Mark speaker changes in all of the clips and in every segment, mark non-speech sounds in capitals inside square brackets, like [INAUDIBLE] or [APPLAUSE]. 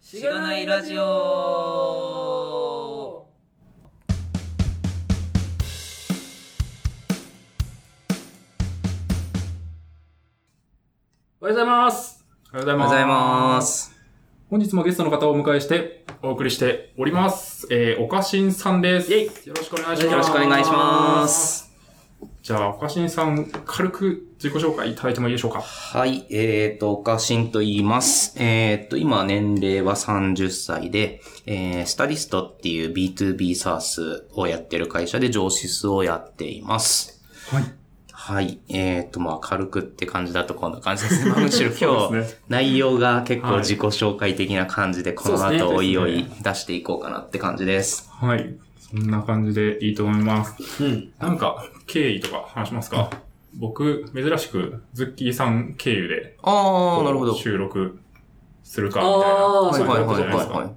Speaker 1: しがないラジオ
Speaker 2: おはようございます。
Speaker 3: おはようござい
Speaker 1: おはよう
Speaker 3: ます。
Speaker 1: ございます。
Speaker 3: 本日もゲストの方をお迎えしてお送りしております。えー、おかしんさんです。
Speaker 1: イェ
Speaker 3: よろしくお願いします。
Speaker 1: よろしくお願いします。
Speaker 3: じゃあ、おかしんさん、軽く自己紹介いただいてもいいでしょうか。
Speaker 1: はい、えっ、ー、と、おかしんと言います。えっ、ー、と、今年齢は30歳で、えー、スタリストっていう B2B サースをやってる会社で上司数をやっています。
Speaker 3: はい。
Speaker 1: はい、えっ、ー、と、まあ、軽くって感じだとこんな感じ
Speaker 3: [LAUGHS]
Speaker 1: ですね。まあむしろ今
Speaker 3: そうです
Speaker 1: 日、内容が結構
Speaker 3: はい
Speaker 1: 自己紹介的な感じで、この
Speaker 3: そうです
Speaker 1: 後
Speaker 3: ね
Speaker 1: おいお
Speaker 3: そうで
Speaker 1: い
Speaker 3: す
Speaker 1: 出していこうかなって感じです。
Speaker 3: はい。そんな感じでいいと思います。
Speaker 2: うん。
Speaker 3: なんか、経緯とか話しますか僕、珍しく、ズッキーさん経由で、
Speaker 1: ああ、なるほど。
Speaker 3: 収録するか、みたいな。
Speaker 2: あー
Speaker 1: はい
Speaker 2: そう
Speaker 1: はい
Speaker 2: か
Speaker 1: はいはい
Speaker 3: そうか
Speaker 1: はい。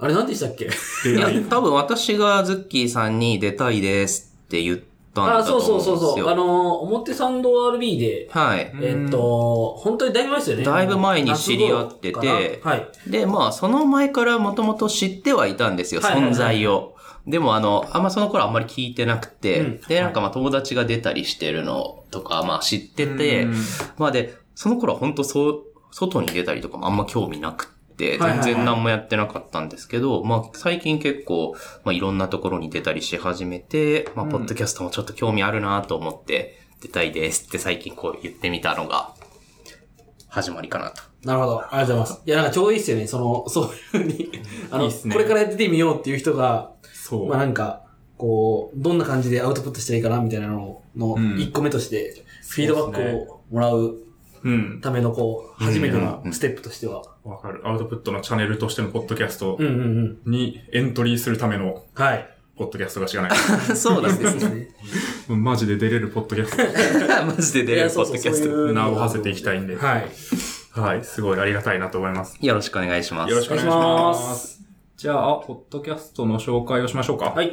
Speaker 2: あれ何でしたっけ
Speaker 3: で
Speaker 1: いや、多分私がズッキーさんに出たいですって言ったんだ
Speaker 2: あー、
Speaker 1: と
Speaker 2: そう
Speaker 1: 思
Speaker 2: そ
Speaker 1: うん
Speaker 2: う
Speaker 1: です
Speaker 2: そ
Speaker 1: よ。
Speaker 2: うそう。あのー、表参道 RB で、
Speaker 1: はい。
Speaker 3: うん
Speaker 2: えっと、本当にだいぶ前ですよね。
Speaker 1: だいぶ前に知り合ってて
Speaker 2: 夏頃かなはい。
Speaker 1: で、まあ、その前からもともと知ってはいたんですよ、
Speaker 2: はいはいはい
Speaker 1: 存在を。でも、あの、あんまその頃あんまり聞いてなくて、
Speaker 2: うん
Speaker 1: で、なんかまあ、友達が出たりしてるのとか、まあ、知ってて、
Speaker 3: うん
Speaker 1: まあ、で、その頃は本当そう、外に出たりとかもあんま興味なくて、
Speaker 2: はいは
Speaker 1: 全
Speaker 2: いはい
Speaker 1: 然何もやってなかったんですけど、まあ、最近結構、まあ、いろんなところに出たりし始めて、まあ、
Speaker 3: うん
Speaker 1: ポッドキャストもちょっと興味あるなと思って、出たいですって最近こう言ってみたのが、始まりかなと。
Speaker 2: [LAUGHS] なるほど。ありがとうございます。いや、なんかちょうどいいっすよね。その、 [LAUGHS] そう
Speaker 1: [LAUGHS]
Speaker 2: いうふうに。あの、
Speaker 3: いいっすね
Speaker 2: これからやっててみようっていう人が、
Speaker 3: そう。
Speaker 2: まあなんか、こう、どんな感じでアウトプットしたらいいかなみたいなのの
Speaker 3: うん
Speaker 2: 1個目として、フィードバックをもらう
Speaker 3: うん。
Speaker 2: ための、こう、
Speaker 1: うん
Speaker 2: 初めてのステップとしては。
Speaker 3: わかる。アウトプットのチャンネルとしてのポッドキャスト
Speaker 2: うんうんうん。
Speaker 3: にエントリーするための
Speaker 2: はい。
Speaker 3: ポッドキャストがしかな
Speaker 2: [LAUGHS]
Speaker 3: い。
Speaker 1: そうなん [LAUGHS] です
Speaker 2: で
Speaker 1: ね
Speaker 2: す。ね。
Speaker 3: マジで出れるポッドキャスト
Speaker 1: [LAUGHS] マジで
Speaker 2: い
Speaker 1: 出
Speaker 2: や
Speaker 1: るポ
Speaker 2: そう
Speaker 1: ッ
Speaker 2: そう
Speaker 1: ドキャス
Speaker 2: そう
Speaker 1: ト。
Speaker 2: いう
Speaker 3: 名を馳せていきたいんで。
Speaker 2: はい。
Speaker 3: はい。すごいありがたいなと思います。
Speaker 1: よろしくお願いします。
Speaker 3: よろし
Speaker 2: お
Speaker 3: く
Speaker 2: 願いし
Speaker 3: お願
Speaker 2: ま。
Speaker 3: いしますじゃあ、ポッドキャストの紹介をしましょうか。。
Speaker 2: はいい。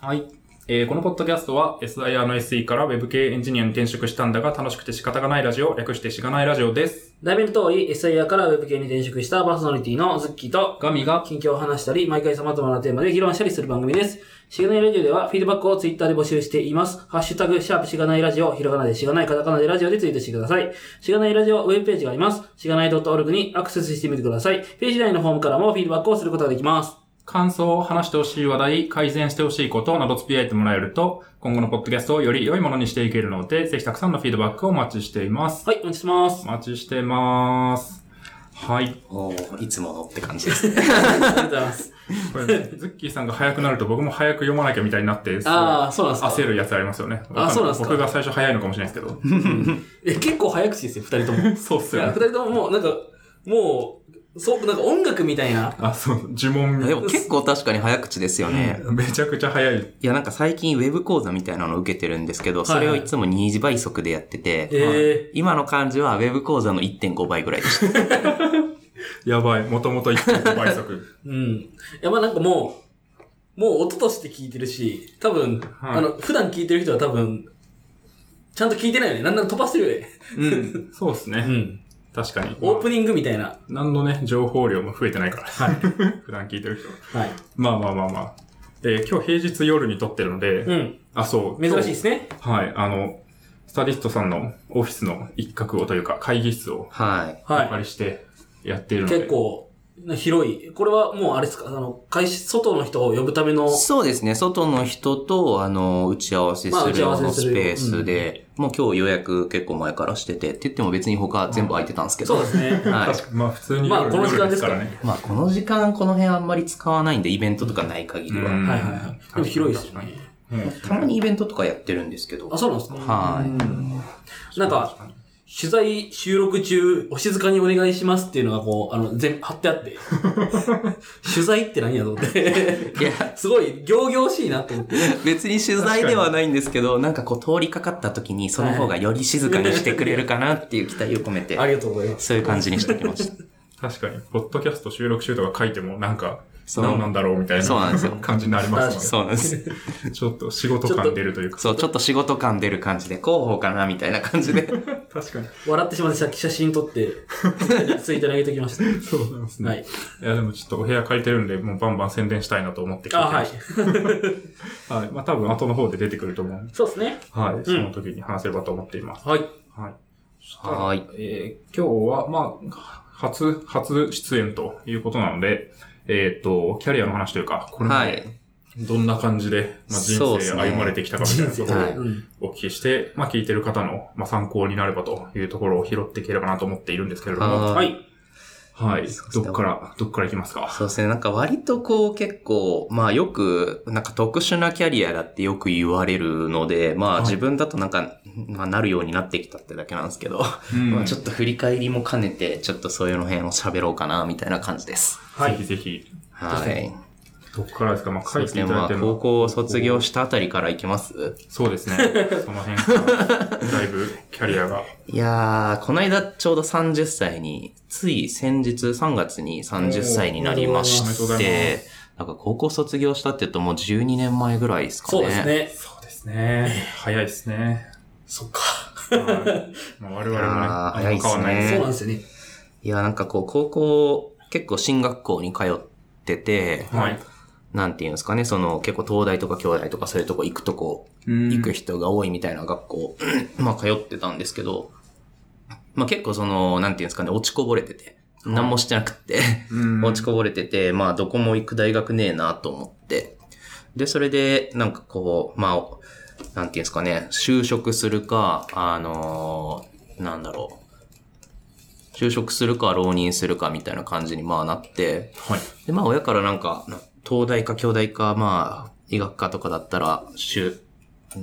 Speaker 3: はい。えーこのポッドキャストは SIR の SE から Web 系エンジニアに転職したんだが楽しくて仕方がないラジオ、略してしがないラジオです。
Speaker 2: 題名の通り、SIR から Web 系に転職したパーソナリティのズッキーと、
Speaker 3: ガミが、
Speaker 2: 近況を話したり、毎回様々なテーマで議論したりする番組です。しがないラジオでは、フィードバックをツイッターで募集しています。ハッシュタグ、シャープしがないラジオ、ひらがなでしがない、カタカナでラジオでツイートしてください。しがないラジオウェブページがあります。しがない .org にアクセスしてみてください。ページ内のフォームからもフィードバックをすることができます。
Speaker 3: 感想を話してほしい話題、改善してほしいことなどつぶやいてもらえると、今後のポッドキャストをより良いものにしていけるので、ぜひたくさんのフィードバックをお待ちしています。
Speaker 2: はい、お待ちしてます
Speaker 3: お。待ちしてます。はい。
Speaker 1: おーいつものって感じですね。
Speaker 2: ありがとうございます。
Speaker 3: これ、
Speaker 2: [LAUGHS]
Speaker 3: ズッキーさんが早くなると僕も早く読まなきゃみたいになって、すごい
Speaker 2: ああ、そうなんですか。
Speaker 3: 焦るやつありますよね。
Speaker 2: あそうなんですか
Speaker 3: 僕が最初早いのかもしれないですけど。 [LAUGHS]
Speaker 2: え結構早口ですよ、二人と [LAUGHS] も。
Speaker 3: そうっす
Speaker 2: い
Speaker 3: よ
Speaker 2: や、二
Speaker 3: ね。
Speaker 2: 人とももう、なんか、もう、そう、なんか音楽みたいな。
Speaker 3: あ、そう、呪文。
Speaker 1: [LAUGHS] でも結構確かに早口ですよね。
Speaker 3: めちゃくちゃ早い。
Speaker 1: いや、なんか最近ウェブ講座みたいなのを受けてるんですけど、それをいつも2次倍速でやってて、
Speaker 2: え
Speaker 1: 今の感じはウェブ講座の1.5倍ぐらいでした。
Speaker 3: やばい。もともと1.5倍速。
Speaker 2: えうん。いや、まあなんかもう、もう音として聞いてるし、多分、
Speaker 3: はい
Speaker 2: あの、普段聞いてる人は多分、ちゃんと聞いてないよね。なんなら飛ばしてるよね。
Speaker 3: うん。そうですね。
Speaker 2: ん。
Speaker 3: 確かに。
Speaker 2: オープニングみたいな。
Speaker 3: 何のね、情報量も増えてないから。はい。 [LAUGHS] 普段聞いてる人。
Speaker 2: はい。
Speaker 3: まあまあまあまあ。えー今日平日夜に撮ってるので、
Speaker 2: うん。
Speaker 3: あ、そう。
Speaker 2: 珍しいですね。
Speaker 3: 今日はい。あの、スタリストさんのオフィスの一角をというか、会議室を
Speaker 1: はい。
Speaker 3: お
Speaker 2: [LAUGHS] は
Speaker 3: 借りしてやっている
Speaker 2: い。
Speaker 3: ので。
Speaker 2: 結構、広い。これはもうあれですか、あの、会社、外の人を呼ぶための、
Speaker 1: そうですね、外の人と、あの、打ち合わせ
Speaker 2: まあ
Speaker 1: す
Speaker 2: 打
Speaker 1: る
Speaker 2: ち合
Speaker 1: よ
Speaker 2: わ
Speaker 1: う
Speaker 2: せ
Speaker 1: な
Speaker 2: す
Speaker 1: ス
Speaker 2: る
Speaker 1: ペースで、もう今日予約結構前からしてて、って言っても別に他全部空いてたんですけど。
Speaker 2: そうですね。
Speaker 1: はい。
Speaker 3: 確かに。まあ普通に
Speaker 2: まあ
Speaker 3: 夜
Speaker 2: この時間
Speaker 3: 夜
Speaker 2: ですから
Speaker 3: ね。
Speaker 1: まあ、この時間、この辺あんまり使わないんで、イベントとかない限りは。
Speaker 3: うん
Speaker 2: はいはいはい。でも広いですよね。
Speaker 1: たまにイベントとかやってるんですけど。
Speaker 2: あ、そうなんですか
Speaker 1: は
Speaker 2: う
Speaker 1: い。
Speaker 2: んなんか、取材収録中、お静かにお願いしますっていうのがこう、あの、全、貼ってあ [LAUGHS] って。取材って何やと思って。
Speaker 1: いや、
Speaker 2: すごい、行々しいなと思って。
Speaker 1: [LAUGHS]
Speaker 3: [LAUGHS]
Speaker 1: 別に取材ではないんですけど、なんかこう通りかかった時に、その方がより静かにしてくれるかなっていう期待を込めて
Speaker 2: あ、りがとうございます。
Speaker 1: そういう感じにしてきま
Speaker 3: [LAUGHS]
Speaker 1: した。
Speaker 3: 確かに、ポッドキャスト収録中とか書いても、なんか、
Speaker 1: そう
Speaker 3: 何なんだろうみたい
Speaker 1: そうなん
Speaker 3: な
Speaker 1: ですよ
Speaker 3: [LAUGHS] 感じになります
Speaker 1: そうなんです。
Speaker 3: [LAUGHS] もんね。ちょっと仕事感出るというか。
Speaker 1: そう、ちょっと仕事感出る感じで、広報かなみたいな感じで。
Speaker 3: 確確かに。
Speaker 4: 笑ってしまってさっき写真撮って、ツイッターに上げてきました。
Speaker 3: そうなんですね。。
Speaker 4: はいい。
Speaker 3: や、でもちょっとお部屋借りてるんで、もうバンバン宣伝したいなと思って聞いて
Speaker 4: あ、は
Speaker 3: ま
Speaker 4: い
Speaker 3: し。た。はい。まあ多分後の方で出てくると思うんで、
Speaker 4: そうですね。
Speaker 3: はい。その時に話せればと思っています。
Speaker 4: はい。
Speaker 3: はい。
Speaker 1: はーい。
Speaker 3: えー今日は、まあ、初、初出演ということなので、えーっ、と、キャリアの話というか、これま
Speaker 1: は
Speaker 3: で
Speaker 1: い。
Speaker 3: どんな感じで、まあ、
Speaker 1: そ
Speaker 3: 人
Speaker 1: うです
Speaker 3: 生
Speaker 1: ね
Speaker 3: 歩まれてきたかみたい
Speaker 4: 人生で
Speaker 3: なとこ
Speaker 1: はい
Speaker 4: うん。
Speaker 3: ろをお聞きして、まあ、聞いてる方の、まあ、参考になればというところを拾っていければなと思っているんですけれども、
Speaker 1: は
Speaker 4: はいい。
Speaker 3: はい。どっから、どっからいきますか
Speaker 1: そうですね。なんか割とこう結構、まあよく、なんか特殊なキャリアだってよく言われるので、ま
Speaker 3: はい
Speaker 1: あ自分だとなんか、まあなるようになってきたってだけなんですけど、
Speaker 3: うん
Speaker 1: まあちょっと振り返りも兼ねて、ちょっとそういうの辺を喋ろうかな、みたいな感じです。
Speaker 4: は
Speaker 3: ぜひ
Speaker 4: い。
Speaker 3: ぜひ、
Speaker 1: はい。
Speaker 3: どっからですかまあ、
Speaker 1: そ
Speaker 3: 書
Speaker 1: う
Speaker 3: い
Speaker 1: です
Speaker 3: てい
Speaker 1: ね。
Speaker 3: ただ
Speaker 1: ま
Speaker 3: い
Speaker 1: あ
Speaker 3: ても
Speaker 1: 高校を卒業したあたりから行きます
Speaker 3: そう [LAUGHS] ですね。その辺から、だいぶキャリアが。
Speaker 1: いやー、この間ちょうど30歳に、つい先日3月に30歳になりま
Speaker 3: おーおめでと
Speaker 1: し
Speaker 3: うございま
Speaker 1: て、なんか高校卒業したって言うともう12年前ぐらいですかね。
Speaker 4: そうですね。
Speaker 3: そうですね。早いですね。
Speaker 4: そ
Speaker 2: [LAUGHS]
Speaker 4: っか。
Speaker 3: はいまあ、我々もね、
Speaker 1: あ
Speaker 3: あ
Speaker 1: ー
Speaker 3: んま変わんない
Speaker 4: そ
Speaker 1: 早いっす
Speaker 3: ですね。
Speaker 4: うなんですよね。
Speaker 1: いや、なんかこう、高校、結構進学校に通ってて、
Speaker 3: はい。
Speaker 1: なんていうんですかね、その、結構東大とか京大とかそういうとこ行くとこ、行く人が多いみたいな学校、まあ通ってたんですけど、まあ結構その、なんていうんですかね、落ちこぼれてて、何もしてなくって、
Speaker 3: うん
Speaker 1: 落ちこぼれてて、まあどこも行く大学ねえなと思って。で、それで、なんかこう、まあ、なんていうんですかね、就職するか、あのーなんだろう。就職するか、浪人するかみたいな感じにまあなって。
Speaker 3: はい。
Speaker 1: で、まあ親からなんか、な東大か京大か、まあ、医学科とかだったら、就、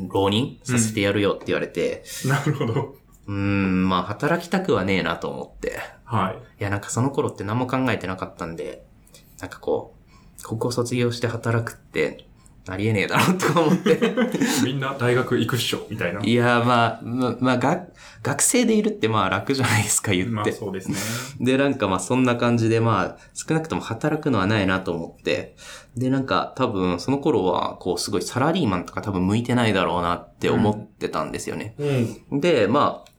Speaker 1: 浪人させてやるよって言われて、
Speaker 3: なるほど。
Speaker 1: うーん、まあ働きたくはねえなと思って。
Speaker 3: はい。
Speaker 1: いや、なんかその頃って何も考えてなかったんで、なんかこう、高校卒業して働くって、ありえねえだろうとか思って。
Speaker 3: [LAUGHS] みんな大学行くっしょ、みたいな。
Speaker 1: いや、まあ、ままあ、が、学生でいるってまあ楽じゃないですか、言って。
Speaker 3: まあそうですね。
Speaker 1: で、なんかまあそんな感じでまあ少なくとも働くのはないなと思って。で、なんか多分その頃はこうすごいサラリーマンとか多分向いてないだろうなって思ってたんですよね。
Speaker 4: うん。
Speaker 1: で、まあ、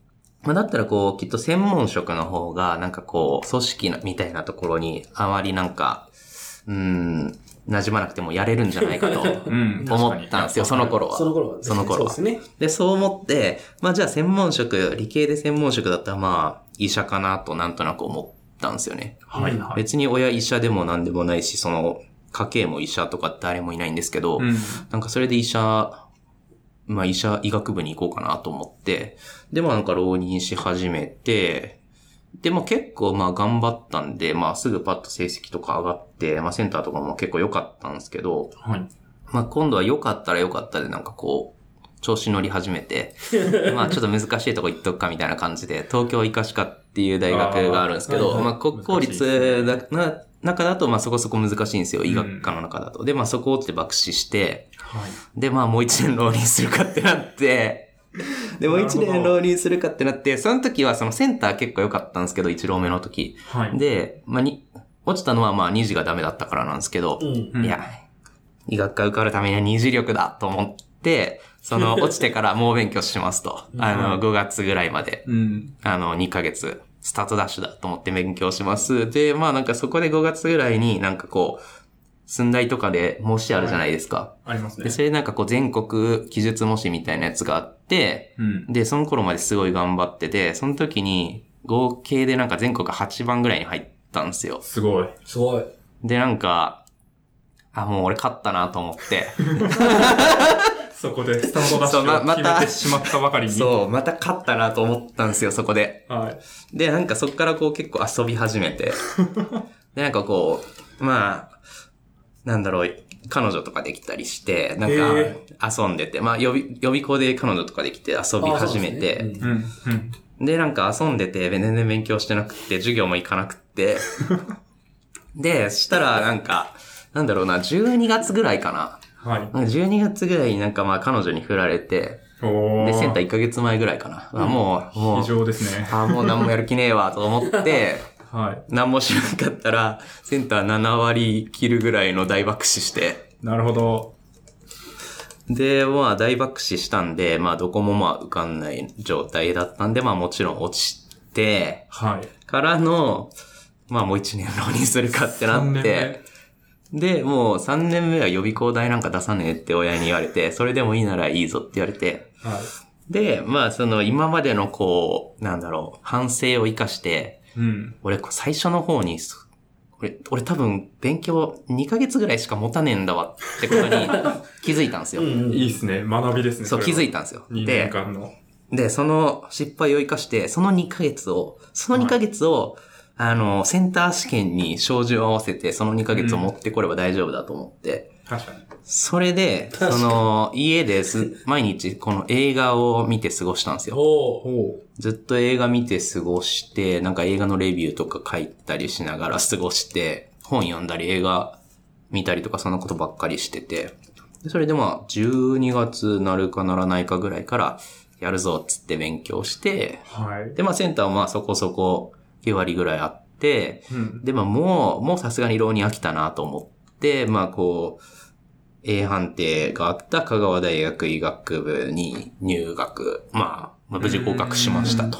Speaker 1: まあ、だったらこう、きっと専門職の方が、なんかこう、組織なみたいなところに、あまりなんか、うーん、馴染まなくてもやれるんじゃないかと
Speaker 3: うん。
Speaker 1: 思ったんですよ、その。頃
Speaker 4: その
Speaker 1: は。
Speaker 4: 頃は。
Speaker 1: その頃は
Speaker 4: そうですね。
Speaker 1: で、そう思って、まあじゃあ専門職、理系で専門職だったらまあ、医者かなとなんとなく思ったんですよね。
Speaker 3: はい、はい。
Speaker 1: 別に親医者でも何でもないし、その、家計も医者とか誰もいないんですけど、
Speaker 3: うん。
Speaker 1: なんかそれで医者、まあ医者、医学部に行こうかなと思って、で、まあなんか浪人し始めて、で、まあ結構まあ頑張ったんで、まあすぐパッと成績とか上がって、まあセンターとかも結構良かったんですけど、
Speaker 3: はい。
Speaker 1: まあ今度は良かったら良かったでなんかこう、調子乗り始め
Speaker 3: [LAUGHS]
Speaker 1: て、まあちょっと難しいとこ行っとくかみたいな感じで、東京医科歯科っていう大学があるんですけ
Speaker 3: あー
Speaker 1: ど、
Speaker 3: はいはい
Speaker 1: まあ国公立だな中だとまあそこそこ難しいんですよ、医学科の中だと。で、まあそこをって爆死して、
Speaker 3: はい。
Speaker 1: で、まあもう一年浪人するかってなって、で、もう一
Speaker 3: な
Speaker 1: 年
Speaker 3: るほど
Speaker 1: 浪人するかってなって、その時はそのセンター結構良かったんですけど、一浪目の時。
Speaker 3: はい。
Speaker 1: で、まあに、落ちたのはまあ二次がダメだったからなんですけど、
Speaker 4: うん。
Speaker 3: うん
Speaker 1: いや、医学科受かるためには二次力だと思って、そ
Speaker 3: [LAUGHS]
Speaker 1: の落ちてから猛勉強しますと。あの、5月ぐらいまで、
Speaker 3: うん。
Speaker 1: あの、2ヶ月、スタートダッシュだと思って勉強します。で、まあなんかそこで5月ぐらいになんかこう、寸大とかで模試あるじゃないですか。
Speaker 3: ありますね
Speaker 1: で、。それでなんかこう全国記述模試みたいなやつがあって、
Speaker 3: うん。
Speaker 1: で、その頃まですごい頑張ってて、その時に合計でなんか全国8番ぐらいに入ったんですよ。
Speaker 3: すごい。
Speaker 4: すごい。
Speaker 1: で、なんか、あ、もう俺勝ったなと思って、
Speaker 3: そこでスタートダッシ
Speaker 1: そうま
Speaker 3: ュを
Speaker 1: ま
Speaker 3: 決
Speaker 1: た
Speaker 3: めてしまったばかり
Speaker 1: [LAUGHS]
Speaker 3: に。
Speaker 1: そう、また勝ったなと思ったんですよ、そこで。
Speaker 3: はい。
Speaker 1: で、なんかそっからこう結構遊び始め [LAUGHS] て。で、なんかこう、まあ、なんだろう、彼女とかできたりして、なん
Speaker 3: へ
Speaker 1: か遊んでて、まあ予備、予備校で彼女とかできて遊び始めて、
Speaker 4: あそうですね
Speaker 3: うん。うん。
Speaker 1: で、なんか遊んでて、全然勉強してなくって、授業も行かなくって。で、したら、なんか、なんだろうな、12月ぐらいかな。
Speaker 3: はい。
Speaker 1: なんか12月ぐらいになんかまあ彼女に振られて、
Speaker 3: おー。
Speaker 1: で、センター1ヶ月前ぐらいかな。あもう、も
Speaker 3: 異
Speaker 1: う、
Speaker 3: 常ですね。
Speaker 1: あもう何もやる気ねえわ、と思って、
Speaker 3: は
Speaker 1: 何もしなかったら、センター7割切るぐらいの大爆死して、
Speaker 3: い。なるほど。
Speaker 1: で、まあ、大爆死したんで、まあ、どこもまあ、受かんない状態だったんで、まあ、もちろん落ちて、
Speaker 3: はい。
Speaker 1: からの、まあ、もう一年浪人するかってな
Speaker 3: 三
Speaker 1: っ
Speaker 3: 年
Speaker 1: て
Speaker 3: 目、
Speaker 1: で、もう3年目は予備校代なんか出さねえって親に言われて、それでもいいならいいぞって言われて、
Speaker 3: はい。
Speaker 1: で、まあ、その、今までのこう、なんだろう、反省を生かして、
Speaker 3: うん。
Speaker 1: 俺、こう最初の方に、す俺、俺多分、勉強2ヶ月ぐらいしか持たねえんだわってことに気づいたんですよ。
Speaker 2: うん
Speaker 3: いいですね。学びですね。
Speaker 1: そう、気づ
Speaker 3: い
Speaker 1: いたんですよ。
Speaker 3: 2年
Speaker 1: で、
Speaker 3: 間の。
Speaker 1: で、その失敗を生かして、その2ヶ月を、その2ヶ月を、あの、センター試験に照準を合わせて、その2ヶ月を持ってこれば大丈夫だと思って、
Speaker 3: 確かに。
Speaker 1: それで、
Speaker 2: 確かに
Speaker 1: その、家です、毎日この映画を見て過ごしたんですよ。
Speaker 2: おー
Speaker 3: お
Speaker 1: ずっと映画見て過ごして、なんか映画のレビューとか書いたりしながら [LAUGHS] 過ごして、本読んだり映画見たりとかそんなことばっかりしてて、でそれでまあ12月なるかならないかぐらいからやるぞっつって勉強して、
Speaker 3: はい。
Speaker 1: でまあセンターはまあそこそこ9割ぐらいあって、
Speaker 3: うん。
Speaker 1: でまあもう、もうさすがに浪人飽きたなと思って、まあこう、A 判定があった香川大学医学部に入学、まあ、まあ無事合格しましたと。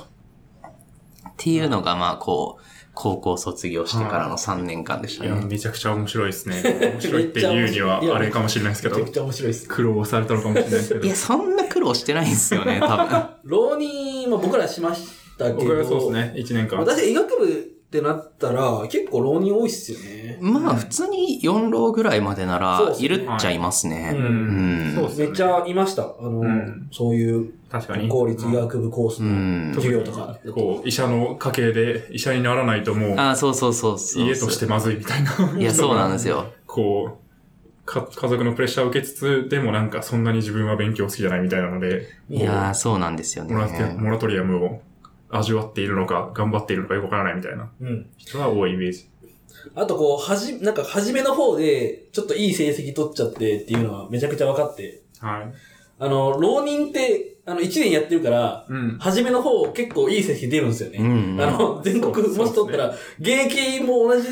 Speaker 1: っていうのが、まあ、こう、高校卒業してからの3年間でした
Speaker 3: いや、
Speaker 1: ね。
Speaker 3: めちゃくちゃ面白いです [LAUGHS] ね。面白いって言うには
Speaker 2: めっちゃ面白いいや
Speaker 3: あれかもしれないですけ
Speaker 2: めちゃ
Speaker 3: ど
Speaker 2: く、ちゃ面白いです。
Speaker 3: 苦労されたのかもしれないですけ
Speaker 1: い
Speaker 3: ど
Speaker 1: や、。そんな苦労してないんですよね、多分。
Speaker 2: 浪人、まあ僕らしましたけど。
Speaker 3: 僕はそうですね、1年間。
Speaker 2: 私、医学部ってなったら、結構浪人多いっすよね。
Speaker 3: [LAUGHS]
Speaker 1: まあ、普通に4浪ぐらいまでな
Speaker 2: そうで
Speaker 1: ら、
Speaker 2: すね
Speaker 1: いるっちゃいます
Speaker 3: う
Speaker 1: ね。うん
Speaker 3: ん。そうです
Speaker 2: め
Speaker 3: ね
Speaker 2: っちゃいました。あの、
Speaker 3: うん
Speaker 2: そういう
Speaker 3: 確かに。
Speaker 2: 公立医学部コース
Speaker 1: う
Speaker 2: の
Speaker 1: ん
Speaker 2: 授業とか。
Speaker 3: こう、医者の家系で医者にならないともう、
Speaker 1: ああ、そうそうそうそう。
Speaker 3: 家としてまずいみたいな。
Speaker 1: いや、そうなんですよ。
Speaker 3: [LAUGHS] こう、か、家族のプレッシャーを受けつつ、でもなんかそんなに自分は勉強好きじゃないみたいなので、
Speaker 1: いやー、そうなんですよね
Speaker 3: モ。ラテモラトリアムを味わっているのか、頑張っているのかよくわからないみたいな
Speaker 2: うん。
Speaker 3: 人は多いイメージ。
Speaker 2: あとこう、はじ、なんか初めの方で、ちょっといい成績取っちゃってっていうのはめちゃくちゃ分かって。
Speaker 3: はい。
Speaker 2: あの、浪人って、あの、1年やってるから、
Speaker 3: うん。
Speaker 2: 初めの方結構いい成績出るんですよね。
Speaker 1: うん
Speaker 2: あの、全国
Speaker 3: そう
Speaker 2: もし取ったら、現役も
Speaker 3: [LAUGHS]
Speaker 2: 同じ。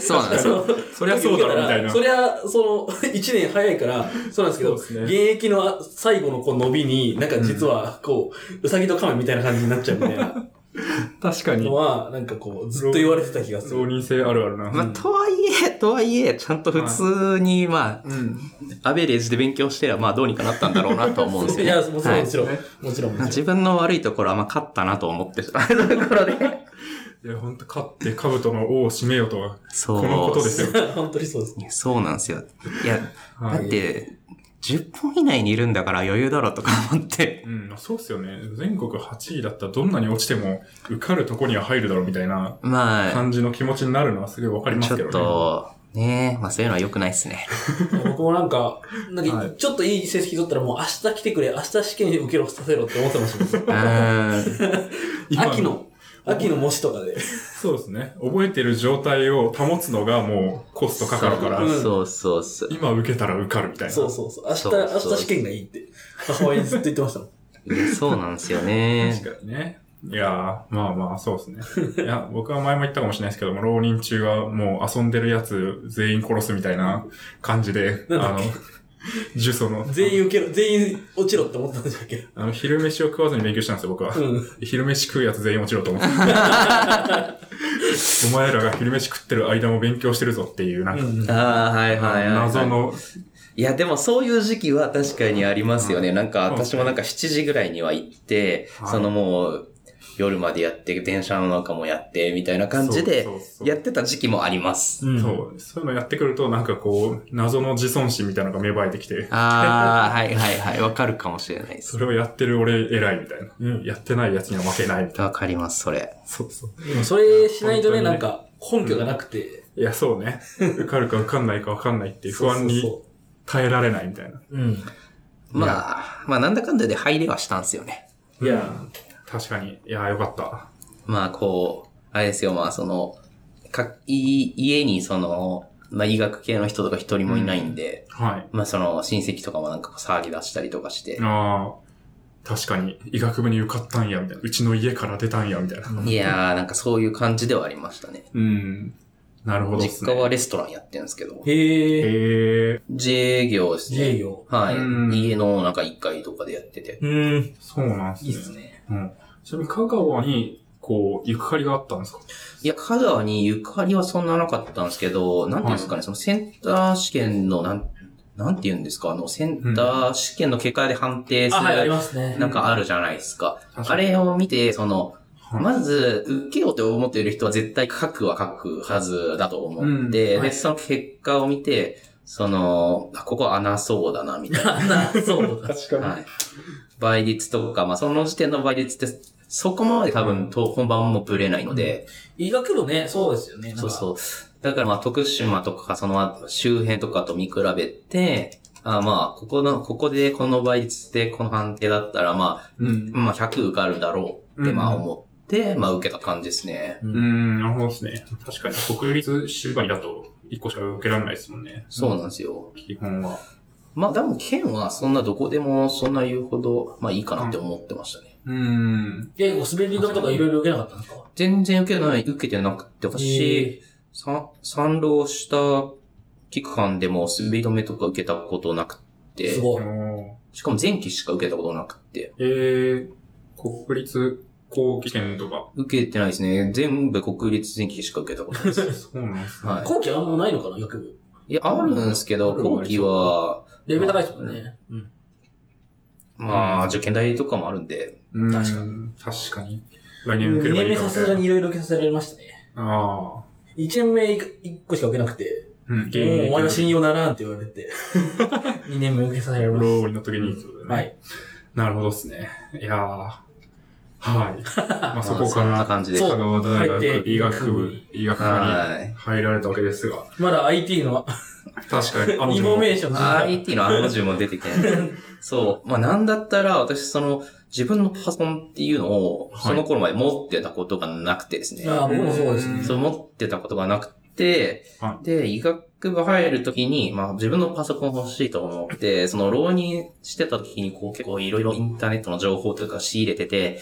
Speaker 1: そうなんですよ。
Speaker 3: そりゃそうだろみたいな
Speaker 2: [LAUGHS] そりゃ、その、1年早いから、そうなんですけど、
Speaker 3: そうですね
Speaker 2: 現役の最後のこう伸びに、なんか実は、こう、うさぎと亀みたいな感じになっちゃうみたいな
Speaker 3: 確か
Speaker 2: の
Speaker 3: に。
Speaker 2: は、なんかこう、ずっと言われてた気がす
Speaker 3: 浪
Speaker 2: る。
Speaker 3: 人性あるあるな。
Speaker 1: まあ、とはいえ、 [LAUGHS] とはいえ、ちゃんと普通に、まあ、
Speaker 3: うん。
Speaker 1: アベレージで勉強してれば、まあ、どうにかなったんだろうなと思うんですよ、
Speaker 2: い
Speaker 1: ね。
Speaker 2: や、もちろん、もちろん
Speaker 3: はい。
Speaker 2: もちろん、もち
Speaker 1: 自分の悪いところは、まあ、勝ったなと思って
Speaker 3: [LAUGHS]
Speaker 1: たところで。
Speaker 3: いや、ほんと、勝って兜の王を締めよとは、
Speaker 1: そう。
Speaker 3: このことですよ。
Speaker 2: ろん。 [LAUGHS] 本当にそう
Speaker 1: [LAUGHS]
Speaker 2: です。
Speaker 1: そうなんですよ。いや、
Speaker 3: は
Speaker 1: だ
Speaker 3: い。
Speaker 1: って、10本以内にいるんだから余裕だろうとか思って。
Speaker 3: うん、そうっすよね。全国8位だったらどんなに落ちても受かるとこには入るだろうみたいな
Speaker 1: まあ、
Speaker 3: 感じの気持ちになるのはすごいわかりま
Speaker 1: ち
Speaker 3: すけ
Speaker 1: ょ
Speaker 3: ど
Speaker 1: っと、
Speaker 3: ね。
Speaker 1: ねまあ、そういうのは良くないです
Speaker 3: [LAUGHS]
Speaker 1: ね。
Speaker 2: 僕もなんか、なん
Speaker 3: は
Speaker 2: か、
Speaker 3: い
Speaker 2: ちょっといい成績取ったらもう明日来てくれ、明日試験受けろさせろって思ってましたも
Speaker 1: [LAUGHS]
Speaker 2: ん
Speaker 1: うーん。
Speaker 3: 今
Speaker 2: 秋。の、秋の模試とかで。
Speaker 3: そうですね。覚えてる状態を保つのがもうコストかかるから、
Speaker 2: うん
Speaker 1: そうそうそう。
Speaker 3: 今受けたら受かるみたいな。
Speaker 2: そうそうそう。明日、
Speaker 1: そう
Speaker 2: 明
Speaker 1: そう
Speaker 2: 日試験がいいって、母親にずっと言ってましたもん。
Speaker 1: いやそうなんですよね。
Speaker 3: 確かにね。いやー、まあまあ、そうですね。いや、僕は前も言ったかもしれないですけども、浪人中はもう遊んでるやつ全員殺すみたいな感じで、あ
Speaker 2: なんだっ
Speaker 3: の、呪詛の、
Speaker 2: 全員受けろ、全員落ちろって思ったんじゃっけ。
Speaker 3: あの、昼飯を食わずに勉強したんですよ、僕は。
Speaker 2: うん。
Speaker 3: 昼飯食うやつ全員落ちろと思って。お前らが昼飯食ってる間も勉強してるぞっていう、なんか、
Speaker 2: うん。
Speaker 1: ああ、はいはいはい。
Speaker 3: 謎の、
Speaker 1: いや、でもそういう時期は確かにありますよね。なんか、
Speaker 3: そうです
Speaker 1: 私
Speaker 3: ね
Speaker 1: もなんか7時ぐらいには行って、
Speaker 3: はい
Speaker 1: そのもう、夜までやって、電車の中もやって、みたいな感じで
Speaker 3: そうそう、そう
Speaker 1: やってた時期もあります。
Speaker 2: うん
Speaker 3: そう、そういうのやってくると、なんかこう、謎の自尊心みたいなのが芽生えてきて、
Speaker 1: ああ、はいはいはい。わかるかもしれないです
Speaker 3: そ。れをやってる俺偉いみたいな。
Speaker 2: うん
Speaker 3: やってないやつには負けないみたいな。
Speaker 1: [LAUGHS] わかります、それ。
Speaker 3: そうそう。
Speaker 2: でもそれしないと
Speaker 3: 本当に
Speaker 2: ね、
Speaker 3: ね
Speaker 2: なんか根拠がなくて。
Speaker 3: いや、そうね。受かるか受かんないか分かんないっていう不安
Speaker 2: そう
Speaker 3: に耐えられないみたいな。
Speaker 2: そうそう。うん。
Speaker 1: まあ、まあなんだかんだで入れはしたんですよね。
Speaker 2: いや、
Speaker 3: 確かに。いや、よかった。
Speaker 1: まあこう、あれですよ、まあその、か、い、家にその、まあ医学系の人とか一人もいないんで、
Speaker 3: はい。
Speaker 1: まあその親戚とかもなんかこう騒ぎ出したりとかして、
Speaker 3: ああ、確かに。医学部に受かったんや、みたいな。うちの家から出たんや、みたいな。
Speaker 1: いやー、なんかそういう感じではありましたね。
Speaker 3: うん。なるほどっす
Speaker 1: 実
Speaker 3: ね。
Speaker 1: 家はレストランやってるんですけど、
Speaker 3: へ
Speaker 4: へえ。
Speaker 3: え、
Speaker 1: 自営業です
Speaker 4: 自
Speaker 1: ね。
Speaker 4: 営業。
Speaker 1: は
Speaker 3: うん
Speaker 1: い。家のなんか1階とかでやってて。
Speaker 4: うーん。
Speaker 3: そうなんす
Speaker 4: いいっすね。
Speaker 3: うん。ちなみに香川に、こう、ゆかりがあったんですか
Speaker 1: いや、香川にゆかりはそんななかったんですけど、なんていうんですかね、そのセンター試験の、なん、なんていうんですか、あの、センター試験の結果で判定す
Speaker 4: あ、はい、あり
Speaker 1: る、
Speaker 4: ますね。
Speaker 2: [LAUGHS]
Speaker 1: なんかあるじゃないですか。
Speaker 3: 確
Speaker 1: あ
Speaker 3: かに
Speaker 1: れを見て、その、
Speaker 3: はい
Speaker 1: まず、受けようと思っている人は絶対書くは書くはずだと思って、
Speaker 3: うん
Speaker 4: はい
Speaker 1: で、その結果を見て、その、あここ穴そうだな、み
Speaker 3: [LAUGHS]
Speaker 1: たい
Speaker 4: あなそうだ。
Speaker 3: 確か
Speaker 1: な。はい。倍率とか、まあ、その時点の倍率って、そこまで多分と、本番もぶれないので、
Speaker 4: 医学部ね、そうですよね。
Speaker 1: そう
Speaker 4: う。
Speaker 1: そう。だから、まあ、徳島とか、その周辺とかと見比べて、あまあ、ここの、ここでこの倍率でこの判定だったら、まあ、
Speaker 3: うん。
Speaker 1: まあ、100受かるだろうって、まあ、
Speaker 3: うん
Speaker 1: 思って、まあ、受けた感じですね。
Speaker 3: うーん、なるほどですね。確かに、国立縛りだと、一個しか受けられないですもんね。
Speaker 1: そう
Speaker 3: う。
Speaker 1: なんですよ。
Speaker 3: 基本は。
Speaker 1: まあでも県はそんなどこでもそんな言うほど、まあいいかなって思ってましたね。
Speaker 3: うーん。
Speaker 4: で、お滑り止めとかいろいろ受けなかったんですか
Speaker 1: 全然受けない、受けてなくて、
Speaker 4: へ
Speaker 1: 私、さ参浪した期間でも滑り止めとか受けたことなくて、
Speaker 4: す
Speaker 3: あ
Speaker 4: ごい。
Speaker 3: の
Speaker 1: しかも前期しか受けたことなくて、
Speaker 3: ーえー、国立後期試験とか。
Speaker 1: 受けてないですね。全部国立前期しか受けたことないです。
Speaker 3: [LAUGHS] そうなんですね。
Speaker 1: はい。
Speaker 4: 後期あんまないのかな、医学部。
Speaker 1: いや、あるんですけど、
Speaker 3: あるの
Speaker 1: 後期は、
Speaker 4: レベル高いですもんね。うん。
Speaker 1: まあ、受験代とかもあるんで、
Speaker 3: うーん
Speaker 4: 確か
Speaker 3: 確かに。来年受け
Speaker 4: 2年
Speaker 3: ればいい
Speaker 4: 目
Speaker 3: か
Speaker 4: さ
Speaker 3: み
Speaker 4: す
Speaker 3: た
Speaker 4: が
Speaker 3: いな
Speaker 4: にいろいろ受けさせられましたね。
Speaker 3: ああ。
Speaker 4: 1年目1個しか受けなくて、
Speaker 3: うん、現
Speaker 4: も
Speaker 3: 役
Speaker 4: うお前は信用ならんって言われて、2年目受けさせられまし
Speaker 3: ローリの時にってこと
Speaker 4: た。
Speaker 3: でね。
Speaker 4: はい。
Speaker 3: なるほどですね。いや
Speaker 4: [LAUGHS]
Speaker 3: ー。はい。まあそ
Speaker 1: ま
Speaker 3: こ
Speaker 1: あ、そ
Speaker 3: か
Speaker 1: ん
Speaker 3: ら
Speaker 1: な感じで
Speaker 4: そう
Speaker 1: す。
Speaker 3: 香川大学医学部、医学科
Speaker 1: は
Speaker 3: に
Speaker 1: い
Speaker 3: 入られたわけですが、
Speaker 4: まだ IT の
Speaker 3: 確かに、あの、
Speaker 4: インフォメーションの時代
Speaker 1: IT の案の字も出てきてない。そう。まあ、なんだったら、私、その、自分のパソコンっていうのを、
Speaker 3: はい
Speaker 1: その頃まで持ってたことがなくてですね。
Speaker 4: ああ、僕もそうですね。
Speaker 1: そう、持ってたことがなくて
Speaker 3: は、
Speaker 1: で、医学部入るときに、まあ、自分のパソコン欲しいと思って、その、浪人してたときに、こう、結構いろいろインターネットの情報とか仕入れてて、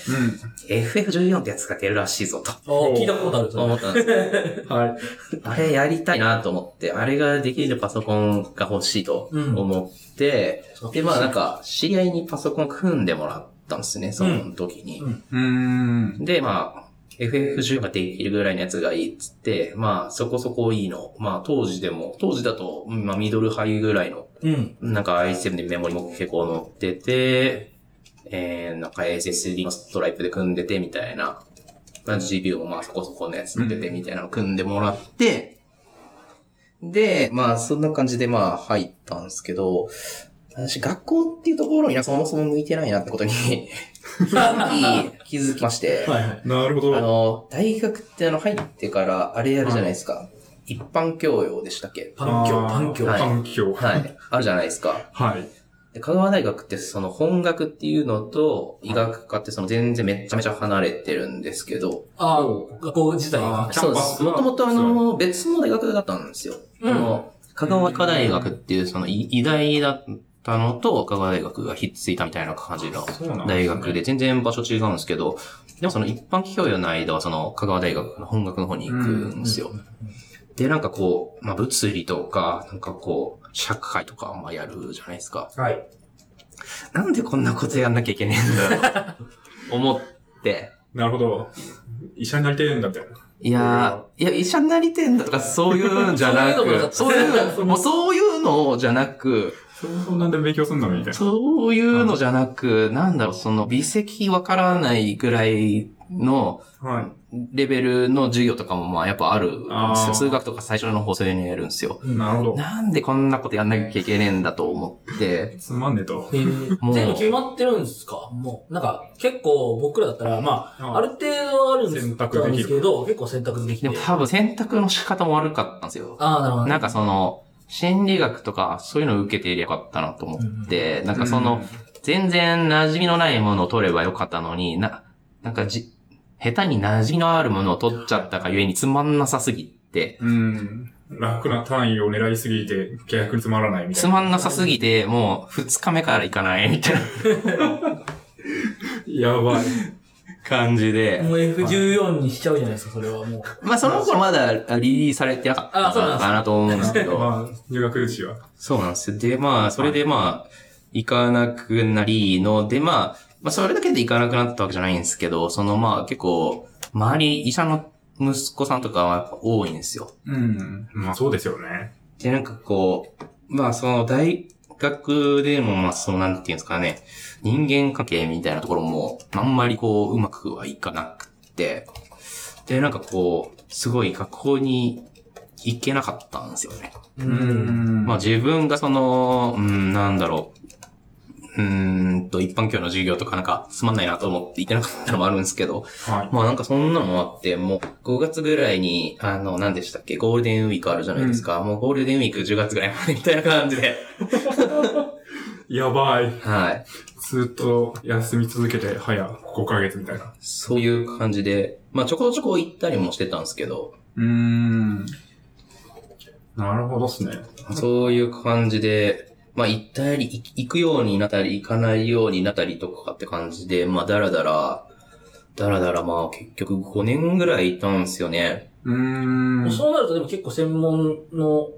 Speaker 1: FF14 ってやつが出るらしいぞ、と
Speaker 4: あ聞いたことある。
Speaker 1: 思ったんです。
Speaker 3: うん。 [LAUGHS] はい。
Speaker 1: あれやりたいなと思って、あれができるパソコンが欲しいと思って、で、まあなんか、知り合いにパソコン組んでもらったんですね、その時に。
Speaker 4: うん
Speaker 3: うーん。
Speaker 1: で、まあ、FF10 ができるぐらいのやつがいいっつって、まあ、そこそこいいの。まあ、当時でも、当時だと、まあ、ミドルハイぐらいの、
Speaker 4: うん。
Speaker 1: なんか i7 でメモリも結構乗ってて、えー、なんか SSD のストライプで組んでてみたいな、まあ、GPU もまあそこそこのやつ乗っててみたいなの組んでもらって、で、まあそんな感じでまあ入ったんですけど、私学校っていうところにそもそも向いてないなってことに [LAUGHS] 気づき、気づきまして、
Speaker 4: はいはい。
Speaker 3: なるほど。
Speaker 1: あの、大学ってあの入ってからあれやるじゃないですか。一般教養でしたっけ
Speaker 4: パンキョ、
Speaker 3: あー
Speaker 4: パンキョ。
Speaker 1: はい
Speaker 3: 環境。
Speaker 1: は。い。あるじゃないですか。
Speaker 3: はい。
Speaker 1: で香川大学ってその本学っていうのと医学科ってその全然めちゃめちゃ離れてるんですけど、
Speaker 4: ああ、学校自体
Speaker 3: あ
Speaker 4: が
Speaker 3: ー。キャ
Speaker 1: そ
Speaker 3: ン
Speaker 1: う
Speaker 3: パ
Speaker 1: で
Speaker 3: ス
Speaker 1: す。
Speaker 3: は
Speaker 1: もともとあの別の大学だったんですよ。
Speaker 4: うん
Speaker 1: あの香川医科大学っていうその医医大だったのと香川大学がひっついたみたいな感じの
Speaker 3: そうなんですね
Speaker 1: 大学で全然場所違うんですけど、でもその一般教養の間はその香川大学の本学の方に行くんですよ。で、なんかこう、まあ、物理とか、なんかこう、社会とかまあやるじゃないですか。
Speaker 4: はい。
Speaker 1: なんでこんなことやんなきゃいけねえんだろう。思って。
Speaker 3: なるほど。医者になりてえんだみたいな。
Speaker 1: いやー、いや、医者になりてんだとか、そういうんじゃなく、
Speaker 4: そ
Speaker 1: そうう
Speaker 4: いうのもだ
Speaker 1: いう、もうそういうのじゃなく、
Speaker 3: そもそもなんで勉強すんのみたいな。
Speaker 1: そういうのじゃなく、なんだろう、その、微積わからないぐらいの、
Speaker 3: はい。
Speaker 1: レベルの授業とかもまあやっぱある
Speaker 3: あー。
Speaker 1: 数学とか最初の方そういうのやるんですよ。
Speaker 3: なるほど。
Speaker 1: なんでこんなことやんなきゃいけねえんだと思って、
Speaker 3: つまんねえと。
Speaker 4: へー
Speaker 1: もう
Speaker 4: 全部決まってるんですかもう。なんか、結構僕らだったら、まあ、ある程度はあるんです
Speaker 3: 選択できる
Speaker 4: ですけど、結構選択でき
Speaker 1: で
Speaker 4: て
Speaker 1: も。多分選択の仕方も悪かったんですよ。
Speaker 4: ああ、なるほど。
Speaker 1: なんかその、心理学とかそういうのを受けていればよかったなと思って、なんかその、全然馴染みのないものを取ればよかったのに、な、なんかじ、下手に馴染みのあるものを取っちゃったがゆえにつまんなさすぎて、
Speaker 3: うん。楽な単位を狙いすぎて、逆につまらないみたい
Speaker 1: つ
Speaker 3: な。
Speaker 1: まんなさすぎて、もう二日目から行かないみたいな。
Speaker 3: やばい。
Speaker 1: 感じで。
Speaker 4: もう F14 にしちゃうじゃないですか、それはもう。
Speaker 1: まあ、その頃まだリリースされてなかった
Speaker 4: あそうなん
Speaker 1: の
Speaker 4: です
Speaker 1: かなと思うんですけど。
Speaker 3: [LAUGHS] まあ、入学時は。
Speaker 1: そうなんですよ。で、まあ、それでまあ、行かなくなりの、でまあ、まあ、それだけで行かなくなったわけじゃないんですけど、そのまあ、結構、周り、医者の息子さんとかはやっぱ多いんですよ。
Speaker 3: うん。まあ、そうですよね。
Speaker 1: で、なんかこう、まあその大学でもまあそのなんていうんですかね、人間関係みたいなところもあんまりこううまくはいかなくって、で、なんかこう、すごい学校に行けなかったんですよね。
Speaker 4: う
Speaker 3: う。ん
Speaker 1: まあ自分がその、うん、なんだろう。うーんと、一般教の授業とかなんかつまんないなと思って行けなかったのもあるんですけど、
Speaker 3: はい。
Speaker 1: まあなんかそんなのもあって、もう5月ぐらいに、あの、何でしたっけ、ゴールデンウィークあるじゃないですか。もうゴールデンウィーク10月ぐらいまでみ [LAUGHS] たいな感じで。
Speaker 3: やばい。
Speaker 1: はい。
Speaker 3: ずっと休み続けて、早5ヶ月みたいな。
Speaker 1: そういう感じで、まあちょこちょこ行ったりもしてたんですけど、
Speaker 3: うーん。なるほどっすね。
Speaker 1: そういう感じで、まあ行ったり、行行くようになったり、行かないようになったりとかって感じで、まあだらだら、だらだらまあ結局5年ぐらいいたんですよね。
Speaker 3: うーん。
Speaker 4: そうなるとでも結構専門の、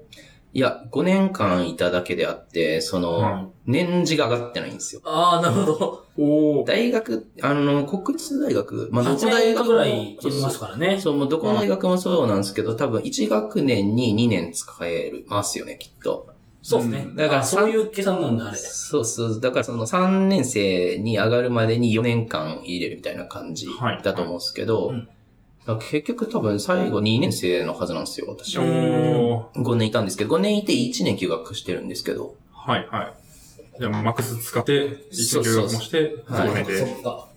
Speaker 1: いや、5年間いただけであって、その、
Speaker 3: はい
Speaker 1: 年次が上がってないんですよ。
Speaker 4: ああ、なるほど。
Speaker 3: おー。
Speaker 1: 大学、あの、国立大学、まあ、ど
Speaker 4: 8
Speaker 1: こ大
Speaker 4: 年
Speaker 1: 学
Speaker 4: 間
Speaker 1: も
Speaker 4: ぐらい飛びますからね。
Speaker 1: そう、もうどこの大学もそうなんですけど、多分1学年に2年使えるますよね、きっと。
Speaker 4: そうですね。
Speaker 3: うん
Speaker 1: だから
Speaker 4: あそういう計算なんだ、あれ。
Speaker 1: そうそう。だからその3年生に上がるまでに4年間入れるみたいな感じ
Speaker 3: はい
Speaker 1: だと思うんですけ
Speaker 4: う
Speaker 1: ど、
Speaker 4: ん
Speaker 1: だから結局多分最後2年生のはずなんですよ、私
Speaker 3: お
Speaker 1: は。
Speaker 3: ー。
Speaker 1: 5年いたんですけど、5年いて1年休学してるんですけど、
Speaker 3: はい、はい。じゃあ、マックス使って、一
Speaker 1: そう
Speaker 3: 応
Speaker 1: そう
Speaker 3: 留学もして、
Speaker 1: は
Speaker 3: 含め
Speaker 4: そ
Speaker 3: て。
Speaker 4: っか。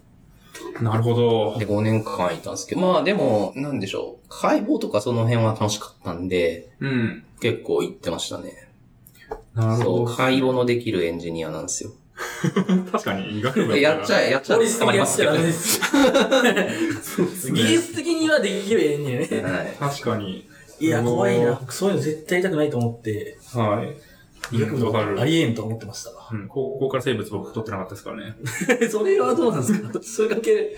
Speaker 3: なるほど。
Speaker 1: で5年間いたんですけど、まあでも、なんでしょう。解剖とかその辺は楽しかったんで、
Speaker 3: うん。
Speaker 1: 結構行ってましたね。
Speaker 3: なる
Speaker 1: そ
Speaker 3: ほ
Speaker 1: う、
Speaker 3: ど。
Speaker 1: 買い物できるエンジニアなんですよ。
Speaker 3: 確かに、医学部
Speaker 1: やっちゃ
Speaker 3: え。
Speaker 1: え、やっちゃ
Speaker 4: 法
Speaker 1: え、
Speaker 4: 律的
Speaker 1: 捕
Speaker 4: に
Speaker 1: まり
Speaker 4: や
Speaker 1: ま
Speaker 4: っ
Speaker 1: す
Speaker 4: ち
Speaker 1: け
Speaker 4: ゃ
Speaker 1: ど。
Speaker 4: ダ
Speaker 1: は
Speaker 4: メ
Speaker 1: い。
Speaker 4: です。技術的にはできるんや
Speaker 1: [LAUGHS]
Speaker 4: ね。
Speaker 3: 確かに。
Speaker 4: いや、怖いな
Speaker 3: う。
Speaker 4: そういうの絶対痛くないと思って、
Speaker 3: はい。医学部とかあ
Speaker 4: あ
Speaker 3: る。
Speaker 4: りえんと思ってました
Speaker 3: [LAUGHS]
Speaker 4: わ。
Speaker 3: うん、高校から生物僕取ってなかったですからね。
Speaker 4: それはどうなんですかそれ
Speaker 2: [LAUGHS]
Speaker 4: だけ。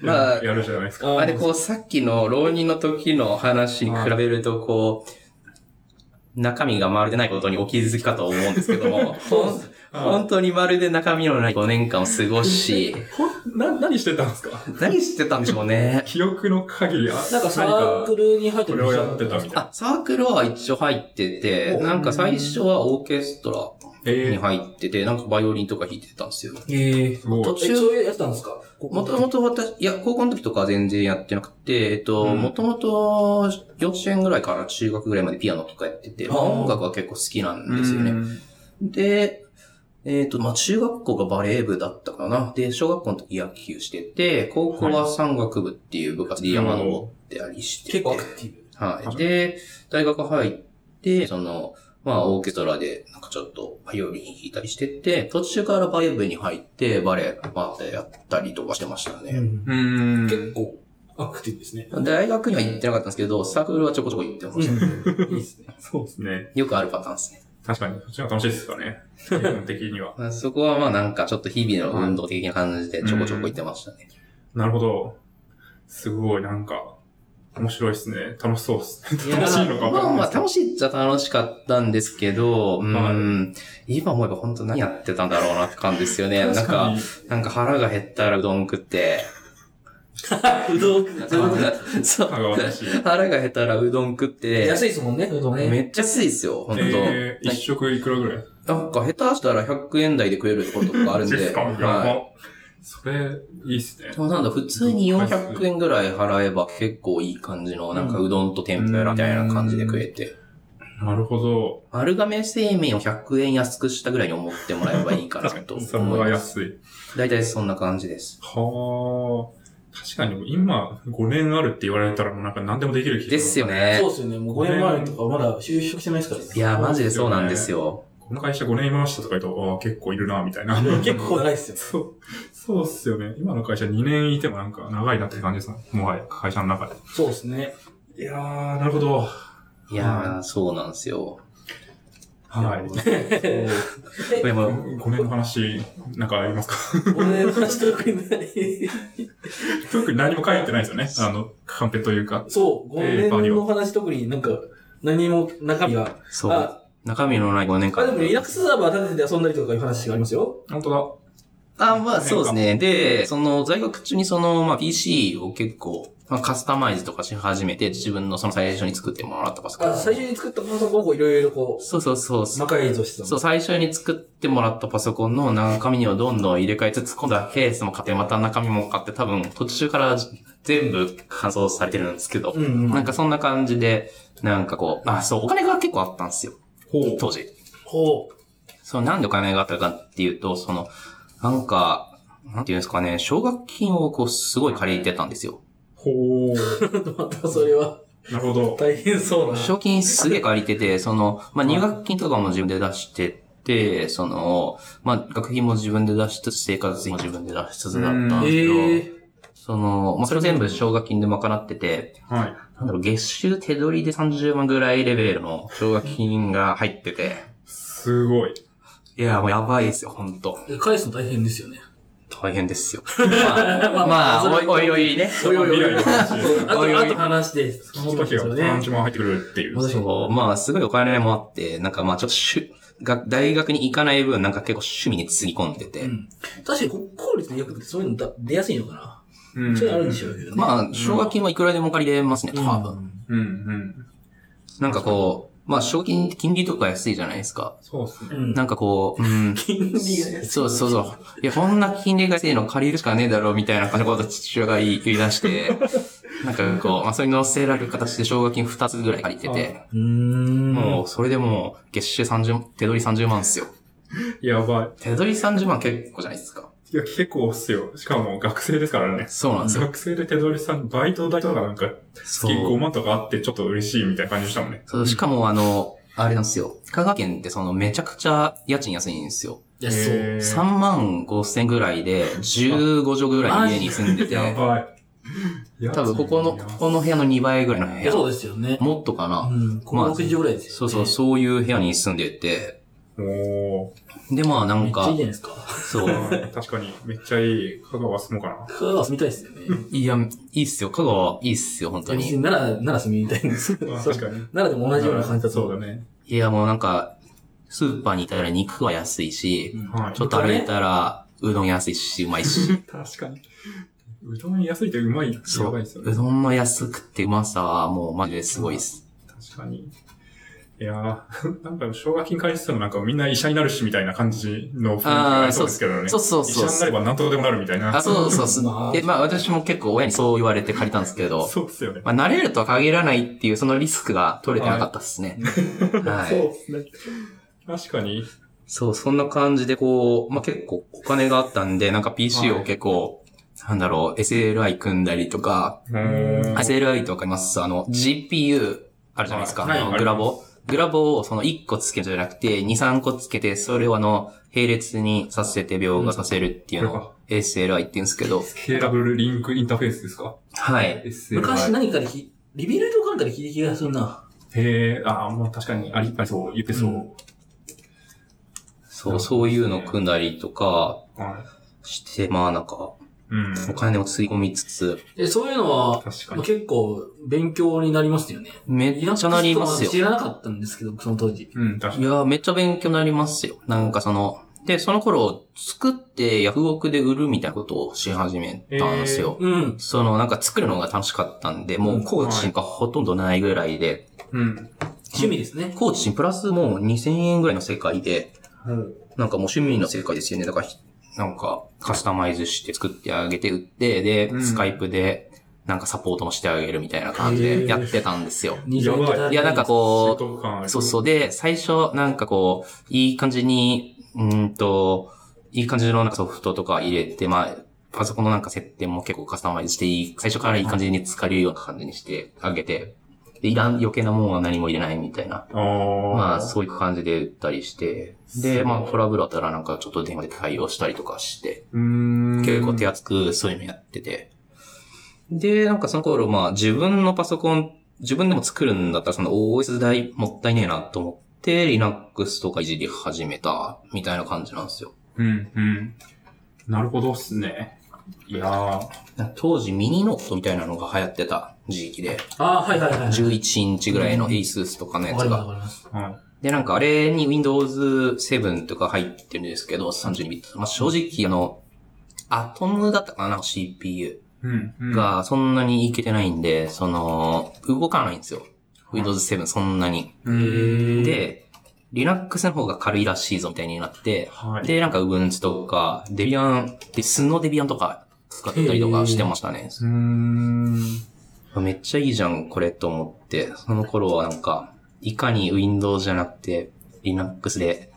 Speaker 1: まあ
Speaker 3: やるじゃないですか。
Speaker 4: あ
Speaker 1: あれ、こう、さっきの浪人の時の話に比べると、こう、中身がまるでないことにお気づきかと思うんですけど [LAUGHS] も、ほん本当にまるで中身のない5年間を過ごし、
Speaker 3: ほん、な、何してたんですか
Speaker 1: 何してたんでしょうね。
Speaker 3: 記憶の限り、あ、
Speaker 4: なんかサークルに入って
Speaker 3: こ
Speaker 4: る
Speaker 3: れをやってたみたいな。
Speaker 1: あ、サークルは一応入ってて、なんか最初はオーケストラに
Speaker 3: え
Speaker 1: 入ってて、なんかバイオリンとか弾いてたんですよ。
Speaker 4: ええ
Speaker 3: すごい
Speaker 4: とえそういうやつなんですか
Speaker 1: もともと私、いや、高校の時とかは全然やってなくて、えっと、
Speaker 3: うん
Speaker 1: もともと、幼稚園ぐらいから中学ぐらいまでピアノとかやってて、ま
Speaker 4: あ
Speaker 1: あ
Speaker 4: ー
Speaker 1: 音楽は結構好きなん
Speaker 3: ー
Speaker 1: ですよ
Speaker 3: う
Speaker 1: ね。
Speaker 3: ん
Speaker 1: で、えっと、まあ中学校がバレー部だったかな。で、小学校の時野球してて、高校は山岳部っていう部活で山登ってたりしてて。
Speaker 4: 結構アクティブ。
Speaker 1: はい。で、大学入って、その、まあ、オーケストラで、なんかちょっと、バイオリン弾いたりしてて、途中からバイオ部に入って、バレエ、まあ、やったりとかしてましたね。
Speaker 3: うーん。
Speaker 4: 結構アクティブですね。
Speaker 1: 大学には行ってなかったんですけど、サークルはちょこちょこ行ってました。
Speaker 4: いいです [LAUGHS] ね。
Speaker 3: そうですね。
Speaker 1: よくあるパターンですね。
Speaker 3: 確かに、そっちが楽しいですかね。基本的には。
Speaker 1: まあそこはまあなんかちょっと日々の運動的な感じでちょこちょこ行ってましたね。
Speaker 3: なるほど。すごい、なんか、面白いっすね。楽しそうっす。
Speaker 1: や
Speaker 3: 楽しいのかわ
Speaker 1: ま
Speaker 3: か
Speaker 1: あ
Speaker 3: ん
Speaker 1: ま
Speaker 3: な
Speaker 1: あ
Speaker 3: いですけど
Speaker 1: 楽しいっちゃ楽しかったんですけど、うん、
Speaker 3: は
Speaker 1: 今思えば本当何やってたんだろうなって感じですよね。なん
Speaker 3: 確か
Speaker 1: か
Speaker 3: に、
Speaker 1: なんか腹が減ったらうどん食って、
Speaker 4: うどん。
Speaker 1: [LAUGHS] そう
Speaker 3: 香川だし。
Speaker 1: 腹が減ったらうどん食って、
Speaker 4: 安いですもんね、うどんね。
Speaker 1: めっちゃ安いですよ、本当、
Speaker 3: えー、一食いくらぐらい
Speaker 1: なんか下手したら100円台で食えるところとかあるんで。
Speaker 3: [LAUGHS] ですかや
Speaker 1: はい
Speaker 3: ば。それ、いいっすね
Speaker 1: で。もなんだ、普通に400円ぐらい払えば結構いい感じの、なんかうどんと天ぷらみたいな感じで食えて。
Speaker 3: なるほど。
Speaker 1: 丸亀製麺を100円安くしたぐらいに思ってもらえばい
Speaker 4: [LAUGHS]
Speaker 1: いかな
Speaker 3: 確
Speaker 1: と思
Speaker 3: かに、
Speaker 1: い
Speaker 3: サムが
Speaker 1: ます。
Speaker 3: 安い。
Speaker 1: 大体そんな感じです。
Speaker 3: はあ。確かに、今、5年あるって言われたら、もうなんか何でもできる気が
Speaker 1: ですよ。ね
Speaker 4: そう。ですよね。もう5年前とかまだ就職してないですからね。
Speaker 1: いや、マジでそうなんですよ。
Speaker 3: この会社5年いましたとか言うと、ああ、結構いるな、みたいな。
Speaker 4: 結構長いですよ。
Speaker 3: そう、 [LAUGHS] そうっすよね。今の会社2年いてもなんか長いなって感じですもん。もはや、会社の中で。
Speaker 4: [LAUGHS] そうですね。
Speaker 3: いやー、なるほど。
Speaker 1: いやー、そうなんですよ。
Speaker 3: はい。
Speaker 1: でも、
Speaker 3: 5年の話、なんかありますか [LAUGHS]
Speaker 4: 俺の話と特にない。
Speaker 3: 特に何も書いてないですよね。あの、カンペというか。
Speaker 4: そう、5年の話特になんか、何も中身が。
Speaker 1: そう。
Speaker 4: あ、
Speaker 1: 中身のない5年間。
Speaker 4: あでも Linux サーバー立てて遊んだりとかいう話がありますよ。
Speaker 3: 本当
Speaker 1: あ、まあそうですね。で、その在学中にその、まあ PC を結構、まあカスタマイズとかし始めて、自分のその最初に作ってもらったパソコン
Speaker 4: あ、。最初に作ったパソコンをこういろいろこ
Speaker 1: そうそうそう
Speaker 4: う、
Speaker 1: そう。
Speaker 4: 魔改造してた
Speaker 1: そ
Speaker 4: の。
Speaker 1: う、最初に作ってもらったパソコンの中身をどんどん入れ替えつつ、今度はケースも買って、また中身も買って、多分途中から全部乾燥されてるんですけど、
Speaker 4: うんうん
Speaker 1: なんかそんな感じで、なんかこう、あ、そう、お金が結構あったんですよ。
Speaker 3: ほう
Speaker 1: 当時。
Speaker 4: ほう。
Speaker 1: そのなんでお金があったかっていうと、その、なんか、なんていうんですかね、奨学金をこう、すごい借りてたんですよ。
Speaker 3: ほう。
Speaker 4: [LAUGHS] またそれは
Speaker 3: なるほど。
Speaker 4: 大変そうな。
Speaker 1: 奨学金すげえ借りてて、その、まあ、入学金とかも自分で出してて、その、まあ、学費も自分で出しつつ、生活費も自分で出しつつだったんですけど、
Speaker 4: ええ
Speaker 1: その、まあ、それ全部奨学金で賄ってて、
Speaker 3: はい。
Speaker 1: なんだろう、月収手取りで30万ぐらいレベルの奨学金が入ってて、
Speaker 3: すごい。
Speaker 1: いや、もうやばいですよ、ほんと。
Speaker 4: 返すの大変ですよね。
Speaker 1: 大変です [LAUGHS] よ。まあ、まあ、おいおいおいね。
Speaker 4: おいおいおい
Speaker 3: 未来の話で
Speaker 4: あ
Speaker 3: す
Speaker 4: と、あと話で。
Speaker 3: その時が
Speaker 4: ね。
Speaker 3: 30万入ってくるっていう。
Speaker 1: そう、まあ、すごいお金もあって、なんかまあ、ちょっとしゅ、が大学に行かない分、なんか結構趣味につぎ込んでて。
Speaker 4: うん確かに国公立の役ってそういうのだ出やすいのかな。
Speaker 3: うん。
Speaker 4: そういうのあるんでしょうけどね。
Speaker 1: まあ、奨学金はいくらでも借りれますね、多分。
Speaker 3: うんうん。
Speaker 1: なんかこう、まあ、奨学金、金利とか安いじゃないですか。
Speaker 3: そうですね。
Speaker 4: うん
Speaker 1: なんかこう、うん。
Speaker 4: 金利が安い。
Speaker 1: そうそうそう。いや、こんな金利が安いの借りるしかねえだろ、みたいな感じのことを父親が言い言い出して、なんかこう、まあ、それに乗せられる形で奨学金2つぐらい借りてて、
Speaker 4: うーん。
Speaker 1: もう、それでもう、月収30、手取り30万っすよ。
Speaker 3: やばい。
Speaker 1: 手取り30万結構じゃないですか。
Speaker 3: いや、結構っすよ。しかも学生ですからね。
Speaker 1: そうなんですよ。
Speaker 3: 学生で手取りさん、バイト代とかなんか、月
Speaker 1: そう
Speaker 3: 5万とかあってちょっと嬉しいみたいな感じでしたもんね。
Speaker 1: そうしかもあの、あれなんですよ。香川県ってそのめちゃくちゃ家賃安いんですよ。
Speaker 4: いや、そう。
Speaker 3: へー
Speaker 1: 3万5千ぐらいで15畳ぐらいの家に住んでて、
Speaker 3: やばい。
Speaker 1: 多分ここの、
Speaker 3: いや
Speaker 1: ここの部屋の2倍ぐらいの部
Speaker 4: いや、そ
Speaker 1: 屋。
Speaker 4: うですよね。
Speaker 1: もっとかな。
Speaker 4: うん。ここ
Speaker 1: まあ
Speaker 4: 6時ぐらいですよ。
Speaker 1: そうそう、そういう部屋に住んでて、
Speaker 3: お
Speaker 1: で、まあな
Speaker 4: め
Speaker 1: ん
Speaker 4: っちゃいい
Speaker 1: か
Speaker 4: じゃない、ですか。 [LAUGHS]
Speaker 1: そう。
Speaker 3: ー。確かに、めっちゃいい。香川住もうかな。
Speaker 4: 香川住みたいですよね。
Speaker 1: いや、いいっすよ。香川、いいっすよ、本当
Speaker 4: 別
Speaker 1: に。
Speaker 4: に奈良、奈良住みたいんですけど。
Speaker 3: あ
Speaker 4: そう
Speaker 3: 確かに
Speaker 4: 奈良でも同じような感じだと
Speaker 3: そ
Speaker 4: 思
Speaker 3: う
Speaker 4: う。
Speaker 3: だね。
Speaker 1: いや、もうなんか、スーパーにいたら肉は安いし、
Speaker 3: はい。
Speaker 1: ちょっと歩いたら、うどん安いし、うまいし。
Speaker 3: 確かに。うどん安いってうまい。やばいですよ
Speaker 1: う
Speaker 3: ね。
Speaker 1: どんの安くてうまさはもうマジですごいっす。
Speaker 3: 確かに。いやー、 [LAUGHS] なんか、奨学金返してもなんかみんな医者になるしみたいな感じの雰囲気がありそうですけどね。
Speaker 1: そうそうそう
Speaker 3: [LAUGHS] 医者になれば何とでもなるみたいな。
Speaker 1: あ、そうそうそう
Speaker 4: まあ
Speaker 1: で、まあ私も結構親にそう言われて借りたんですけど、
Speaker 3: そうっすよね。
Speaker 1: まあ慣れるとは限らないっていうそのリスクが取れてなかったですね。は
Speaker 3: [LAUGHS] そう
Speaker 1: い。
Speaker 3: っすね。確かに。
Speaker 1: そう、そんな感じでこう、まあ結構お金があったんで、なんか PC を結構、なんだろう、SLI 組んだりとか、
Speaker 3: うーん
Speaker 1: SLI とかあります。あの、GPU あるじゃないですか。
Speaker 3: はい
Speaker 1: あの
Speaker 3: はい
Speaker 1: グラボ。グラボをその1個つけるんじゃなくて、2、3個つけて、それをあの、並列にさせて描画させるっていうの
Speaker 3: うん
Speaker 1: を SLI って言うんですけど、
Speaker 3: スケーラブルリンクインターフェースですか
Speaker 1: はい。
Speaker 3: ?SLI。
Speaker 4: 昔何かでき、リビルドかなんかで聞いた気がするな。
Speaker 3: へえ、ああ、もう確かにあり、ありそう、言ってそう。
Speaker 4: うん
Speaker 1: そう、そういうのを組んだりとか
Speaker 3: はい。
Speaker 1: して、まあなんか、お
Speaker 3: うん。
Speaker 1: 金をつぎ込みつつ、
Speaker 4: え、そういうのは、
Speaker 3: 確
Speaker 4: ま
Speaker 3: か
Speaker 4: あ
Speaker 3: に。
Speaker 4: 結構勉強になりますよね。
Speaker 1: めっちゃなりますよ
Speaker 4: 知。らなかったんですけど、その当時。
Speaker 3: うん、確か
Speaker 1: い
Speaker 3: に。
Speaker 1: や、めっちゃ勉強になりますよ。なんかその、で、その頃、作ってヤフオクで売るみたいなことをし始めたんですよ。
Speaker 4: うん。
Speaker 1: その、なんか作るのが楽しかったんで、もうコーチンがほとんどないぐらいで、
Speaker 3: うん。
Speaker 4: 趣味ですね。
Speaker 1: コーチンプラスもう2000円ぐらいの世界で、なんかもう趣味の世界ですよね。だからひ、なんかカスタマイズして作ってあげて売って、で
Speaker 3: う、ん
Speaker 1: スカイプで、なんかサポートもしてあげるみたいな感じでやってたんですよ。
Speaker 4: 二重で
Speaker 3: やば
Speaker 1: いや、なんかこ
Speaker 3: お
Speaker 1: う、
Speaker 3: 得感あり
Speaker 1: そうそう。で、最初、なんかこう、いい感じに、うーんと、いい感じのなんかソフトとか入れて、まあ、パソコンのなんか設定も結構カスタマイズしていい、最初からいい感じに使えるような感じにしてあげて、で、いらん、余計なもんは何も入れないみたいな。
Speaker 3: ああ。
Speaker 1: まあ、そういう感じで売ったりして、で、まあ、トラブルあったらなんかちょっと電話で対応したりとかして、
Speaker 3: う。うーん。
Speaker 1: 結構手厚くそういうのやってて。で、なんかその頃、まあ自分のパソコン、自分でも作るんだったらその OS 代もったいねえなと思て Linux とかいじり始めたみたいな感じなんですよ。
Speaker 3: うん、うん。なるほどっすね。いやー、
Speaker 1: 当時ミニノートみたいなのが流行ってた時期で、
Speaker 4: ああ、はいはいはい。わか
Speaker 1: 11インチぐらいの ASUS とかのやつ
Speaker 4: ります、
Speaker 1: が
Speaker 4: わかります。
Speaker 3: は
Speaker 1: で、なんかあれに Windows 7とか入ってるんですけど、32ビット。まあ、正直、あの、アトムだったかな、なんか CPU
Speaker 3: い。うん、うん。
Speaker 1: がそんなにいけてないんで、その、動かないんですよ。Windows 7そんなに。
Speaker 3: うーん、
Speaker 1: で、Linux の方が軽いらしいぞみたいになって、
Speaker 3: はい
Speaker 1: で、なんか Ubuntu とか、Debian、で、素の Debian とか使ったりとかしてましたね。
Speaker 3: うーん。
Speaker 1: めっちゃいいじゃん、これと思って、その頃はなんか、いかに Windows じゃなくて、Linux で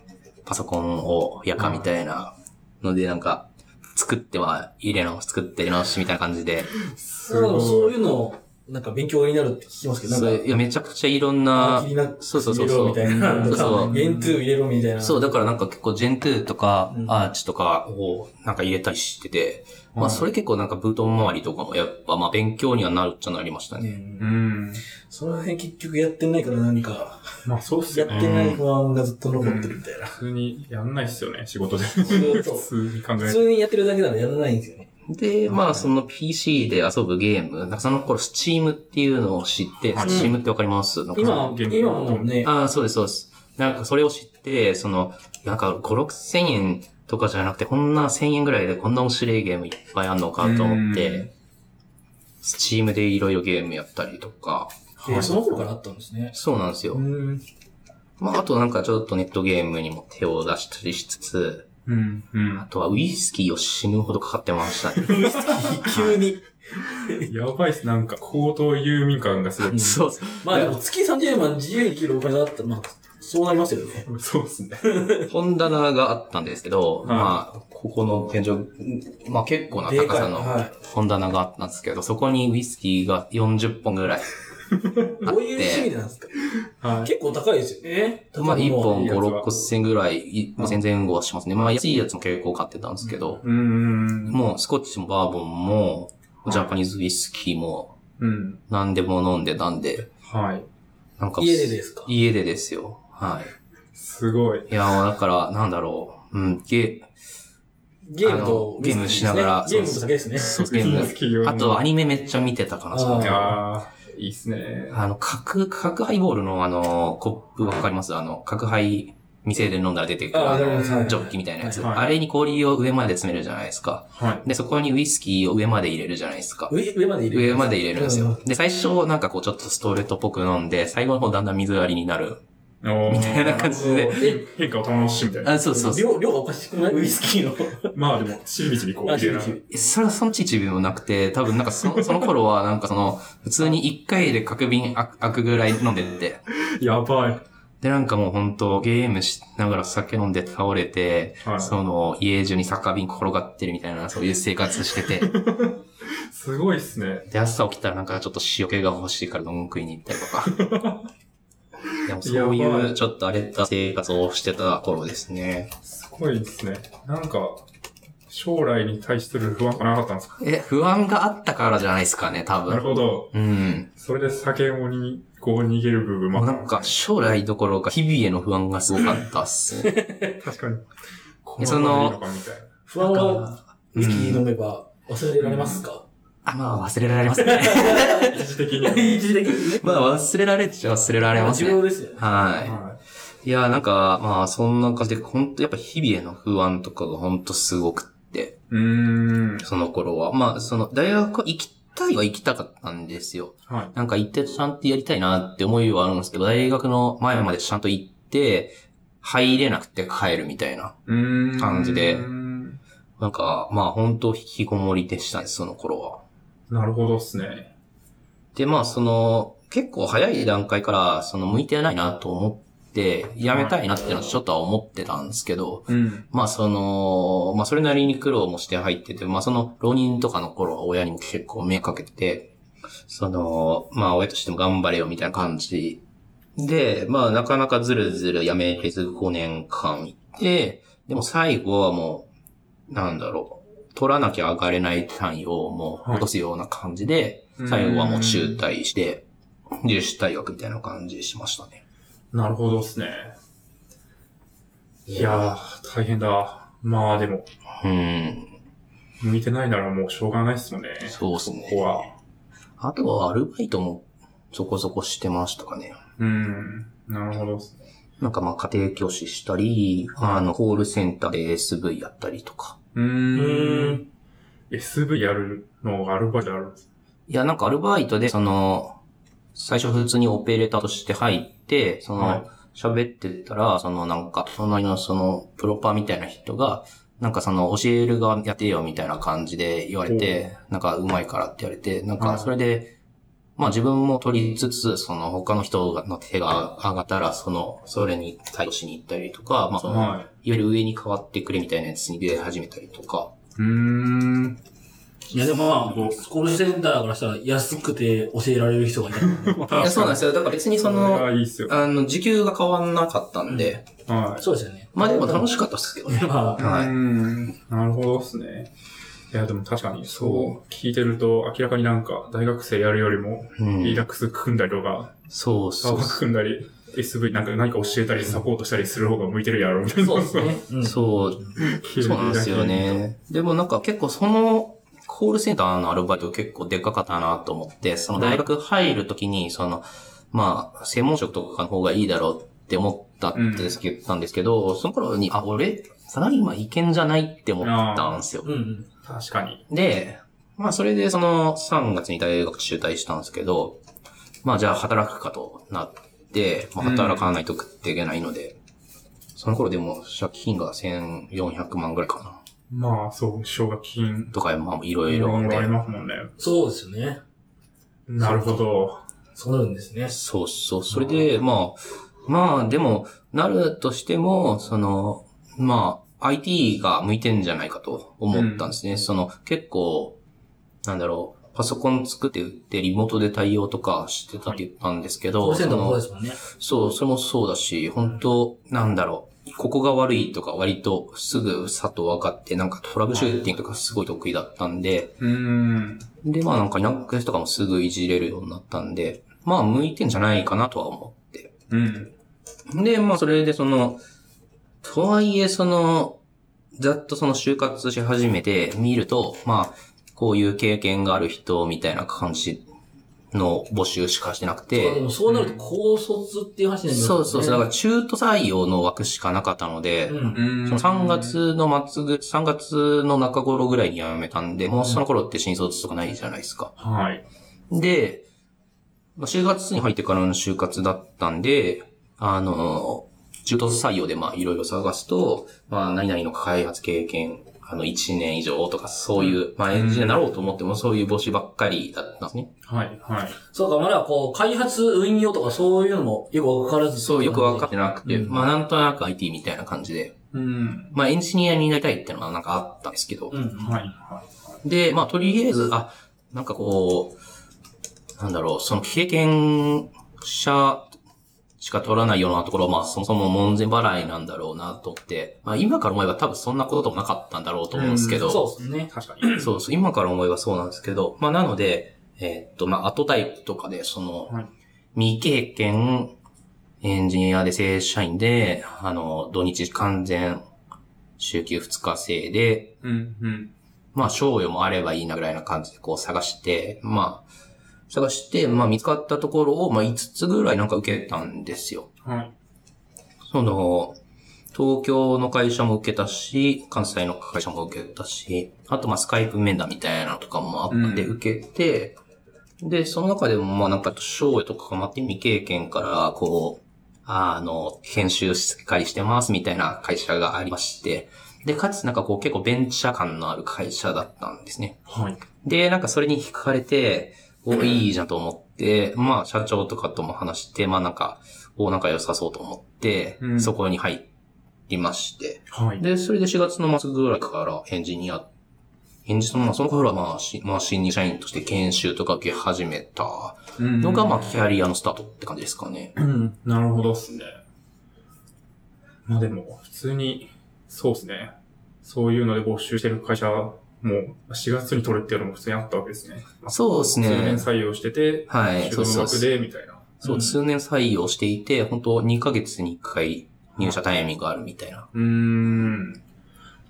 Speaker 1: パソコンをやかみたいなので、なんか、作っては入れ直し、作って直しみたいな感じで、
Speaker 3: す
Speaker 2: そう
Speaker 3: ご
Speaker 2: そう
Speaker 3: い。
Speaker 2: いうの、なんか勉強になるって聞きますけど、
Speaker 1: そ
Speaker 2: なん
Speaker 1: ういやめちゃくちゃいろんな
Speaker 2: か、、気になって
Speaker 1: そうそうそう
Speaker 2: 入れろ
Speaker 1: そ
Speaker 2: みた
Speaker 1: う。
Speaker 2: いな。と
Speaker 1: そ
Speaker 2: か、
Speaker 1: う
Speaker 2: ゲントゥー入れろみたいな。
Speaker 1: そう、
Speaker 2: う。
Speaker 1: だからなんか結構 Gen2 とか
Speaker 2: うん
Speaker 1: Arch とかをなんか入れたりしてて、まあそれ結構なんかブートン周りとかもやっぱまあ勉強にはなるっちゃなりましたね。
Speaker 3: うん。
Speaker 2: その辺結局やってないからなんか、
Speaker 3: まあ、そうっす
Speaker 2: や
Speaker 3: よ
Speaker 2: っ
Speaker 3: ね。
Speaker 2: てない不安がずっと残ってるみたいな。
Speaker 3: 普通にやんないっすよね、仕事で。
Speaker 2: そう
Speaker 3: 普
Speaker 2: そう
Speaker 3: 通に考
Speaker 2: 普
Speaker 3: えて。
Speaker 2: 通にやってるだけならやらないんですよね。
Speaker 1: で、まあその PC で遊ぶゲーム、なんかその頃 Steam っていうのを知って、Steam ってわかりますなんか
Speaker 2: 今、
Speaker 3: ゲーム
Speaker 2: 今もね、
Speaker 1: ああ、そうです、そうです。なんかそれを知って、その、なんか5、6千円とかじゃなくて、こんな1000円ぐらいでこんな面白いゲームいっぱいあんのかと思っ
Speaker 3: う
Speaker 1: て
Speaker 3: ん、
Speaker 1: Steam でいろいろゲームやったりとか、
Speaker 2: えーその頃からあったんですね。
Speaker 1: そうなんですよ。
Speaker 2: うん。
Speaker 1: まあ、あとなんかちょっとネットゲームにも手を出したりしつつ、
Speaker 3: うん、うん
Speaker 1: あ。とはウイスキーを死ぬほどかかってました
Speaker 2: [LAUGHS]
Speaker 1: ね。
Speaker 2: 急に。
Speaker 3: やばいっす、なんか、高等遊民感がすごい。
Speaker 1: そうそう。
Speaker 2: まあでも月30万自由に切るお金だったら、まあ、そうなりますよね。
Speaker 3: そうっすね。
Speaker 1: 本棚があったんですけど、
Speaker 3: い
Speaker 1: まあ、ここの天井、まあ結構な高さの
Speaker 2: でかいはい
Speaker 1: 本棚があったんですけど、そこにウイスキーが40本ぐらい。
Speaker 2: どういう趣味なんですか
Speaker 3: は
Speaker 2: 結構高いですよね。
Speaker 1: まあ1本
Speaker 3: いいやつ
Speaker 1: 5、
Speaker 3: は
Speaker 1: 6千ぐらい、いまあ全然後はしますね。まあ安いやつも結構買ってたんですけど、
Speaker 3: い。うん。
Speaker 1: もうスコッチもバーボンも、ジャパニーズウイスキーも、
Speaker 3: うん。
Speaker 1: 何でも飲んでたんで、
Speaker 3: はい。
Speaker 1: なんか、
Speaker 2: 家でですか
Speaker 1: 家でですよ。はい。
Speaker 3: すごい。
Speaker 1: いや、だから、なんだろう。うん、ゲ
Speaker 2: ゲームと
Speaker 1: あの、ゲームしながら
Speaker 2: ゲームと酒ですね。
Speaker 1: そう
Speaker 3: ゲ
Speaker 1: ゲ
Speaker 3: ー
Speaker 1: ー
Speaker 3: [LAUGHS] ム
Speaker 1: ム
Speaker 3: 好きよ
Speaker 1: あと、アニメめっちゃ見てたかな、その
Speaker 2: あ
Speaker 1: 時
Speaker 3: い
Speaker 2: ー
Speaker 3: やー、いいっすね。
Speaker 1: あの、角、角ハイボールのあの、コップわかりますあの、角ハイ、店で飲んだら出てくる、
Speaker 2: あー
Speaker 1: あ
Speaker 2: なる
Speaker 1: の、
Speaker 2: ほどはい
Speaker 1: ジョッキみたいなやつ。
Speaker 3: はい
Speaker 1: あれに氷を上まで詰めるじゃないですか。
Speaker 3: はい。
Speaker 1: で、そこにウイスキーを上まで入れるじゃないですか。
Speaker 2: 上、上まで入れる。
Speaker 1: 上まで入れるんですよ。で、最初なんかこうちょっとストレートっぽく飲んで、最後の方だんだん水割りになる。
Speaker 3: お
Speaker 1: みたいな
Speaker 2: うん。
Speaker 1: 感じで。
Speaker 2: え、
Speaker 3: 変化を楽しむみたいな。
Speaker 1: あ、そうそうそう。
Speaker 2: 量、量がおかしくないウイスキーの。
Speaker 3: まあでも、しびちびこう、
Speaker 2: [LAUGHS] あ、
Speaker 3: みた
Speaker 2: 違
Speaker 3: いうな。
Speaker 2: 違う。
Speaker 1: それはそのちちびもなくて、多分なんかそ [LAUGHS] その頃はなんかその、普通に一回で角瓶開く開くぐらい飲んでて、
Speaker 3: やばい。
Speaker 1: でなんかもう本当ゲームしながら酒飲んで倒れて、
Speaker 3: はい
Speaker 1: その家中にサッカー瓶転がってるみたいなそういう生活してて、 [LAUGHS]
Speaker 3: すごいっすね。
Speaker 1: で朝起きたらなんかちょっと塩気が欲しいから飲む食いに行ったりとか。 [LAUGHS] でもそう
Speaker 3: や
Speaker 1: い
Speaker 3: ば
Speaker 1: う
Speaker 3: い
Speaker 1: ちょっと荒れた生活をしてた頃ですね。
Speaker 3: すごいですね。なんか、将来に対する不安がなかったんですか
Speaker 1: え、不安があったからじゃないですかね、多
Speaker 3: な
Speaker 1: 分。
Speaker 3: るほど。
Speaker 1: うん。
Speaker 3: それで酒もに、こう逃げる部分
Speaker 1: もう
Speaker 3: も。
Speaker 1: なんか将来どころか日々への不安がすごかったっすね。 [LAUGHS]
Speaker 3: 確かに。こ
Speaker 1: その
Speaker 3: いいのかみたいな。
Speaker 2: 不安は、ウイスキー飲めば忘れられますか
Speaker 1: あ、まあ忘れられますね。
Speaker 3: 一時 [LAUGHS] 的に。
Speaker 4: 一時的にね。
Speaker 1: [LAUGHS] まあ忘れられちゃ忘れられます
Speaker 4: 重要
Speaker 1: ね。
Speaker 4: ですよね。
Speaker 1: は。
Speaker 3: はい
Speaker 1: いや、なんか、まあそんな感じで、本当やっぱ日々への不安とかが本当すごくって、
Speaker 3: い。うーん。
Speaker 1: その頃は。まあその、大学は行きたいは行きたかったんですよ。
Speaker 3: はい。
Speaker 1: なんか行ってちゃんとやりたいなって思いはあるんですけど、大学の前までちゃんと行って、入れなくて帰るみたいな。
Speaker 3: うーん。
Speaker 1: 感じでなんか、まあ本当引きこもりでしたね、その頃は。
Speaker 3: なるほどっすね。
Speaker 1: で、まあ、その、結構早い段階から、その、向いてないなと思って、やめたいなっていうのはちょっとは思ってたんですけど、
Speaker 3: うん。
Speaker 1: まあ、その、まあ、それなりに苦労もして入ってて、まあ、その、浪人とかの頃は親にも結構目かけてて、その、まあ、親としても頑張れよみたいな感じで、まあ、なかなかずるずるやめれず5年間いて、でも最後はもう、なんだろう、取らなきゃ上がれない単位をもう落とすような感じで、
Speaker 3: はい
Speaker 1: 最後はもう中退して、自主退学みたいな感じしましたね。
Speaker 3: なるほどですね。いやー、大変だ。まあでも、
Speaker 1: うん。
Speaker 3: 向いてないならもうしょうがないっすよね。
Speaker 1: そうっすね
Speaker 3: ここは。
Speaker 1: あとはアルバイトもそこそこしてましたかね。
Speaker 3: うん。なるほどっすね。
Speaker 1: なんかまあ家庭教師したり、あの、ホールセンターで SV やったりとか。
Speaker 3: うーん。SV やるのがアルバイトあるんです
Speaker 1: いや、なんかアルバイトで、その、最初普通にオペレーターとして入って、そ
Speaker 3: はい
Speaker 1: の、喋ってたら、そのなんか、隣のその、プロパーみたいな人が、なんかその、教える側やってよみたいな感じで言われて、なんか、うまいからって言われて、なん
Speaker 3: は
Speaker 1: か、
Speaker 3: い
Speaker 1: それで、まあ自分も取りつつ、その、他の人の手が上がったら、その、それに対応しに行ったりとか、まあその、
Speaker 3: はい
Speaker 1: わゆる上に変わってくれみたいなやつに出始めたりとか、
Speaker 3: い。うーん。
Speaker 4: いやでもまあ、スコールセンターからしたら安くて教えられる人がいたからね
Speaker 1: いや、そうなんですよ。だから別にそ
Speaker 3: れ
Speaker 1: の、
Speaker 3: がいいっすよ。
Speaker 1: あの、時給が変わんなかったんで、
Speaker 3: はい。
Speaker 4: [LAUGHS] そうですよね。
Speaker 1: まあでも楽しかったっすけどね。
Speaker 4: まあ、
Speaker 1: は
Speaker 3: う
Speaker 1: い。
Speaker 3: ん。なるほどですね。いや、でも確かに、そう、聞いてると、明らかになんか、大学生やるよりも、
Speaker 1: うん
Speaker 3: リラックス組んだりとか、
Speaker 1: そう
Speaker 3: サ
Speaker 1: そ
Speaker 3: ー
Speaker 1: う
Speaker 3: バー組んだり、SV なんか何か教えたり、サポートしたりする方が向いてるやろ、みたいな。
Speaker 4: そうですね。うん。
Speaker 1: そう、そうなんですよ。ね。でもなんか結構その、コールセンターのアルバイト結構でかかったなと思って、その大学入るときに、その、まあ、専門職とかの方がいいだろうって思ったってさっき言ったんですけど、その頃に、あ、俺、サラリーマンいけんじゃないって思ったんですよ。
Speaker 4: うんうん。
Speaker 3: 確かに。
Speaker 1: で、まあそれでその3月に大学中退したんですけど、まあじゃあ働くかとなって、まあ働かないと食っていけないので、その頃でも借金が1400万ぐらいかな。
Speaker 3: まあ、そう、奨学金
Speaker 1: とか、まあいろい
Speaker 3: いろ
Speaker 1: ろ
Speaker 3: いろあ
Speaker 1: で。
Speaker 3: りますもんね。
Speaker 4: そうですよね。
Speaker 3: なるほど。
Speaker 4: そうなるんですね。
Speaker 1: そうそう。それで、まあ、まあでも、なるとしても、その、まあ、IT が向いてんじゃないかと思ったんですね。その、結構、なんだろう、パソコン作って売ってリモートで対応とかしてたって言ったんですけ
Speaker 4: コー
Speaker 1: ど、
Speaker 4: ルセンターもそう
Speaker 1: そ
Speaker 4: で
Speaker 1: の
Speaker 4: すもんね。
Speaker 1: そう、それもそうだし、本当なんだろう。ここが悪いとか割とすぐさっと分かって、なんかトラブルシューティングとかすごい得意だったんで、
Speaker 3: うーん。
Speaker 1: で、まあなんか Linux とかもすぐいじれるようになったんで、まあ向いてんじゃないかなとは思って。
Speaker 3: うん。
Speaker 1: で、まあそれでその、とはいえその、ざっとその就活し始めて見ると、まあ、こういう経験がある人みたいな感じの募集しかしてなくて。
Speaker 4: でもそうなると高卒っていう話になりますよね。
Speaker 1: そうそうそう。だから中途採用の枠しかなかったので、
Speaker 4: うん。
Speaker 3: うん。
Speaker 1: その3。月の末ぐ、3月の中頃ぐらいに辞めたんで、もうその頃って新卒とかないじゃないですか。
Speaker 3: はい。
Speaker 1: で、まあ就活に入ってからの就活だったんで、あの、中途採用でまあいろいろ探すと、まあ何々の開発経験、あの1年以上とかそういう、まあエンジニアになろうと思ってもそういう募集ばっかりだったんですね。
Speaker 3: はい、はい。
Speaker 4: そうか、まだこう、開発、運用とかそういうのもよくわからず。
Speaker 1: そう、よくわかってなくて、
Speaker 4: うん
Speaker 1: まあなんとなく IT みたいな感じで、
Speaker 3: うん。
Speaker 1: まあエンジニアになりたいってのはなんかあったんですけど。
Speaker 4: うんうん。
Speaker 3: はい、は
Speaker 1: で、まあとりあえず、あ、なんかこう、なんだろう、その経験者しか取らないようなところ、まあそもそも門前払いなんだろうなと思って、まあ今から思えば多分そんなこともなかったんだろうと思うんですけど、
Speaker 4: そうですね
Speaker 3: い。。確かに。
Speaker 1: そうそう、今から思えばそうなんですけど、まあなので、えーっと、まあ、後タイプとかで、その、
Speaker 3: はい
Speaker 1: 未経験、エンジニアで正社員で、あの、土日完全、週休2日制で、
Speaker 3: うん、うん。
Speaker 1: まあ、賞与もあればいいなぐらいな感じでこう探して、まあ、探して、まあ見つかったところを、まあ5つぐらいなんか受けたんですよ。
Speaker 3: はい。
Speaker 1: その、東京の会社も受けたし、関西の会社も受けたし、あとまあスカイプ面談みたいなのとかもあったんで
Speaker 3: うん
Speaker 1: 受けて、で、その中でもまあなんか賞与とかもあって未経験からこう、あの、研修しっかりしてますみたいな会社がありまして、で、かつなんかこう結構ベンチャー感のある会社だったんですね。
Speaker 3: はい。
Speaker 1: で、なんかそれに惹かれて、お、いいじゃんと思って、まあ社長とかとも話して、まあなんか、お、なんか良さそうと思って、
Speaker 3: うん
Speaker 1: そこに入りまして。
Speaker 3: はい。
Speaker 1: で、それで4月の末ぐらいからエンジニア、エンジニア、まあその頃はまあ、しまあ新入社員として研修とか受け始めたの
Speaker 3: の
Speaker 1: が、まあキャリアのスタートって感じですかね。
Speaker 3: うん、なるほどっすね。まあでも、普通に、そうっすね。そういうので募集してる会社も、4月に取るっていうのも普通にあったわけですね。
Speaker 1: そうです
Speaker 3: 通年
Speaker 1: ね。
Speaker 3: 採用してて、
Speaker 1: はい、
Speaker 3: 就
Speaker 1: そう
Speaker 3: 学
Speaker 1: そう。
Speaker 3: で、みたいな。
Speaker 1: そう、通年採用していて、本当2ヶ月に1回入社タイミングがあるみたいな。
Speaker 3: うーん。な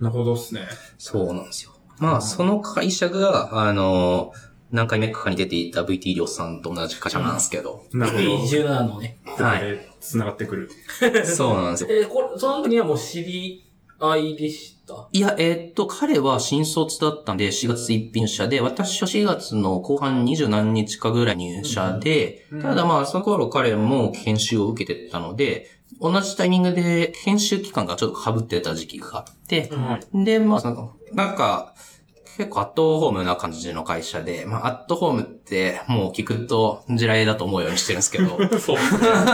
Speaker 3: るほどっすね。
Speaker 1: そうなんですよ。まあ、その会社が、あの、何回目かに出ていた VT 量さんと同じ会社なんですけど。
Speaker 3: なるほど。
Speaker 2: 17のね。
Speaker 1: は
Speaker 3: こ
Speaker 1: い。
Speaker 3: れで繋がってくる。
Speaker 1: そうなんですよ。
Speaker 2: えーこれ、その時にはもう知り合いでした。
Speaker 1: いや、えーっと、彼は新卒だったんで、4月一品社で、私は4月の後半二十何日かぐらい入社で、
Speaker 3: うん
Speaker 1: ただまあ、その頃彼も研修を受けてたので、同じタイミングで研修期間がちょっと被ってた時期があって、
Speaker 3: はい。
Speaker 1: で、まあ、その、なんか、結構アットホームな感じの会社で、まあ、アットホームってもう聞くと地雷だと思うようにしてるんですけ [LAUGHS] ど、
Speaker 3: [LAUGHS] そう。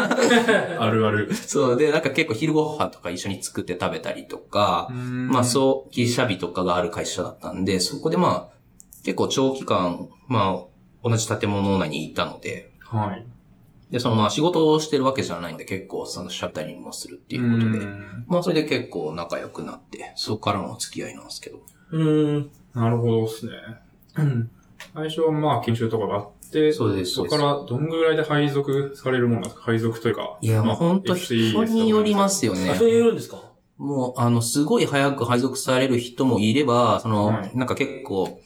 Speaker 3: あるある。
Speaker 1: そうで、なんか結構昼ご飯とか一緒に作って食べたりとか、まあそう、ギリシャビとかがある会社だったんで、そこでまあ、結構長期間、まあ、同じ建物内にいたので、
Speaker 3: う。はい。
Speaker 1: で、そのまあ仕事をしてるわけじゃないんで、結構そのシャッタリングもするっていうことで、
Speaker 3: ん
Speaker 1: まあそれで結構仲良くなって、そこからのお付き合いなんですけど。
Speaker 2: うーん。
Speaker 3: なるほどっすね。うん最初はまあ研修とかがあって、
Speaker 1: そうです
Speaker 3: そこからどんぐらいで配属されるものなんですか配属というか。
Speaker 1: いや、
Speaker 3: ま
Speaker 1: も
Speaker 3: あ
Speaker 1: う本当人によりますよ
Speaker 2: あ、それ
Speaker 1: ね。
Speaker 2: 言えるんですか
Speaker 1: もう、あの、すごい早く配属される人もいれば、その、
Speaker 3: はい
Speaker 1: なんか結構、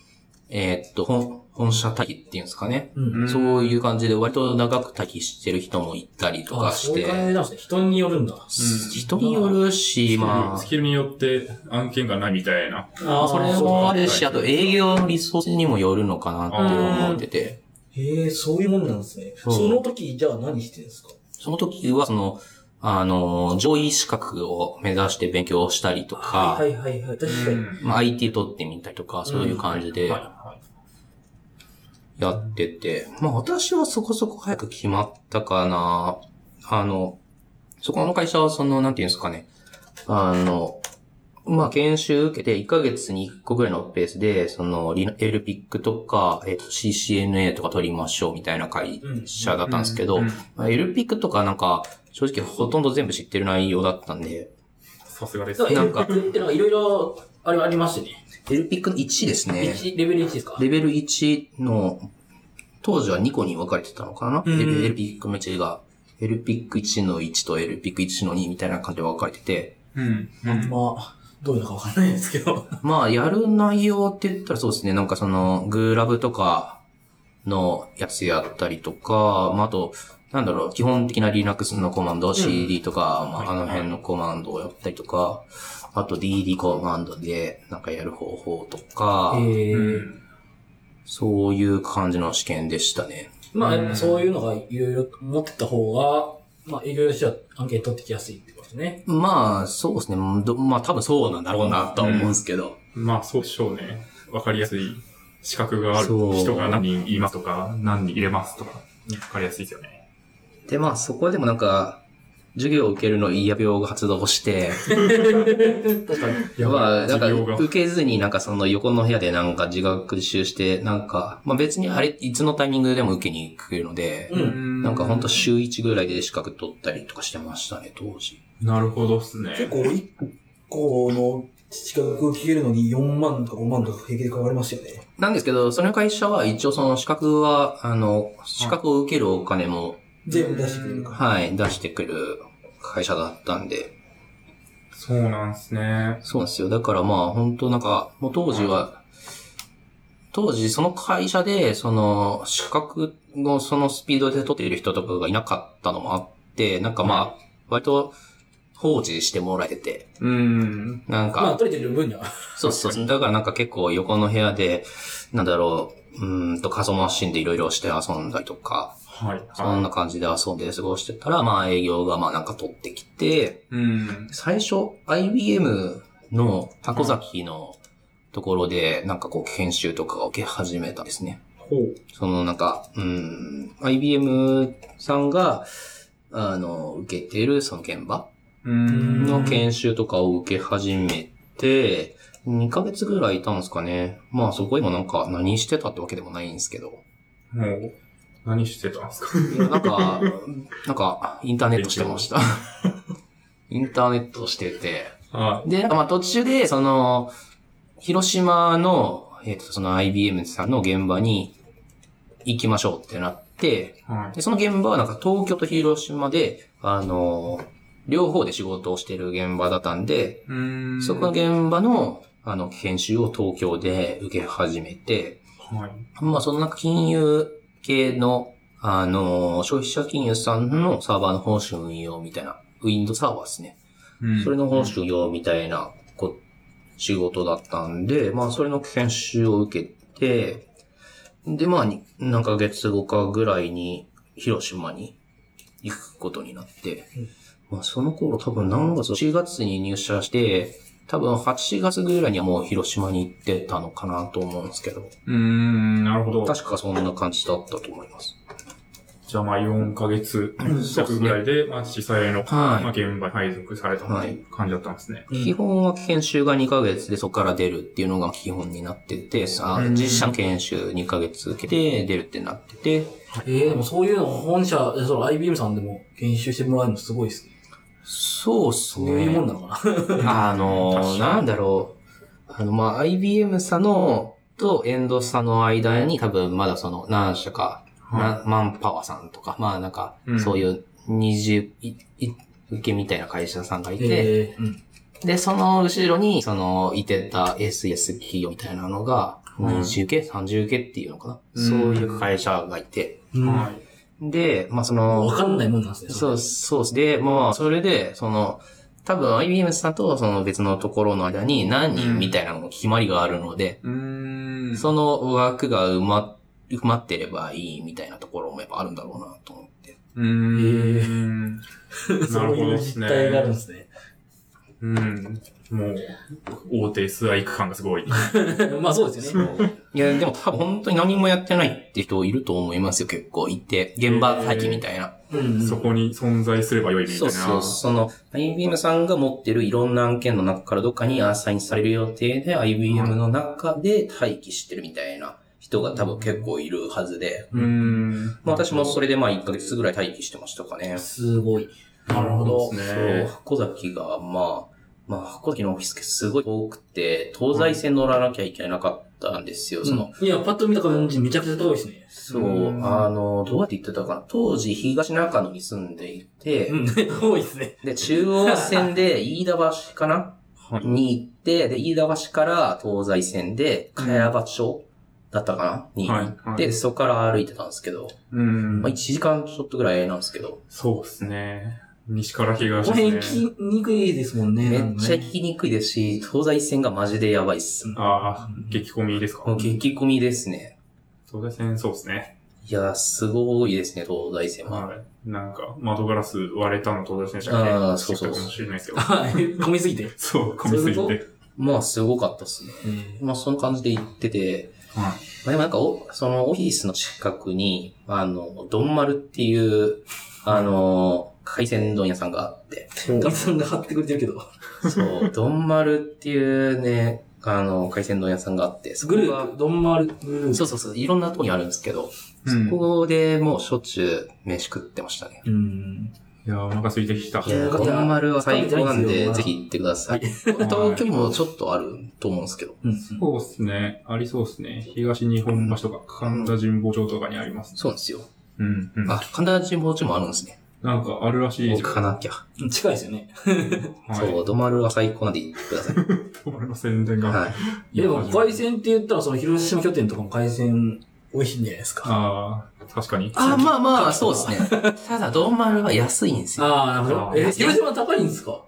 Speaker 1: えーっと、本、本社待機っていうんですかね。
Speaker 2: うん
Speaker 3: うん
Speaker 1: そういう感じで割と長く待機してる人もいたりとかし
Speaker 2: そういう感
Speaker 1: て、
Speaker 2: じなんですね。人によるんだ。あ
Speaker 1: す人によるし、ま
Speaker 3: スキルによって案件がないみたいな。
Speaker 1: あ、それもあるし、
Speaker 3: そう
Speaker 1: あと営業のリソースにもよるのかなって思ってて、
Speaker 2: へえ、そういうもんなんですね。
Speaker 1: そう
Speaker 2: その時、じゃあ何してるんですか
Speaker 1: その時はその、あの、上位資格を目指して勉強したりとか、
Speaker 2: はいはいはい。確かに。
Speaker 1: まあ、IT 取ってみたりとか、そういう感じで
Speaker 3: はいは
Speaker 1: やってて、まあ私はそこそこ早く決まったかな。あの、そこの会社はその、なんていうんですかね。あの、まあ研修受けて1ヶ月に1個ぐらいのペースで、その、リ LPIC とか、えっと CCNA とか取りましょうみたいな会社だったんですけど、
Speaker 3: うんうん
Speaker 1: まあ LPIC とかなんか、正直ほとんど全部知ってる内容だったんで、
Speaker 3: さすがです
Speaker 2: だ。から
Speaker 1: なんか
Speaker 2: LPIC ってのがいろいろあれありましてね。
Speaker 1: LPIC1 ですね。
Speaker 2: 一レベル1ですか
Speaker 1: レベル1の、当時は2個に分かれてたのかな、
Speaker 2: ん
Speaker 1: L- ?LPIC の1が、LPIC1 の1と LPIC1 の2みたいな感じで分かれてて、
Speaker 3: うん。うん
Speaker 2: まあ、どういうのかわかんないですけど。
Speaker 1: まあ、やる内容って言ったらそうですね、なんかその、グラブとかのやつやったりとか、まあ、あと、なんだろう、基本的な Linux のコマンド、CD とか、まあ、あの辺のコマンドをやったりとか、あと DD コマンドでなんかやる方法とか、
Speaker 2: へえ。
Speaker 3: うん
Speaker 1: そういう感じの試験でしたね。
Speaker 2: まあ、
Speaker 3: う
Speaker 2: やっ
Speaker 3: ん
Speaker 2: ぱそういうのがいろいろ持ってた方が、まあ、営業としてはアンケート取ってきやすいってことね。
Speaker 1: まあ、そうですね。どまあ、多分そうなんだろうなとは思うんですけど。
Speaker 3: まあ、そうでしょうね。わかりやすい。資格がある
Speaker 1: そう
Speaker 3: 人が何人いますとか、何人入れますとか、わかりやすいですよね。
Speaker 1: で、まあ、そこでもなんか、授業を受けるの嫌病が発動 [LAUGHS] して、
Speaker 3: 確かに。
Speaker 1: まあ、なんか、
Speaker 3: 授業が
Speaker 1: 受けずになんかその横の部屋でなんか自学習して、なんか、まあ別にあれ、いつのタイミングでも受けに行くので、
Speaker 2: う
Speaker 1: なんかほんと
Speaker 3: う
Speaker 1: 週1ぐらいで資格取ったりとかしてましたね、当時。
Speaker 3: なるほどっすね。
Speaker 2: 結構、1個の資格を消えるのに4万とか5万とか平気でかかりますよね。
Speaker 1: なんですけど、その会社は一応その資格は、あの、資格を受けるお金も、
Speaker 2: 全部出してくれるから。
Speaker 1: はい、出してくる会社だったんで、
Speaker 3: そうなんですね。
Speaker 1: そうなんですよ。だからまあ本当なんか、もう当時は、当時その会社で、その資格のそのスピードで取っている人とかがいなかったのもあって、なんかまあ、割と放置してもらえてて、
Speaker 3: うん。
Speaker 1: なん
Speaker 2: まあ、
Speaker 1: か、
Speaker 2: 取れてる分には。
Speaker 1: そうそう、だからなんか結構横の部屋で、なんだろう、うーんと仮想マシンでいろいろして遊んだりとか、
Speaker 3: はい。
Speaker 1: そんな感じで遊んで過ごしてたら、まあ営業がまあなんか取ってきて、
Speaker 3: うん。
Speaker 1: 最初、IBM の箱崎のところで、なんかこう、研修とかを受け始めたんですね。
Speaker 3: ほう。
Speaker 1: そのなんか、うん、IBM さんが、あの、受けてるその現場
Speaker 3: うん。
Speaker 1: の研修とかを受け始めて、2ヶ月ぐらいいたんですかね。まあそこでもなんか何してたってわけでもないんですけど。
Speaker 3: もう、何してたんですか
Speaker 1: いやなんか、なんか、インターネットしてました。 [LAUGHS] インターネットしてて、
Speaker 3: は
Speaker 1: で、なんかまあ途中で、その、広島の、えっ、と、その IBM さんの現場に行きましょうってなって、
Speaker 3: はい。
Speaker 1: でその現場はなんか東京と広島で、あの、両方で仕事をしてる現場だったんで、
Speaker 3: うーん。
Speaker 1: そこの現場の、あの、研修を東京で受け始めて、
Speaker 3: はい。
Speaker 1: まあ、そのなんか金融系の、あの、消費者金融さんのサーバーの本州運用みたいな、ウィンドサーバーですね。
Speaker 3: うん
Speaker 1: それの本州運用みたいな、こ仕事だったんで、まあ、それの研修を受けて、で、まあ、に何ヶ月後かぐらいに、広島に行くことになって、まあ、その頃多分何月、4月に入社して、多分8月ぐらいにはもう広島に行ってたのかなと思うんですけど、
Speaker 3: うーん、なるほど。
Speaker 1: 確かそんな感じだったと思います。
Speaker 3: じゃあまあ4ヶ月弱ぐらいで、まあ実際の、
Speaker 1: はい
Speaker 3: まあ現場に配属されたっていう感じだったんですね。
Speaker 1: 基本は研修が2ヶ月でそこから出るっていうのが基本になってて、さ
Speaker 3: うん
Speaker 1: 実写の研修2ヶ月受けて出るってなってて、
Speaker 4: え
Speaker 2: えー、でもそういうの本社、えその IBM さんでも研修してもらえるのすごいですね。
Speaker 1: そうっす
Speaker 2: そういうもん
Speaker 1: ね。
Speaker 2: なのかな。
Speaker 1: あ
Speaker 3: 確か
Speaker 1: の、
Speaker 3: に
Speaker 1: なんだろう。あの、まあ、IBM さんのとエンドさんの間に多分まだその何社か、な
Speaker 3: は
Speaker 1: マンパワーさんとか、まあなんか
Speaker 3: うん、
Speaker 1: そういう二重いい受けみたいな会社さんがいて、
Speaker 2: えー、うん。
Speaker 1: で、その後ろに、その、いてた SS 企業みたいなのが、
Speaker 3: うん
Speaker 1: 20系、30系っていうのかな、
Speaker 3: うん
Speaker 1: そういう会社がいて。
Speaker 2: うん
Speaker 3: は
Speaker 2: わ、
Speaker 3: い。
Speaker 1: で、まあ、その、
Speaker 2: かんないもんなんですね。。
Speaker 1: そうう、そうっす。で、まあ、それで、その、多分 IBM さんとその別のところの間に何
Speaker 3: うん
Speaker 1: 人みたいなのも決まりがあるので、
Speaker 3: うーん。
Speaker 1: その枠が埋ま、埋まってればいいみたいなところもやっぱあるんだろうなと思って。
Speaker 3: うーん。な
Speaker 2: そう
Speaker 3: るほど
Speaker 2: いう
Speaker 3: で
Speaker 2: 実
Speaker 3: すね
Speaker 2: 態があるんですね。 [LAUGHS]
Speaker 3: うん。もう、大手 SI 区間がすごい。
Speaker 2: まあそうですよね。
Speaker 1: いや、でも多分本当に何もやってないって人いると思いますよ、結構いて。現場待機みたいな。
Speaker 2: うん。
Speaker 3: そこに存在すればよいみたい
Speaker 1: そ
Speaker 3: な。
Speaker 1: うそう、その、IBM さんが持ってるいろんな案件の中からどっかにアサインされる予定で、IBM の中で待機してるみたいな人が多分結構いるはずで、
Speaker 3: うーん。
Speaker 1: まあ私もそれでまあ1ヶ月ぐらい待機してましたかね。
Speaker 2: すごい。
Speaker 3: なるほど
Speaker 1: そう
Speaker 3: ですね、
Speaker 1: 箱崎がまあ、まあ箱崎のオフィスすごい遠くて、東西線乗らなきゃいけなかったんですよ、その、
Speaker 2: いや、パッと見た感じめちゃくちゃ遠いですね。
Speaker 1: そうう、
Speaker 3: ん
Speaker 1: あの、どうやって言ってたかな。当時東中野に住んでいて、
Speaker 2: うん、 [LAUGHS] 多いですね。
Speaker 1: で、中央線で飯田橋かな
Speaker 3: はい
Speaker 1: に行って、で、飯田橋から東西線で、茅場町だったかなに行って、
Speaker 3: はいはい
Speaker 1: そこから歩いてたんですけど、
Speaker 3: うん
Speaker 1: まあ、1時間ちょっとぐらいなんですけど、
Speaker 3: そうですね。西から
Speaker 2: こ
Speaker 3: 東
Speaker 2: の
Speaker 3: で
Speaker 2: 辺
Speaker 3: すね。
Speaker 2: 聞きにくいですもんね。
Speaker 1: め
Speaker 2: なん
Speaker 1: っ
Speaker 2: か
Speaker 1: ちゃ行きにくいですし、東西線がマジでやばいっす。
Speaker 3: ああ、激込みですか
Speaker 1: もう激込みですね。
Speaker 3: 東西線、そうですね。
Speaker 1: いや、すごいですね、東西線は。
Speaker 3: はい。なんか、窓ガラス割れたの東西線じゃ
Speaker 1: あ
Speaker 3: な
Speaker 1: あ
Speaker 3: い
Speaker 1: そうそう
Speaker 3: かもしれないですけど。
Speaker 2: はい。 [LAUGHS] 込みすぎて。
Speaker 3: そう、込みすぎ
Speaker 2: そうい
Speaker 3: て。
Speaker 1: まあ、すごかったっすね。まあ、その感じで行ってて、
Speaker 3: は
Speaker 1: まあ、でもなんかお、そのオフィスの近くに、あの、ドンマルっていう、あの、海鮮丼屋さんがあって、
Speaker 2: ガツンが張ってくれてるけど。
Speaker 1: そう、ドンマルっていうね、あの、海鮮丼屋さんがあって、そこ
Speaker 2: グ
Speaker 1: が
Speaker 2: ループ、ドンマルグルー
Speaker 1: そうそうそう、いろんなとこにあるんですけど、
Speaker 3: い。うん。
Speaker 1: ここでもうしょっちゅう飯食ってましたね。
Speaker 2: プ。うん。
Speaker 3: いやー、お腹空いてきた。
Speaker 1: いや
Speaker 2: ー
Speaker 1: ドンマルは最高なん
Speaker 2: 食べてないんです
Speaker 1: で、
Speaker 2: よ
Speaker 1: ぜひ行ってください。東京にもちょっとあると思うんですけど。
Speaker 2: うん。
Speaker 3: そうですね。ありそうですね。東日本橋とか、神田神保町とかにあります。
Speaker 1: そうなんですよ。
Speaker 3: うん、うん。
Speaker 1: あ、神田神保町もあるんですね。
Speaker 3: なんかあるらしいで
Speaker 1: 行
Speaker 3: すよ。
Speaker 1: かなきゃ。
Speaker 2: 近いですよね。
Speaker 3: はい。
Speaker 1: そう、ドンマルは最高なんで行ってください。
Speaker 3: 俺の宣伝が。
Speaker 1: はい。
Speaker 2: でも、海鮮って言ったら、その、広島拠点とかも海鮮美味しいんじゃないですか。
Speaker 3: ああ、確かに。
Speaker 1: あ、まあまあ、そうですね。ただ、丼丸は安いんですよ。
Speaker 2: ああ、なるほど。え、
Speaker 1: あ
Speaker 2: 広島高いんですか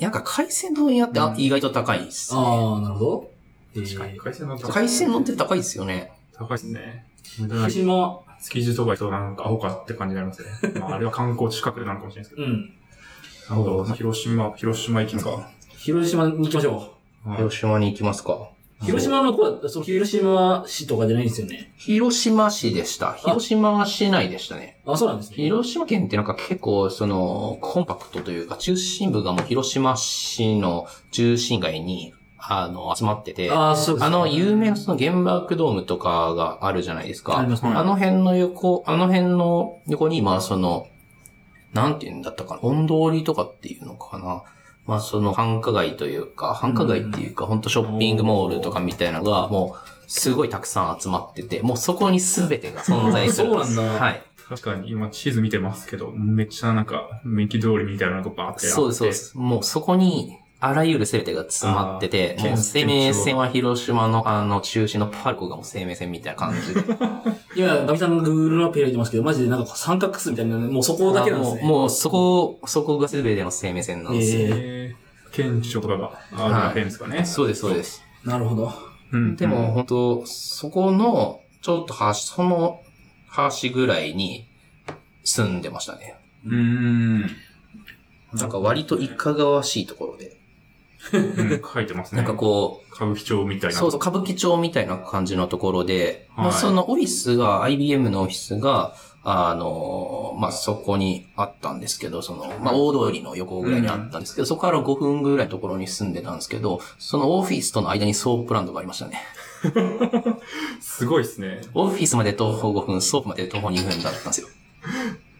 Speaker 1: なんか、海鮮丼屋って、あ
Speaker 3: うん
Speaker 1: 意外と高いです。
Speaker 2: ああ、なるほど。えー
Speaker 3: 確かに。海鮮の高い。
Speaker 1: 海鮮丼って高いですよね。
Speaker 3: 高いですね。
Speaker 2: 広島、
Speaker 3: 築地とか行くとなんかアホかって感じになりま
Speaker 1: [LAUGHS]
Speaker 3: すね。まあ、あれは観光地価格なのかもしれないですけ
Speaker 2: うん。
Speaker 3: ど。なるほど。広島、広島行きますか。
Speaker 2: 広島に行きましょ
Speaker 3: はい
Speaker 1: 広島に行きますか。
Speaker 2: う。広島の子は、そう、広島市とかじゃないんですよね。
Speaker 1: 広島市でした。広島市内でしたね。
Speaker 2: あ、そうなんですね。
Speaker 1: 広島県ってなんか結構、その、コンパクトというか、中心部がもう広島市の中心街に、あの、集まってて、あ
Speaker 2: ああ、そうですね。
Speaker 1: の、有名なその原爆ドームとかがあるじゃないですか。
Speaker 2: ありますね。
Speaker 1: あの辺の横、あの辺の横に、まあその、なんて言うんだったかな、本通りとかっていうのかな。まあその繁華街というか、繁華街っていうか、ほんとショッピングモールとかみたいなのが、もう、すごいたくさん集まってて、もうそこに全てが存在する。
Speaker 2: そうなんだ
Speaker 1: はい。
Speaker 3: 確かに今地図見てますけど、めっちゃなんか、メキ通りみたいなのがバーってあって。
Speaker 1: そうです、そうで。す。もうそこに、あらゆる全てが詰まってて、
Speaker 3: あー
Speaker 1: もう生命線は広島のあの中心のパルコがもう生命線みたいな感じで。
Speaker 4: 今、ガミさんが Google マップ開いてますけど、マジでなんか三角数みたいな、もうそこだけなんですね。
Speaker 1: もう、もうそこ、そこが全ての生命線なんですよ。
Speaker 4: え
Speaker 3: えー、県庁とかがあるんですかね。
Speaker 1: そうです、そうです。
Speaker 4: なるほど。
Speaker 3: うん
Speaker 1: でも、、本当そこの、ちょっと端、その端ぐらいに住んでましたね。
Speaker 3: うん。うん
Speaker 1: なんか割といかがわしいところで。
Speaker 3: うん書いてますね。
Speaker 1: なんかこう、
Speaker 3: 歌舞伎町みたいな。
Speaker 1: そうそう、歌舞伎町みたいな感じのところで、
Speaker 3: はい
Speaker 1: まあそのオフィスが、IBM のオフィスが、あの、まあ、そこにあったんですけど、その、まあ、大通りの横ぐらいにあったんですけど、そこから5分ぐらいのところに住んでたんですけど、そのオフィスとの間にソープランドがありましたね。
Speaker 3: すごいですね。
Speaker 1: オフィスまで徒歩5分、ソープまで徒歩2分だったんですよ。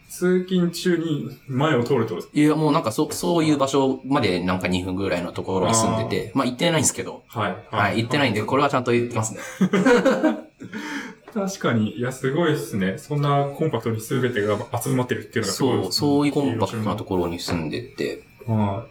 Speaker 3: 通勤中に前を通るってことです
Speaker 1: いや、もうなんかそ、そういう場所までなんか2分ぐらいのところに住んでて、まあ、行ってないんですけど、
Speaker 3: かはい。
Speaker 1: はい、行ってないんで、これはちゃんと言ってますね。
Speaker 3: 確かに、いや、すごいですね。そんなコンパクトに全てが集まってるっていうのがすごい
Speaker 1: そ
Speaker 3: で
Speaker 1: う、
Speaker 3: す
Speaker 1: そういうコンパクトなと
Speaker 3: こ。
Speaker 1: ころに住んでて、
Speaker 3: は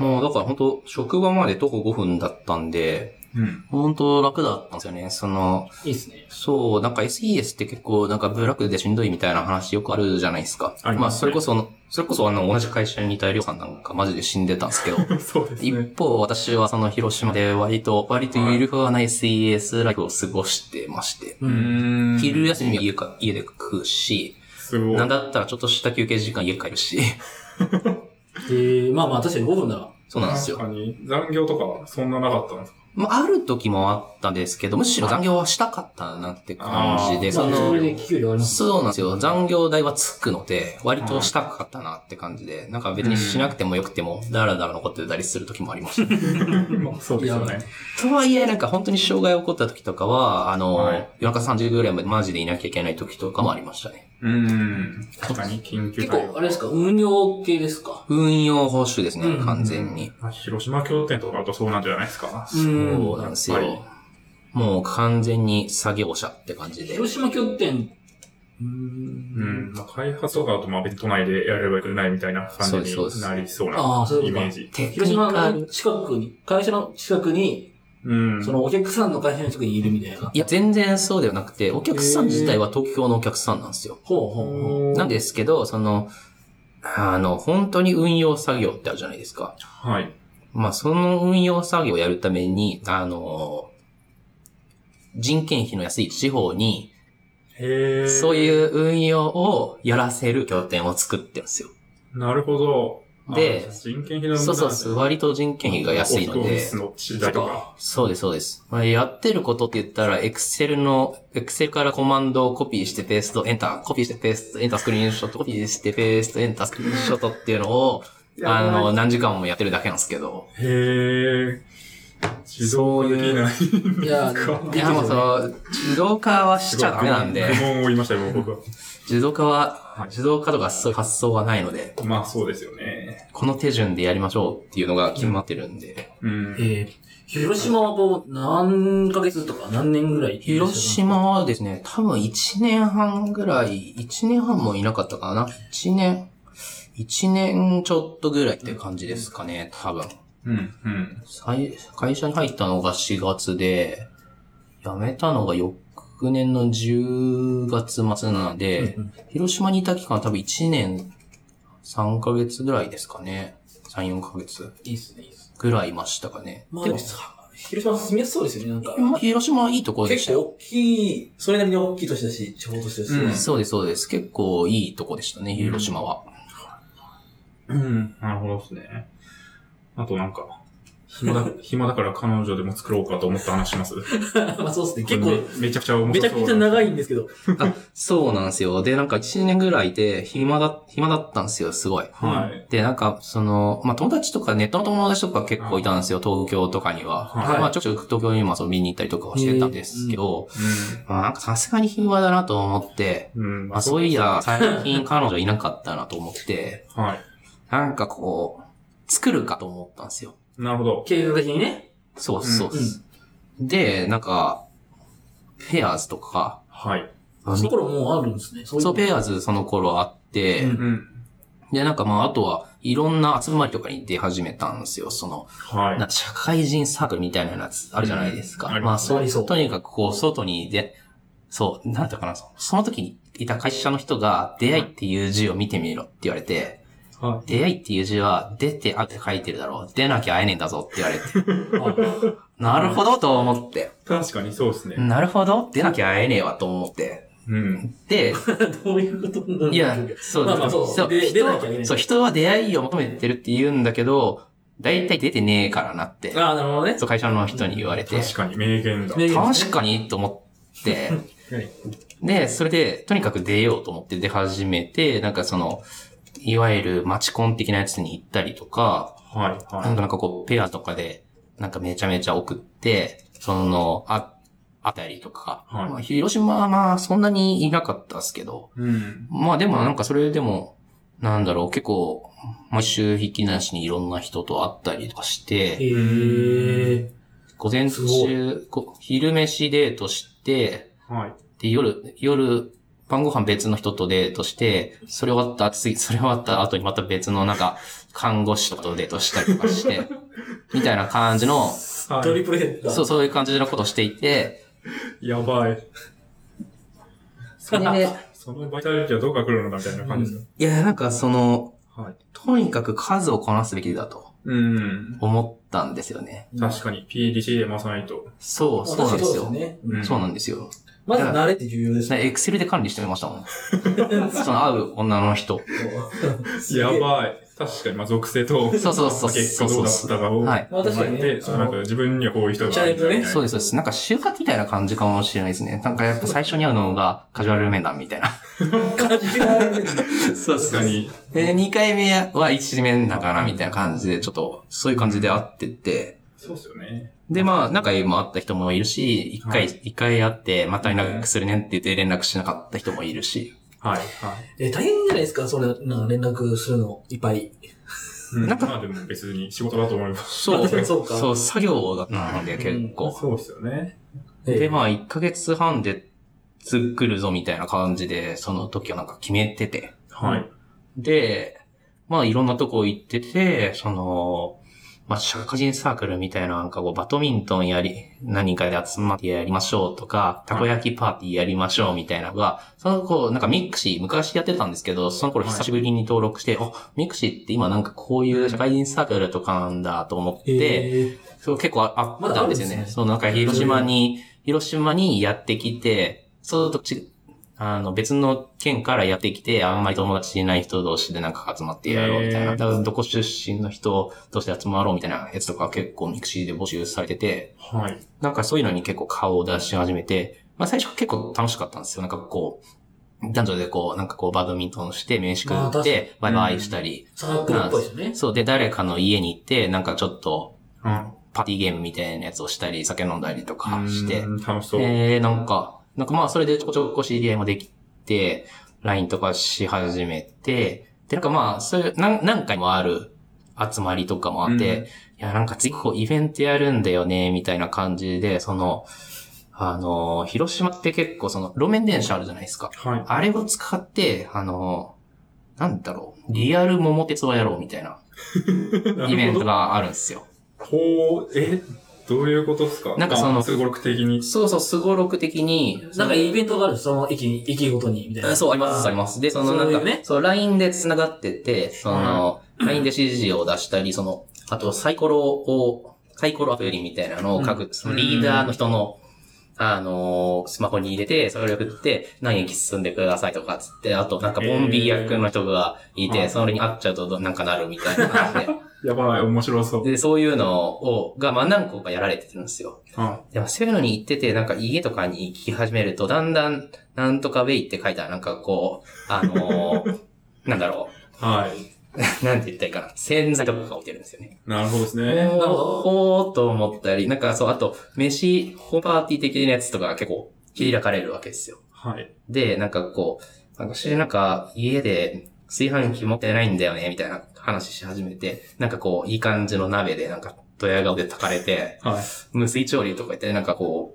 Speaker 1: もうだから本当職場まで徒歩5分だったんで、
Speaker 3: い。うん。
Speaker 1: 本当楽だったんですよね。その、
Speaker 4: いいですね。
Speaker 1: そう、なんか SES って結構なんかブラックでしんどいみたいな話よくあるじゃないですか。
Speaker 3: ありますね
Speaker 1: まあそれこそ、それこそあの同じ会社にいたりょうさんなんかマジで死んでたんですけど。
Speaker 3: そうですね。
Speaker 1: 一方私はその広島で割と、割とゆるふわな SES ライフを過ごしてまして。
Speaker 3: うーん。
Speaker 1: 昼休みは家か家で食うし、
Speaker 3: すごい。
Speaker 1: なんだったらちょっとした休憩時間家帰るし、 [LAUGHS]
Speaker 4: えー、まあまあ確かに5分なら。
Speaker 1: そうなんですよ。
Speaker 3: 確かに、残業とかはそんななかったんですか
Speaker 1: まあ、ある時もあったんですけど、むしろ残業はしたかったなって感じ
Speaker 3: あ
Speaker 1: で、
Speaker 3: ー
Speaker 1: そ
Speaker 4: まあ、それ
Speaker 1: の、
Speaker 4: で給料あります。
Speaker 1: そうなんですよ。残業代はつくので、割としたかったなって感じで、なんか別にしなくてもよくても、だらだら残ってたりする時もありました。
Speaker 3: まあ、そうですよ
Speaker 4: いや
Speaker 3: ね。
Speaker 1: とはいえ、なんか本当に障害起こった時とかは、あの、
Speaker 3: はい
Speaker 1: 夜中3時ぐらいまでマジでいなきゃいけない時とかもありましたね。
Speaker 3: うん。確かに、緊急
Speaker 4: 結
Speaker 3: 対
Speaker 4: 構、あ
Speaker 3: 応。
Speaker 4: れですか、運用系ですか。
Speaker 1: 運用報酬ですね、
Speaker 4: うん
Speaker 1: 完全に。
Speaker 3: まあ広島拠点とかだとそうなんじゃないですか。
Speaker 4: うん
Speaker 1: そうなんです
Speaker 3: やっぱ
Speaker 1: よ。もう完全に作業者って感じで。
Speaker 4: 広島拠点、うー。
Speaker 3: うんん。まあ、開発とかだと、まあ、別に都内でやればよくないみたいな感じ
Speaker 1: そうです
Speaker 3: になりそう
Speaker 4: あ
Speaker 3: な
Speaker 4: あそうい
Speaker 3: イ
Speaker 4: うこ
Speaker 3: メ
Speaker 4: とか
Speaker 3: ージ。
Speaker 1: テク
Speaker 4: 広
Speaker 1: ニ
Speaker 4: 島
Speaker 1: カル
Speaker 4: の近くに、会社の近くに、
Speaker 3: うん。
Speaker 4: そのお客さんの会社の近くにいるみたいな。
Speaker 1: いや、全然そうではなくて、お客さん自体は東京のお客さんなんですよ。
Speaker 4: ほうほうほう。
Speaker 1: なんですけど、その、あの、本当に運用作業ってあるじゃないですか。
Speaker 3: はい。
Speaker 1: まあ、その運用作業をやるために、あの、人件費の安い地方に、
Speaker 3: へえ。。
Speaker 1: そういうう運用をやらせる拠点を作ってるんですよ。
Speaker 3: なるほど。
Speaker 1: で
Speaker 3: あ人件費の無駄
Speaker 1: そうそうそう、割と人件費が安いの
Speaker 3: オフィ
Speaker 1: で
Speaker 3: ス、の時代とか。
Speaker 1: そうです、そうです。まあやってることって言ったら、Excel の、Excel からコマンドをコピーしてペースト、エンター、コピーしてペースト、エンタースクリーンショット、コピーしてペースト、エンタースクリーンショットっていうのを、あ
Speaker 3: やばい
Speaker 1: の、何時間もやってるだけなんですけど。
Speaker 3: へえ。自動化できない。
Speaker 4: い [LAUGHS] や、
Speaker 1: いや、もうその、自動化はしちゃダメなん
Speaker 3: [LAUGHS]
Speaker 1: で
Speaker 3: す、ごい愚問を言いましたよ、僕は。
Speaker 1: 自動化は、自動化とかそういう発想はないので、
Speaker 3: まあ、そうですよね。
Speaker 1: この手順でやりましょうっていうのが決まってるんで。
Speaker 3: うん。
Speaker 4: えー、広島はこう、何ヶ月とか何年ぐらい
Speaker 1: 広島はですね、多分1年半ぐらい、1年半もいなかったかな。1年、1年ちょっとぐらいって感じですかね、多分。
Speaker 3: うん。うん。
Speaker 1: 最会社に入ったのが4月で、辞めたのが翌年の10月末なので、広島にいた期間は多分1年3ヶ月ぐらいですかね。3、4ヶ月
Speaker 4: いいっすね、いいっすね。
Speaker 1: ぐらいいましたかね。
Speaker 4: まあ
Speaker 1: で
Speaker 4: で
Speaker 1: も
Speaker 4: も、さ、広島住みやすそうですよね、なんか。
Speaker 1: まあ広島はいいところでし
Speaker 2: 結
Speaker 1: た
Speaker 2: 構
Speaker 1: よ。
Speaker 2: 大きい、それなりに大きい都市だし、地方都市だし。
Speaker 3: うん
Speaker 1: そうです、そうです。結構いいとこでしたね、広島は。
Speaker 3: うん、なるほどですね。あとなんか、暇だ、 [LAUGHS] 暇だから彼女でも作ろうかと思った話します。
Speaker 4: まあそうっすね、結構、
Speaker 3: めめちゃくちゃ面
Speaker 4: め
Speaker 3: 白
Speaker 4: ち
Speaker 3: そ
Speaker 4: ゃ
Speaker 3: う
Speaker 4: くちゃ長いんですけど。
Speaker 1: あ、そうなんですよ。で、なんか1年ぐらいで暇だ、暇だったんですよ、すごい。
Speaker 3: はい。
Speaker 1: で、なんか、その、まあ、友達とか、ネットの友達とか結構いたんですよ、東京とかには。
Speaker 3: はい
Speaker 1: まあ、ちょくちょく東京にも遊びに行ったりとかはしてたんですけど、
Speaker 3: う
Speaker 1: まあ、なんかさすがに暇だなと思って、
Speaker 3: ん。うん、
Speaker 1: まあ、そういや、最近彼女いなかったなと思って、
Speaker 3: はい。
Speaker 1: なんかこう、作るかと思ったんですよ。
Speaker 3: なるほど。
Speaker 4: 計画的にね。
Speaker 1: そう
Speaker 3: うん
Speaker 1: そうです。で、なんか、ペアーズとか、
Speaker 3: はい。
Speaker 1: あ
Speaker 4: その
Speaker 1: の
Speaker 4: 頃もうあるんですね。そういう
Speaker 1: そう、ペアーズその頃あって、
Speaker 2: うん
Speaker 3: うん。
Speaker 1: で、なんかまあ、あとは、いろんな集まりとかに出始めたんですよ。その、
Speaker 3: はい。
Speaker 1: な社会人サークルみたいなやつあるじゃないですか。
Speaker 3: うんあり
Speaker 1: ま
Speaker 3: ま
Speaker 1: あ、
Speaker 4: すね
Speaker 1: そ
Speaker 4: ありそう
Speaker 1: う、とにかくこう、外にで、そう、なんていうかな、そその時にいた会社の人が、出会いっていう字を見てみろって言われて、
Speaker 3: は
Speaker 1: 出会いっていう字は、出てあって書いてるだろう。出なきゃ会えねえんだぞって言われて。なるほどと思って。
Speaker 3: 確かにそうですね。
Speaker 1: なるほど出なきゃ会えねえわと思って。
Speaker 3: うん。
Speaker 1: で、
Speaker 4: どういうことなんだろう
Speaker 1: いや、そう、
Speaker 4: まあまあそう
Speaker 1: そう
Speaker 4: で出なきゃいけな
Speaker 1: 人
Speaker 4: い
Speaker 1: そう、人は出会いを求めてるって言うんだけど、大体出てねえからなって、
Speaker 4: ああ、なるほどね。
Speaker 1: そう会社の人に言われて、
Speaker 3: 確かに、名言だ。
Speaker 4: 名言
Speaker 1: 確かにと思って、で、それで、とにかく出ようと思って出始めて、なんかその、いわゆるマチコン的なやつに行ったりとか、
Speaker 3: は
Speaker 1: なん
Speaker 3: い、は
Speaker 1: かなんかこう、ペアとかで、なんかめちゃめちゃ送って、その、あ、あったりとか、
Speaker 3: はい
Speaker 1: まあ広島はまあそんなにいなかったですけど、
Speaker 3: い。うん。
Speaker 1: まあでもなんかそれでも、なんだろう、結構、毎週引きなしにいろんな人と会ったりとかして、
Speaker 4: へえ。
Speaker 1: 午前
Speaker 4: すご
Speaker 1: 中、こ昼飯デートして、
Speaker 3: はい。
Speaker 1: で、夜、夜、晩ご飯別の人とデートして、それ終わった、次、それ終わった後にまた別のなんか、看護師とかとデートしたりとか [LAUGHS] して、みたいな感じの、
Speaker 3: はい
Speaker 4: トリプルヘッダー。
Speaker 1: そう、そういう感じのことをしていて、
Speaker 3: やばい。
Speaker 1: それで、
Speaker 3: そのバイタリティはどこから来るのかみたいな感じですよ。
Speaker 1: いや、なんかその、
Speaker 3: はい。
Speaker 1: とにかく数をこなすべきだと
Speaker 3: うん。
Speaker 1: 思ったんですよね。
Speaker 3: 確かに、PDC で回さないと。
Speaker 1: そう、そうなんですよ。
Speaker 2: ね。
Speaker 3: うん
Speaker 1: そうなんですよ。
Speaker 2: まず慣れって重要ですね。
Speaker 1: エクセルで管理してみましたも
Speaker 3: [LAUGHS]
Speaker 1: ん。その会う女の人。
Speaker 3: やばい。確かに、まあ、属性
Speaker 4: [LAUGHS]
Speaker 3: と、
Speaker 1: そうそうそう
Speaker 3: 結果どうだったかを、
Speaker 1: はい
Speaker 2: まあ確かにね
Speaker 3: で、そのなんか自分にはこういう人が。
Speaker 2: チャンネルね
Speaker 1: そうです、そうです。なんか就活みたいな感じかもしれないですね。なんかやっぱ最初に会うのがカジュアル面談みたいな。
Speaker 2: 感じがある。
Speaker 1: そう
Speaker 3: 確か。に。
Speaker 1: で、2回目は1面談かなみたいな感じで、ちょっとそういう感じで会ってて。
Speaker 3: そうっすよね。
Speaker 1: で、まあ、仲良いもあった人もいるし、1
Speaker 3: はい
Speaker 1: 回、一回会って、また連絡するねって言って連絡しなかった人もいるし。
Speaker 3: はい。はい。
Speaker 2: え、大変じゃないですか、それ、なんか連絡するの、いっぱい。
Speaker 3: うん
Speaker 1: なんか
Speaker 3: まあでも別に仕事だと思います。
Speaker 1: そう
Speaker 2: そうか
Speaker 1: そう、作業だったので結構。
Speaker 3: そうっすよね。
Speaker 1: で、まあ、1ヶ月半で作るぞみたいな感じで、その時はなんか決めてて。
Speaker 3: はい。
Speaker 1: で、まあ、いろんなとこ行ってて、その、まあ、社会人サークルみたいな、なんかこう、バドミントンやり、何かで集まってやりましょうとか、たこ焼きパーティーやりましょうみたいなのが、そのこう、なんかミクシー、昔やってたんですけど、その頃
Speaker 3: はい
Speaker 1: 久しぶりに登録して、あ、ミクシーって今なんかこういう社会人サークルとかなんだと思って、
Speaker 4: へ
Speaker 1: そう、結構ああ
Speaker 4: ま
Speaker 1: っ
Speaker 4: だある
Speaker 1: たん
Speaker 4: ん
Speaker 1: で
Speaker 4: ですす
Speaker 1: よ
Speaker 4: ね
Speaker 1: ね。そう、なんか広島に、広島にやってきて、そうとち、あの、別の県からやってきて、あんまり友達いない人同士でなんか集まってやろうみたい
Speaker 3: へ
Speaker 1: な。
Speaker 3: ー
Speaker 1: だからどこ出身の人同士で集まろうみたいなやつとか結構ミクシーで募集されてて、
Speaker 3: はい。
Speaker 1: なんかそういうのに結構顔を出し始めて、まあ最初結構楽しかったんですよ。なんかこう、男女でこう、なんかこうバドミントンして、名刺
Speaker 4: まあ
Speaker 1: 食っ
Speaker 4: 確かに
Speaker 1: て、バイバイしたり。
Speaker 4: サークルっぽいですよね。
Speaker 1: そう、で、誰かの家に行って、なんかちょっと、
Speaker 3: うん。
Speaker 1: パーティーゲームみたいなやつをしたり、酒飲んだりとかして
Speaker 3: う、ん。楽しそう。
Speaker 1: えー、なんか、なんかまあそれでちょこちょこ知り合いもできて、LINE とかし始めて、で、なんかまあ、そういう、なん何回もある集まりとかもあって、
Speaker 3: うん
Speaker 1: いや、なんか次こうイベントやるんだよね、みたいな感じで、その、あの、広島って結構その、路面電車あるじゃないですか。
Speaker 3: はい。
Speaker 1: あれを使って、あの、なんだろう、リアル桃鉄をやろうみたいな [LAUGHS] イベントがあるんですよ。
Speaker 3: ほう、え、どういうことですか
Speaker 1: なんかその
Speaker 3: まあすごろく的に。
Speaker 1: そうそう、すごろく的に、
Speaker 4: なんかイベントがあるんですその駅に、駅ごとに、みたいな。
Speaker 1: そう、あります、あります。で、そのな
Speaker 4: そ
Speaker 1: ん
Speaker 4: う
Speaker 1: か、
Speaker 4: いうね
Speaker 1: そう、LINE で繋がってて、その、LINE で指示を出したり、その、あとサイコロを、サイコロアプリみたいなのを書く、そのリーダーの人の、あのースマホに入れて、それを送って、何駅進んでくださいとか、つって、あと、なんか、ボンビー役の人がいて、
Speaker 3: えー
Speaker 1: それに会っちゃうとど、なんかなるみたいな感
Speaker 4: [LAUGHS]
Speaker 3: やばい、面白そう。
Speaker 1: じで。で、そういうのを、が、まあ、何個かやられてるんですよ。
Speaker 3: は
Speaker 1: でもそういうのに行ってて、なんか家とかに行き始めると、だんだん、なんとかウェイって書いたら、なんかこう、あの
Speaker 4: [LAUGHS]
Speaker 1: ーなんだろ
Speaker 3: い。はい。
Speaker 1: う、なんて言ったらいいかな、洗剤とかが置いてるんですよね。
Speaker 3: なるほどです
Speaker 1: え
Speaker 3: ね。
Speaker 1: ー、
Speaker 4: なるほど
Speaker 1: ほーと思ったり、なんかそう、あと、飯、ホームパーティー的なやつとかが結構開かれるわけですよ。
Speaker 3: はい。
Speaker 1: で、なんかこう、なんか私なんか家で炊飯器持ってないんだよね、みたいな話し始めて、なんかこう、いい感じの鍋で、なんか、ドヤ顔で炊かれて、
Speaker 3: はい。
Speaker 1: 無水調理とか言って、なんかこ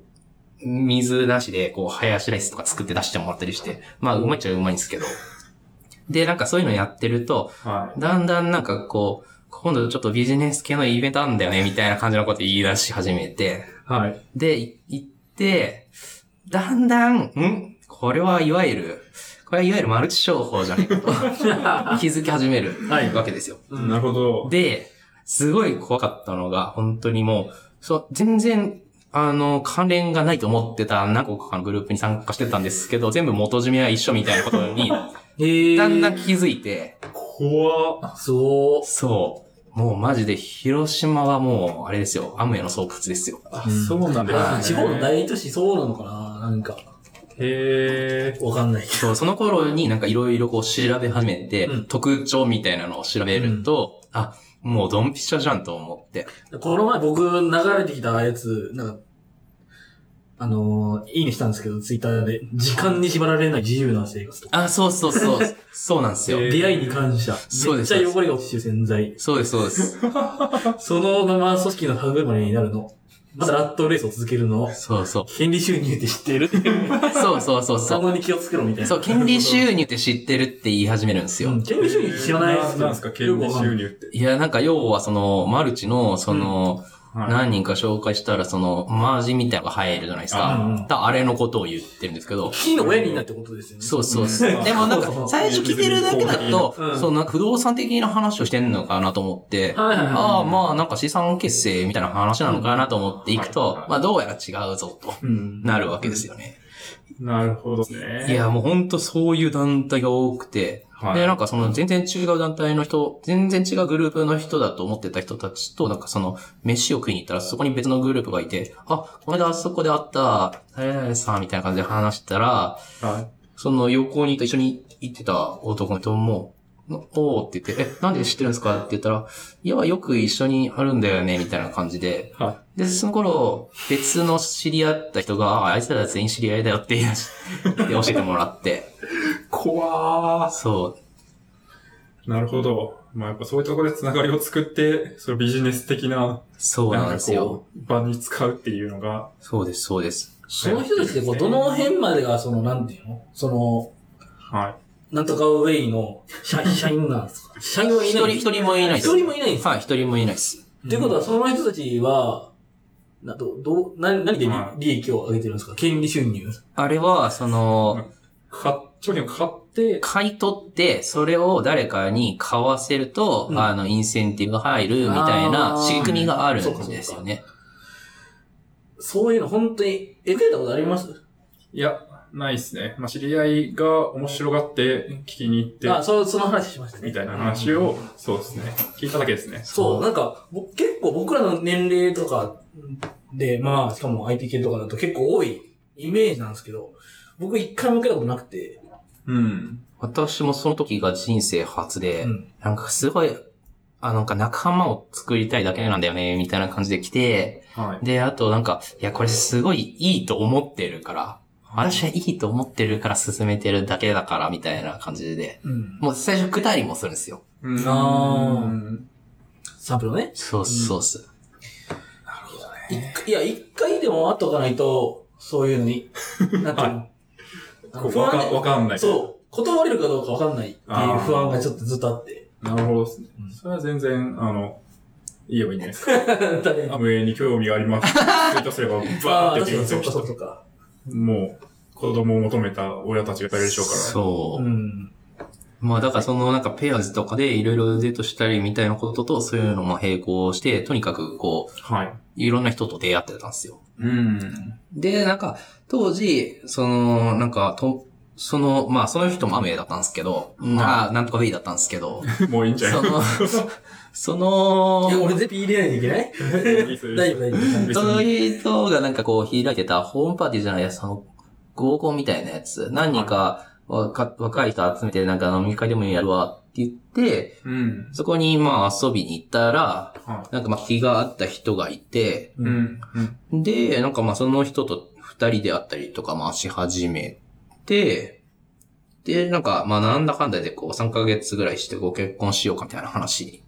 Speaker 1: 水なしで、こう、ハヤシライスとか作って出してもらったりして、まあ、うまいっちゃうまいんですけど。で、なんかそういうのやってると、
Speaker 3: は
Speaker 1: だんだんなんかこう、今度ちょっとビジネス系のイベントあんだよね、みたいな感じのこと言い出し始めて、
Speaker 3: い。はい。
Speaker 1: で、い行って、だんだん、んこれはいわゆる、これはいわゆるマルチ商法じゃないかと気づき始める
Speaker 3: はい
Speaker 1: わけですよ。
Speaker 3: なるほど。
Speaker 1: で、すごい怖かったのが、本当にもう、そう、全然、あの、関連がないと思ってた何個かのグループに参加してたんですけど、全部元締めは一緒みたいなこと [LAUGHS] に、
Speaker 4: [LAUGHS] へえ。
Speaker 1: だんだん気づいて、
Speaker 3: 怖っ
Speaker 4: そう。
Speaker 1: そう、もうマジで広島はもう、あれですよ、アムウェイの総括ですよ。
Speaker 2: あ
Speaker 3: あそうなんです
Speaker 4: は
Speaker 3: ね。
Speaker 2: [LAUGHS] 地方の大都市そうなのかななんか、
Speaker 3: へえ。
Speaker 2: わかんないけ
Speaker 1: そう、その頃になんかいろいろこう調べ始めて、
Speaker 2: うん
Speaker 1: 特徴みたいなのを調べると、あ、もうドンピシャじゃんと思って。
Speaker 2: ど。この前僕流れてきたやつ、なんか、あのー、いいねしたんですけど、ツイッターで、時間に縛られない自由な生活とか。
Speaker 1: あ、そうそうそう、 [LAUGHS] そうなんですよ。
Speaker 3: えー
Speaker 2: 出会いに感謝。
Speaker 1: そう
Speaker 2: めっ
Speaker 1: です
Speaker 2: ちゃ汚れが落ちてる洗剤。
Speaker 1: そうです、そうです。
Speaker 2: そのまま組織の歯車になるの。まだラットレースを続けるの。
Speaker 1: そうそう。
Speaker 2: 権利収入って知ってる
Speaker 1: そうそうそうそ [LAUGHS]
Speaker 2: そこ
Speaker 1: う。
Speaker 2: に気をつけろみたいな。
Speaker 1: そう、権利収入って知ってるって言い始めるんですよ。
Speaker 2: うん権利収入知らない
Speaker 3: ななんですか、権利収
Speaker 2: 入。
Speaker 3: 入って。
Speaker 1: いや、なんか要はその、マルチの、その、
Speaker 3: はい
Speaker 1: 何人か紹介したら、その、マージンみたいなのが入るじゃないです
Speaker 2: あうんう
Speaker 1: か
Speaker 2: ん。
Speaker 1: だあれのことを言ってるんですけど。
Speaker 2: 金の親になってことですよね。
Speaker 1: そうそう
Speaker 3: う
Speaker 1: そ
Speaker 3: ん
Speaker 1: う。でもなん
Speaker 2: そうそう
Speaker 1: か、最初聞いてるだけだと
Speaker 2: うん、
Speaker 1: そう、なんか不動産的な話をしてんのかなと思って、
Speaker 2: はいはいはい
Speaker 1: ああ、まあなんか資産結成みたいな話なのかなと思っていく
Speaker 3: うん
Speaker 1: と、まあどうやら違うぞと
Speaker 2: うん。
Speaker 1: なるわけですよね。
Speaker 3: なるほどね。
Speaker 1: いや、もうほんとそういう団体が多くて、
Speaker 3: はい
Speaker 1: で、なんかその全然違う団体の人、全然違うグループの人だと思ってた人たちと、なんかその、飯を食いに行ったらそこに別のグループがいて、あ、この間あそこで会った、誰々さんみたいな感じで話したら、
Speaker 3: は
Speaker 1: その横に一緒に行ってた男の人も、おーって言って、え、なんで知ってるんですかって言ったら、いや、よく一緒にあるんだよね、みたいな感じで。
Speaker 3: い。は
Speaker 1: で、その頃、別の知り合った人が、ああいつら全員知り合いだよって言い出
Speaker 2: [LAUGHS]
Speaker 1: しで教えてもらって。
Speaker 3: い。怖ー
Speaker 1: そ
Speaker 3: なるほど。まあやっぱそういうところでつながりを作って、そのビジネス的な、
Speaker 1: う、そうなんですよ。。
Speaker 3: 場に使うっていうのが、
Speaker 1: そうです、そうです。
Speaker 2: その人たちでこう、どの辺までが、その、なんていうのその、
Speaker 3: は
Speaker 2: なんとかウェイの [LAUGHS] 社社員なんですか社員はい
Speaker 1: 一
Speaker 2: な
Speaker 1: 人、
Speaker 2: い。
Speaker 1: 一人もいないです。
Speaker 2: 一人もいないんですか
Speaker 1: はい、一人もいないです。
Speaker 3: い。
Speaker 2: っていうことは、その人たちは、な、ど、ど、な、何で利
Speaker 3: は
Speaker 2: 利益を上げてるんですか権利収入。
Speaker 1: あれは、その、
Speaker 3: かか、商品を買って、
Speaker 1: 買い取って、それを誰かに買わせると、
Speaker 2: うん
Speaker 1: あの、インセンティブが入るみたいな
Speaker 2: あー
Speaker 1: 仕組みがあるんですよね。
Speaker 2: そういうの、本当に、え、受けたことあります
Speaker 3: いや、ないですね。まあ知り合いが面白がって聞きに行って、
Speaker 2: あ、そう、その話しましたね。
Speaker 3: みたいな話を、そうですね。聞いただけですね。
Speaker 2: そう、なんか、ぼ結構僕らの年齢とかで、まあ、しかも IT 系とかだと結構多いイメージなんですけど、僕一回も受けたことなくて、
Speaker 3: うん。
Speaker 1: 私もその時が人生初で、
Speaker 2: うん
Speaker 1: なんかすごい、あなんか仲間を作りたいだけなんだよね、みたいな感じで来て、
Speaker 3: はい。
Speaker 1: で、あとなんか、いや、これすごいいいと思ってるから、私はいいと思ってるから進めてるだけだから、みたいな感じで、
Speaker 2: うん、
Speaker 1: もう最初くだりもするんですよ。
Speaker 3: うん
Speaker 2: あ
Speaker 3: うん
Speaker 2: サンプルをね。
Speaker 1: そうそうそう。
Speaker 2: 一回いや、一回でも会っとかないと、そういうの [LAUGHS] に、なんていうの
Speaker 3: こ
Speaker 2: あの
Speaker 3: う
Speaker 2: 不
Speaker 3: わか、
Speaker 2: 安
Speaker 3: わ
Speaker 2: で、
Speaker 3: かんない。
Speaker 2: そう、断れるかどうかわかんないっていう不安がちょっとずっとあって。
Speaker 3: なるほどですね
Speaker 2: うん。
Speaker 3: それは全然、あの、言えばいいんじゃないですか。 [LAUGHS]
Speaker 2: 誰に
Speaker 3: アムウェイに興味があります。ツイートすれば、バ
Speaker 2: ああ、
Speaker 3: ーって
Speaker 2: 確か
Speaker 3: 出
Speaker 2: に、
Speaker 3: てくる
Speaker 2: そっかそ
Speaker 3: 人
Speaker 2: っかそっか。
Speaker 3: もう、子供を求めた親たちがいっぱいいるでしょうから。
Speaker 1: そうう。
Speaker 2: ん。
Speaker 1: まあだからそのなんかペアーズとかでいろいろデートしたりみたいなこととそういうのも並行して、とにかくこう、
Speaker 3: はい。
Speaker 1: いろんな人と出会ってたんですよ。
Speaker 3: うん。
Speaker 1: で、なんか当時、その、なんかと、その、まあその人もアムウェイだったんですけど、ななんとかウェイだったんですけど、
Speaker 3: もういいんじゃない
Speaker 1: その、 [LAUGHS] そ
Speaker 2: え、
Speaker 1: の、
Speaker 2: 俺絶対入れないといけない
Speaker 3: ですか。
Speaker 2: 大丈夫、大丈夫。
Speaker 1: その人がなんかこう開いてたホームパーティーじゃないや、その合コンみたいなやつ、何人か若若い人集めてなんか飲み会でもやるわって言って、
Speaker 3: うん。
Speaker 1: そこにまあ遊びに行ったら、
Speaker 3: は
Speaker 1: なんかまあ気があった人がいて、
Speaker 3: い。うん。うん。
Speaker 1: で、なんかまあその人と二人であったりとかまあし始めて、で、なんかまあなんだかんだでこう3ヶ月ぐらいしてご結婚しようかみたいな話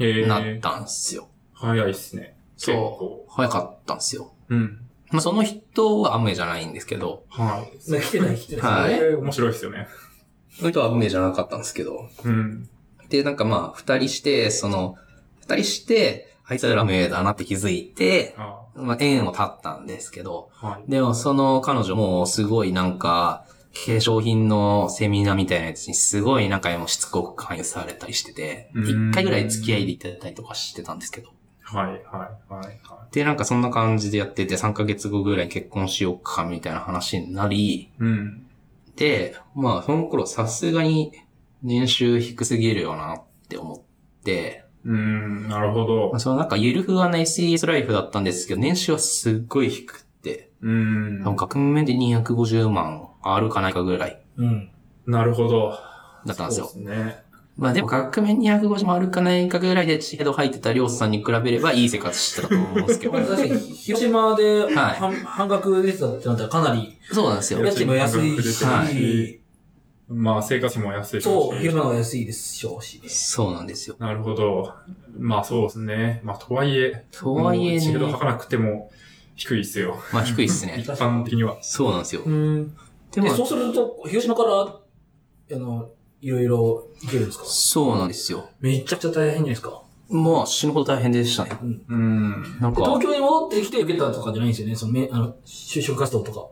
Speaker 3: え
Speaker 1: に
Speaker 3: え
Speaker 1: なったんすよ。
Speaker 3: 早いっすね。
Speaker 1: そ
Speaker 3: 結
Speaker 1: う。
Speaker 3: 構。
Speaker 1: 早かったんすよ。
Speaker 3: うん。
Speaker 1: まあ、その人はアムウェイじゃないんですけど、
Speaker 3: はい。
Speaker 2: まあ来てない来てない。
Speaker 1: はい
Speaker 3: えー面白いですよね。
Speaker 1: その人はアムウェイじゃなかったんですけど、
Speaker 3: うん。
Speaker 1: で、なんかまあ、二人して、その、二人して、あいつらアムウェイだなって気づいて、
Speaker 3: あ
Speaker 1: まあ、縁を立ったんですけど、
Speaker 3: ーはい。
Speaker 1: でもその彼女もすごいなんか、化粧品のセミナーみたいなやつにすごいなんかもうしつこく勧誘されたりしてて、
Speaker 3: うん
Speaker 1: 一回ぐらい付き合いでいただいたりとかしてたんですけど。
Speaker 3: はい、はい、はい、は
Speaker 1: で、なんかそんな感じでやってて、3ヶ月後ぐらいに結婚しようかみたいな話になり、
Speaker 3: い。うん。
Speaker 1: で、まあその頃さすがに年収低すぎるよなって思って、
Speaker 3: うん、なるほど
Speaker 1: まあ、。そのなんかゆるふわな SES ライフだったんですけど、年収はすっごい低くて、
Speaker 3: うん。
Speaker 1: なんか額面で250万あるかないかぐらい
Speaker 2: うん。
Speaker 3: なるほど。
Speaker 1: だったんですよ。
Speaker 3: そうですね。
Speaker 1: まあでも、額面250もあるかないかぐらいで血ヘド入ってたりょうさんに比べればいい生活してたと思うんですけど
Speaker 2: まあ。確かに、広島で、
Speaker 1: い
Speaker 2: 半半額出てたってなったらかなり、
Speaker 1: [LAUGHS] そうなんですよ。
Speaker 2: 家賃も安い
Speaker 1: は
Speaker 2: し
Speaker 3: い、まあ、生活費も安いですし
Speaker 2: そう、広島の方が安いでしょうしね。
Speaker 1: そうなんですよ。
Speaker 3: なるほど。まあ、そうですね。まあ、とはいえ、
Speaker 1: とはいえ
Speaker 3: もう一
Speaker 1: ね
Speaker 3: 度、吐かなくても低いですよ。
Speaker 1: まあ低いっすね
Speaker 3: 一。般的には。
Speaker 1: [LAUGHS] そうなんですよ。
Speaker 2: うん。
Speaker 1: で
Speaker 2: で、
Speaker 1: も、
Speaker 2: そうすると、広島から、あの、いろいろ行けるんですか
Speaker 1: そうなんですよ。
Speaker 2: めちゃくちゃ大変じゃないですか。
Speaker 1: まあ死ぬほど大変でしたね。
Speaker 3: うん。
Speaker 1: なん
Speaker 2: で
Speaker 1: か
Speaker 2: 東、京に戻ってきて受けたとかじゃないんですよね。その、めあの、就職活動とか。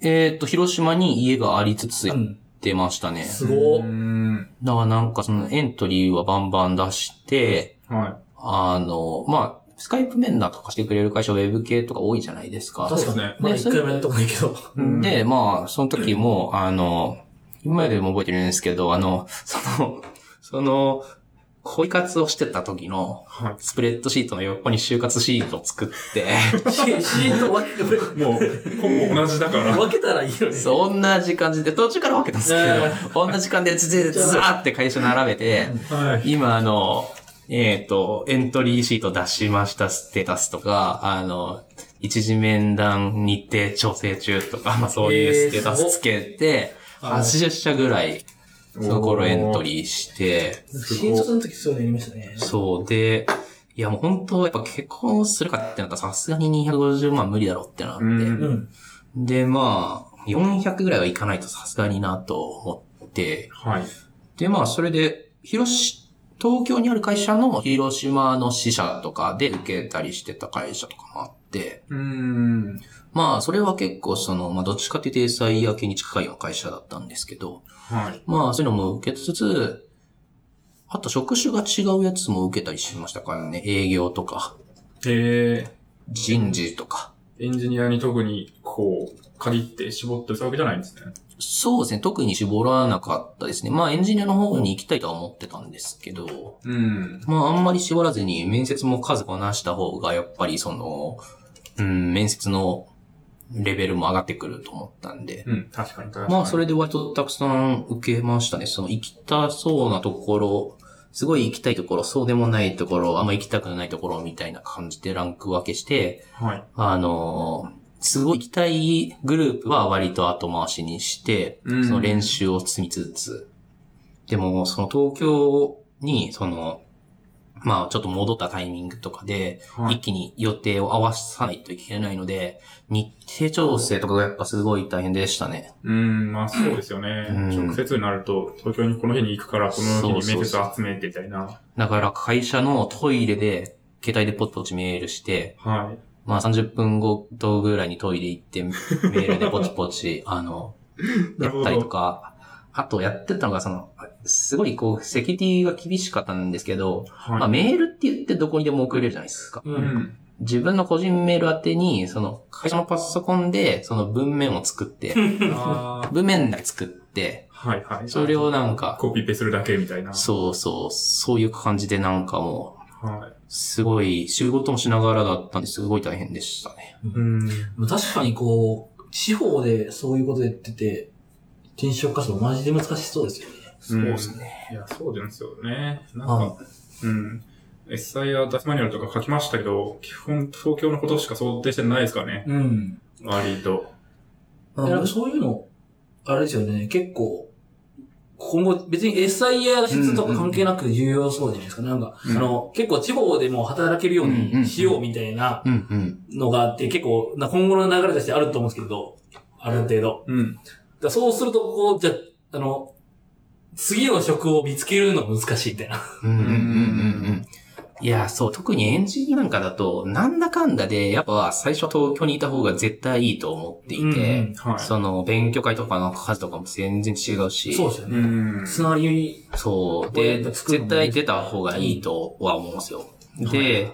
Speaker 1: えーっと、広島に家がありつつ
Speaker 2: う
Speaker 1: 行っ
Speaker 2: ん。
Speaker 1: てましたね。
Speaker 2: すご
Speaker 3: う
Speaker 2: ー。
Speaker 3: ん。
Speaker 1: だからなんかそのエントリーはバンバン出して、
Speaker 3: は
Speaker 1: あの、まあ、スカイプメンダーとかしてくれる会社ウェブ系とか多いじゃないですか。
Speaker 2: 確
Speaker 3: そ
Speaker 2: か
Speaker 3: うで
Speaker 2: に
Speaker 3: すね。
Speaker 2: まだ
Speaker 1: ね
Speaker 2: 一回もやったことないけど。
Speaker 3: うん
Speaker 1: で、まあ、その時も、あの、今でも覚えてるんですけど、あの、その、その、恋活をしてた時の
Speaker 3: は、
Speaker 1: スプレッドシートの横に就活シートを作
Speaker 3: [LAUGHS]
Speaker 1: って、
Speaker 2: しシート分け、俺
Speaker 3: い。もう、ほぼ同じ
Speaker 1: [LAUGHS]
Speaker 3: だから。
Speaker 2: 分けたらいいよね。
Speaker 1: そんな時間で、途中から分けたんですけど、同じ時間でずずずらーって会社並べて、
Speaker 3: はい。
Speaker 1: 今、あの、えっ、と、エントリーシート出しましたステータスとか、あの、一時面談日程調整中とか、まあそういうステータスつけて、80社ぐらい、その頃エントリーして、
Speaker 2: 新卒の時そういうのやりましたね。
Speaker 1: そうで、いやもう本当、やっぱ結婚するかってなったらさすがに250万無理だろってなって、
Speaker 3: うん
Speaker 2: うん。
Speaker 1: で、まあ、400ぐらいはいかないとさすがになと思って、
Speaker 3: はい。
Speaker 1: で、まあ、それで、広し、東京にある会社の広島の支社とかで受けたりしてた会社とかもあって、
Speaker 3: うん。
Speaker 1: まあ、それは結構その、まあ、どっちかっていうと英才や系に近いような会社だったんですけど、
Speaker 3: はい。
Speaker 1: まあ、そういうのも受けつつ、あと職種が違うやつも受けたりしましたからね。営業とか、
Speaker 3: え
Speaker 1: 人事とか。
Speaker 3: ー、エンジニアに特に、こう、限って絞ってたわけじゃないんですね。
Speaker 1: そうですね。特に絞らなかったですね。まあ、エンジニアの方に行きたいとは思ってたんですけど、
Speaker 3: うん。
Speaker 1: まあ、あんまり絞らずに面接も数こなした方が、やっぱりその、うん、面接のレベルも上がってくると思ったんで。
Speaker 3: うん、確かに確かに。
Speaker 1: まあ、それで割とたくさん受けましたね。その、行きたそうなところ、すごい行きたいところ、そうでもないところ、あんま行きたくないところみたいな感じでランク分けして、
Speaker 3: はい。
Speaker 1: あのーすごい行きたいグループは割と後回しにして、
Speaker 3: うん
Speaker 1: その練習を積みつつ、でも、その東京に、その、まあちょっと戻ったタイミングとかで、
Speaker 3: はい
Speaker 1: 一気に予定を合わさないといけないので、日程調整とかがやっぱすごい大変でしたね。
Speaker 3: うん、まあそうですよね。
Speaker 1: うん
Speaker 3: 直接になると、東京にこの日に行くから、この日に面接集めてみたいな。
Speaker 1: だから会社のトイレで、携帯でポッポチメールして、
Speaker 3: はい。
Speaker 1: まあ30分後とぐらいにトイレ行って、メールでポチポ
Speaker 3: [LAUGHS]
Speaker 1: チ、あの、やったりとか、あとやってたのがその、すごいこう、セキュリティが厳しかったんですけど、
Speaker 3: はい。
Speaker 1: まあ、メールって言ってどこにでも送れるじゃないですか。
Speaker 2: う。
Speaker 3: うんん。
Speaker 1: 自分の個人メール宛てに、その会社のパソコンで、その文面を作って、
Speaker 3: [LAUGHS] あー
Speaker 1: 文面だけ作って、
Speaker 3: はいはい。
Speaker 1: それをなんか、
Speaker 3: コピペするだけみたいな。
Speaker 1: そうそう、そういう感じでなんかもう、
Speaker 3: は
Speaker 1: すごい、仕事もしながらだったんですごい大変でしたね。
Speaker 3: い。うん。
Speaker 2: 確かにこう、地方でそういうことやってて、転職活動マジで難しそうですよね。
Speaker 3: そうです
Speaker 1: ね。
Speaker 3: いや、そうなんですよね。なん
Speaker 1: あ
Speaker 3: か、うん。SI やダスマニュアルとか書きましたけど、基本東京のことしか想定してないですからね。
Speaker 2: うん。
Speaker 3: 割と。
Speaker 2: なんかそういうの、あれですよね、結構、今後、別に SI や質とか関係なく重要そうじゃないですか。なんか、あの、結構地方でも働けるようにしようみたいな
Speaker 1: うんうん。
Speaker 2: のがあって、結構、な今後の流れとしてあると思うんですけど、ある程度。
Speaker 3: うん。
Speaker 2: だからそうすると、こう、じゃ、あの、次の職を見つけるの難しいみたいな。
Speaker 1: うんうんうんうんうん。いや、そう、特にエンジニアなんかだと、なんだかんだで、やっぱ最初東京にいた方が絶対いいと思っていて、
Speaker 2: うん
Speaker 3: はい。
Speaker 1: その、勉強会とかの数とかも全然違うし、
Speaker 2: そうですよ
Speaker 3: う
Speaker 2: ね。
Speaker 3: ん。
Speaker 2: つながり、
Speaker 1: そう。
Speaker 2: こうや
Speaker 1: で、
Speaker 2: って作るの
Speaker 1: 絶
Speaker 2: も
Speaker 1: 対出た方がいいとは思うんですよ。で、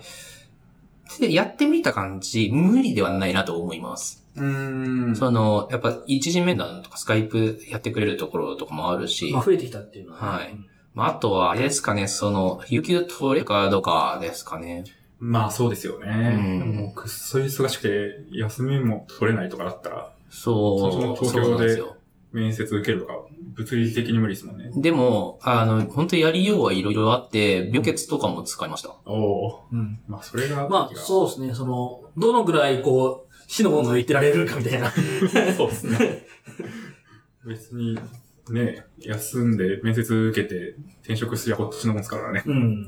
Speaker 1: でやってみた感じ、無理ではないなと思います。
Speaker 3: うん。
Speaker 1: その、やっぱ一時面談とかスカイプやってくれるところとかもあるし、
Speaker 2: まあ、増えてきたっていうのはね。
Speaker 1: はいまあ、あとは、あれですかね、その、有給取れるかどうかですかね。
Speaker 3: まあそうですよね。
Speaker 1: うん
Speaker 3: もうくっそ忙しくて、休みも取れないとかだったら、
Speaker 1: そう、
Speaker 3: そうそう東京
Speaker 1: そうなんです
Speaker 3: で
Speaker 1: よ。
Speaker 3: 面接受けるとか、物理的に無理ですもんね。
Speaker 1: でも、あの、本当やりようはいろいろあって、病欠とかも使いました。
Speaker 3: おお
Speaker 2: うん
Speaker 3: ー。まあそれが、
Speaker 2: まあ、
Speaker 3: う。
Speaker 2: そうですね。その、どのぐらい、こう、死のものを言ってられるかみたいな。
Speaker 3: [LAUGHS] そうですね。別に、ね、休んで面接受けて転職すりゃこっちのもんですからね。
Speaker 2: うん。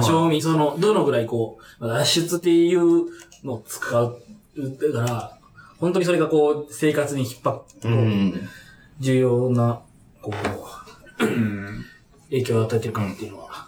Speaker 1: ま
Speaker 2: あ、
Speaker 1: あ
Speaker 2: 正味、その、どのぐらい、こう、まあ脱出っていうのを使う、だから、本当にそれがこう、生活に引っ張って、
Speaker 1: うん。
Speaker 2: 重要な、こう、
Speaker 3: うん。
Speaker 2: 影響を与えてるかっていうのは。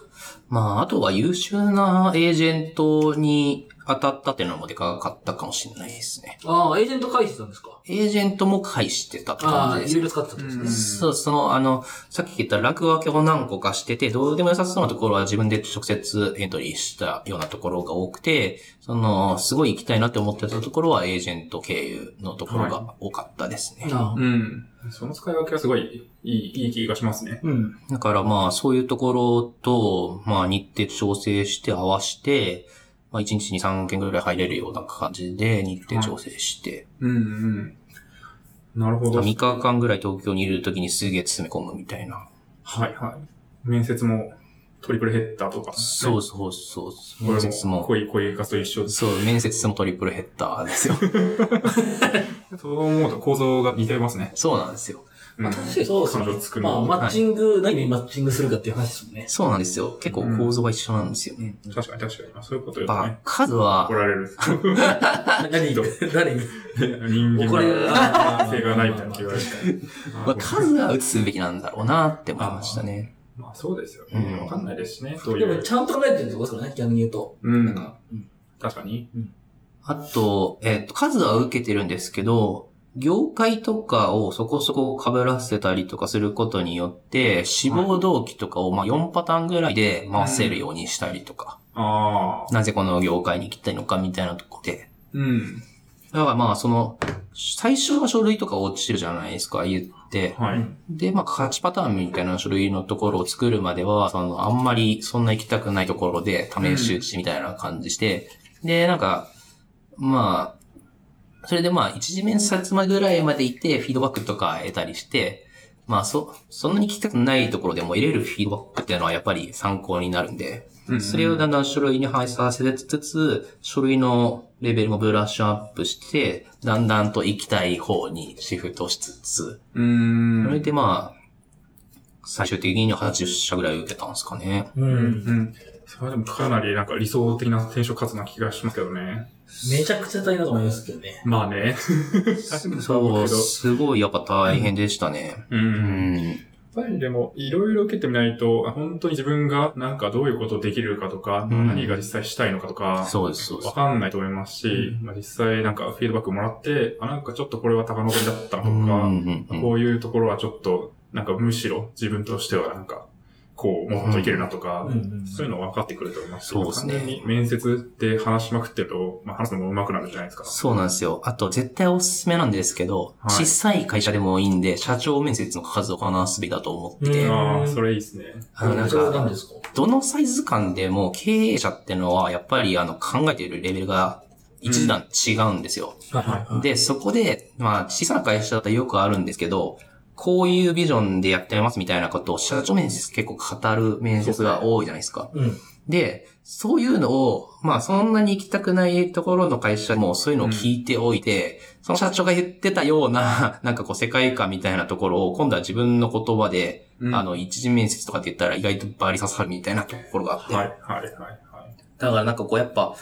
Speaker 1: まあ、あとは優秀なエージェントに当たったっていうのもでかかったかもしれないですね。
Speaker 2: ああ、エージェント返してたんですか
Speaker 1: エージェントも介してたって
Speaker 2: あ
Speaker 1: 感
Speaker 2: あ、
Speaker 1: じで
Speaker 2: いろいろ使ってたってことですね。
Speaker 1: す。そう、その、あの、さっき言った落分けを何個かしてて、どうでも良さそうなところは自分で直接エントリーしたようなところが多くて、その、すごい行きたいなって思ってたところはエージェント経由のところが多かったですね。
Speaker 2: ああ
Speaker 3: うん。その使い分けはすごいいい、いい気がしますね。
Speaker 2: うん。
Speaker 1: だからまあ、そういうところと、まあ、日程調整して合わして、まあ、1日に3件ぐらい入れるような感じで日程調整して、
Speaker 3: うんうん。なるほど。
Speaker 1: 3日間ぐらい東京にいるときにすげえ詰め込むみたいな。
Speaker 3: はいはい。面接もトリプルヘッダーとか。
Speaker 1: そうそうそう。
Speaker 3: こ
Speaker 1: 面
Speaker 3: れ
Speaker 1: 接
Speaker 3: も、
Speaker 1: も。
Speaker 3: 恋、恋活と一緒です。
Speaker 1: そう、面接もトリプルヘッダーですよ。
Speaker 3: そう思うと構造が似てますね。
Speaker 1: [LAUGHS] そうなんですよ。
Speaker 3: うん
Speaker 2: 確かにそうですね
Speaker 3: 彼女作。る
Speaker 2: まあ、
Speaker 3: の。
Speaker 2: マッチング、何にマッチングするかっていう話ですもんね。
Speaker 1: [LAUGHS] そうなんですよ。結構構造が一緒なんですよね。
Speaker 3: 確かに確かに。まあそういうこと
Speaker 1: やっ
Speaker 3: 言うと
Speaker 1: ぱ
Speaker 3: ね。、
Speaker 1: 数は
Speaker 3: 怒、られる。
Speaker 2: [LAUGHS] 何
Speaker 3: どう
Speaker 2: [LAUGHS] 誰に
Speaker 3: 人間
Speaker 2: 怒られる
Speaker 3: が性がないみたいな気がして。
Speaker 1: まあ、数は打つべきなんだろうなって思いましたね。
Speaker 3: まあそうですよ
Speaker 1: う
Speaker 3: ね。
Speaker 1: ん
Speaker 3: わかんないですしね。どうい
Speaker 2: でも、
Speaker 3: う
Speaker 2: ち。ゃんと考えてるってことですからね、逆に言うと。
Speaker 3: う
Speaker 2: なん
Speaker 3: ん。
Speaker 2: か、うん
Speaker 3: 確かに。
Speaker 1: あと、えっ、と、数は受けてるんですけど、業界とかをそこそこ被らせたりとかすることによって、志望動機とかをまあ4パターンぐらいで回せるようにしたりとか、
Speaker 3: ああ。
Speaker 1: なぜこの業界に来たいのかみたいなとこで、
Speaker 3: うん。
Speaker 1: だからまあ、その、最初は書類とか落ちるじゃないですか、言って。
Speaker 3: はい。
Speaker 1: で、まあ、価値パターンみたいな書類のところを作るまでは、その、あんまりそんな行きたくないところで、試し打ちみたいな感じして、で、なんか、まあ、それでまあ、一次面接までぐらいまで行って、フィードバックとか得たりして、まあ、そ、そんなに聞きたくないところでも入れるフィードバックっていうのはやっぱり参考になるんで、
Speaker 3: うん
Speaker 1: それをだんだん書類に反映させつつ、書類のレベルもブラッシュアップして、だんだんと行きたい方にシフトしつつ、
Speaker 3: う
Speaker 1: それ
Speaker 3: ん。
Speaker 1: でまあ、最終的には80社ぐらい受けたんですかね。
Speaker 2: う。
Speaker 3: うんん。それはでもかなりなんか理想的な転職活動な気がしますけどね。
Speaker 2: めちゃくちゃ大変だと思いますけどね。
Speaker 3: まあ
Speaker 2: [LAUGHS]
Speaker 3: ね。
Speaker 1: そう、
Speaker 3: けど
Speaker 1: すごいやっぱ大変でしたね。
Speaker 3: う。
Speaker 1: うんん。
Speaker 3: やっぱりでも、いろいろ受けてみないと、あ本当に自分がなんかどういうことできるかとか、
Speaker 1: うん
Speaker 3: 何が実際したいのかとか、
Speaker 1: そうです、そうで
Speaker 3: わ
Speaker 1: す。
Speaker 3: かんないと思いますし、まあ、実際なんかフィードバックもらって、あ、なんかちょっとこれは高望みだったなと
Speaker 1: う
Speaker 3: か、
Speaker 1: んうんうん
Speaker 3: こういうところはちょっと、なんかむしろ自分としてはなんか、こう、もっといけるなとか、
Speaker 2: うん
Speaker 3: そういうの分かってくると思います。
Speaker 1: そうですね
Speaker 3: 完全に面接で話しまくってると、まあ、話すのも上手くなるじゃないですか。
Speaker 1: そうなんですよ。あと、絶対おすすめなんですけど、
Speaker 3: は
Speaker 1: 小
Speaker 3: い
Speaker 1: さい会社でもいいんで、社長面接の数をこなすべきだと思ってて、
Speaker 2: うん
Speaker 3: ああ、それいいですね。
Speaker 1: あの、なん
Speaker 2: それは
Speaker 1: か、
Speaker 2: ダメですか
Speaker 1: どのサイズ感でも経営者ってのはやっぱりあの考えているレベルが一段違うんですよ。
Speaker 2: はい
Speaker 1: で、そこで、まあ小さな会社だとよくあるんですけど、こういうビジョンでやってますみたいなことを社長面接結構語る面接が多いじゃないですか。
Speaker 2: い。うん。
Speaker 1: で、そういうのを、まあそんなに行きたくないところの会社もそういうのを聞いておいて、その社長が言ってたような、 [LAUGHS] なんかこう世界観みたいなところを今度は自分の言葉で、
Speaker 3: うん
Speaker 1: あの、一次面接とかって言ったら意外とバリ刺さるみたいなところがあって。
Speaker 3: はい、はい、はい、はい。
Speaker 1: だからなんかこうやっぱ、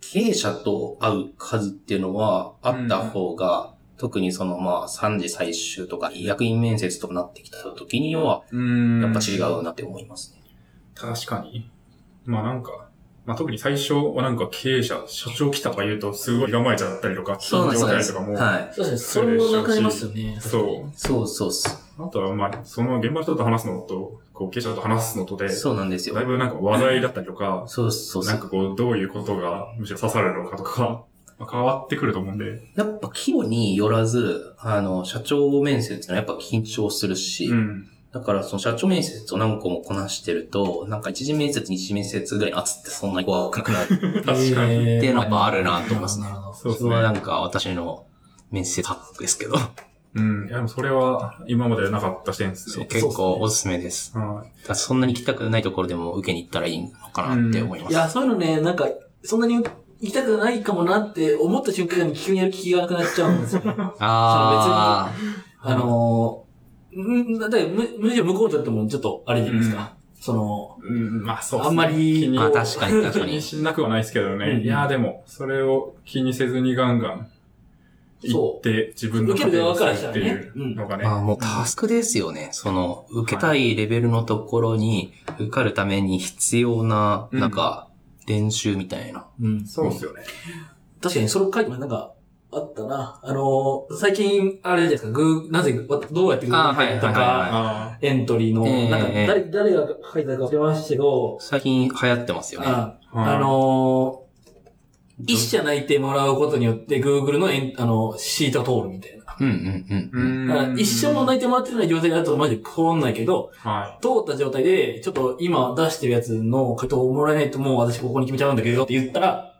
Speaker 1: 経営者と会う数っていうのはあった方が、特にそのまあ3次最終とか役員面接とかなってきた時には、
Speaker 3: うーん。
Speaker 1: やっぱ違うなって思いますね。
Speaker 3: 確かに。まあなんか、まあ特に最初はなんか経営者、社長来たとか言うとすごい構えちゃったりとか、
Speaker 1: そうなんです
Speaker 3: 緊張
Speaker 1: そうで
Speaker 3: したり
Speaker 1: す。
Speaker 3: とかも。
Speaker 1: はい。
Speaker 2: そうですね。それも分かりますよね。
Speaker 3: そ
Speaker 1: そうそうっす。
Speaker 3: う。あとはまあ、その現場の人と話すのと、こう経営者と話すのとで、
Speaker 1: そうなんですよ
Speaker 3: だい。ぶなんか話題だったりとか、
Speaker 1: そう [LAUGHS] そうそ
Speaker 3: なん
Speaker 1: う。
Speaker 3: かこうどういうことがむしろ刺さるのかとか、 [LAUGHS] まあ変わってくると思うんで。
Speaker 1: やっぱ規模によらず、あの、社長面接ってのはやっぱ緊張するし、
Speaker 3: うん。
Speaker 1: だからその社長面接を何個もこなしてると、なんか一次面接、二次面接ぐらいの圧ってそんなに怖くなくなるっ
Speaker 3: 確かに。
Speaker 1: て
Speaker 2: に
Speaker 1: いうのもあるなと思いますね
Speaker 2: な。るほど。
Speaker 3: そうです
Speaker 1: それはな
Speaker 3: ね。
Speaker 1: んか私の面接タックですけど、
Speaker 3: うん。いやでもそれは今までなかった視点ですね。
Speaker 1: 結構おすすめです。
Speaker 3: は
Speaker 1: だからそんなに行きたくないところでも受けに行ったらいいのかなって思いま
Speaker 2: い
Speaker 1: す。
Speaker 2: や、そういうのね、なんか、そんなに行きたくないかもなって思った瞬間に急にやる気がなくなっちゃうんですよね。
Speaker 1: あー
Speaker 2: あのー、んだって、む、むしろ向こうにとってもちょっとあれじゃないですか。その、
Speaker 3: い。うん、まあそうっすね
Speaker 2: あんまり、
Speaker 1: まあ
Speaker 2: こう
Speaker 1: 確かに確
Speaker 3: 気
Speaker 1: か
Speaker 3: に
Speaker 1: に。
Speaker 3: しなくはないですけどね。
Speaker 2: うん
Speaker 3: いやーでも、それを気にせずにガンガン行って、自分の
Speaker 2: 受ける側からした
Speaker 3: っ
Speaker 2: ら
Speaker 3: て
Speaker 2: ね
Speaker 3: いうのがね。
Speaker 1: まあもうタスクですよね。その、受けたいレベルのところに受かるために必要な、
Speaker 3: うん
Speaker 1: なんか、練習みたいな。
Speaker 2: うん
Speaker 3: そうっすよね。
Speaker 2: 確かに、それを書いてもなんか、あったな。あのー、最近、あれじゃないですか、グー、なぜ、わどうやってグー
Speaker 1: あ
Speaker 2: グル
Speaker 1: はい
Speaker 2: と
Speaker 1: はいはいはい
Speaker 2: か、
Speaker 3: あ
Speaker 2: エントリーの、
Speaker 1: ええ
Speaker 2: なんか、
Speaker 1: ええ
Speaker 2: 誰、誰が書いたか忘れましたけど、
Speaker 1: 最近流行ってますよね。
Speaker 2: あ
Speaker 3: あ、
Speaker 2: あのー、
Speaker 1: ど
Speaker 2: 一社泣いてもらうことによって、Google のエン、あの、シートが通るみたいな。
Speaker 1: うんうん
Speaker 3: う
Speaker 1: うん。
Speaker 2: だから
Speaker 3: ん。
Speaker 2: 一社も泣いてもらってない状態だとマジで通んないけど、
Speaker 3: は
Speaker 2: 通った状態で、ちょっと今出してるやつの回答をもらえないともう私ここに決めちゃうんだけどって言ったら、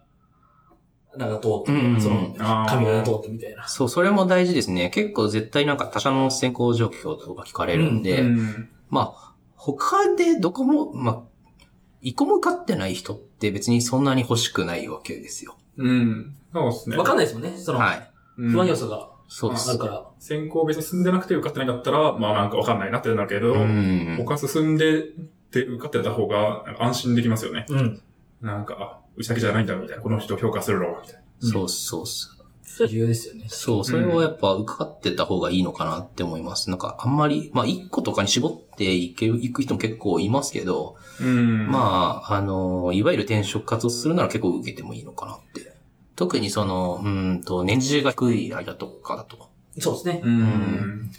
Speaker 2: なんか通ったみたいな。
Speaker 1: うんうんうん
Speaker 2: その、
Speaker 3: あー
Speaker 2: 髪型が通ったみたいな。
Speaker 1: そう、それも大事ですね。結構絶対なんか他社の選考状況とか聞かれるん
Speaker 3: い。
Speaker 1: で、
Speaker 3: うん
Speaker 1: まあ、他でどこも、まあ、一個も受かってない人って別にそんなに欲しくないわけですよ。
Speaker 3: うん。そうっすね。
Speaker 2: わかんないですもんね。その、
Speaker 1: はい。
Speaker 2: 不安要
Speaker 3: 素。
Speaker 2: 素が
Speaker 1: そうで
Speaker 2: ある
Speaker 1: す。
Speaker 2: から。
Speaker 3: 選考別に進んでなくて受かってないんだったら、まあなんかわかんないなってなるけど、
Speaker 1: うん。
Speaker 3: 他進んでて受かってた方がなんか安心できますよね。
Speaker 2: うん。
Speaker 3: なんか、あうちだけじゃないんだみたいな。この人を評価するのみたいな。
Speaker 1: そうそうっす。
Speaker 2: それ重要ですよね。
Speaker 1: そう、それをやっぱ受かってた方がいいのかなって思います。なんかあんまり、まあ一個とかに絞っていける、いく人も結構いますけど、
Speaker 3: うん。
Speaker 1: まあ、あの、いわゆる転職活動するなら結構受けてもいいのかなって。特にその、うーんと、年次が低い間とかだと。
Speaker 2: そうですね。
Speaker 3: うん。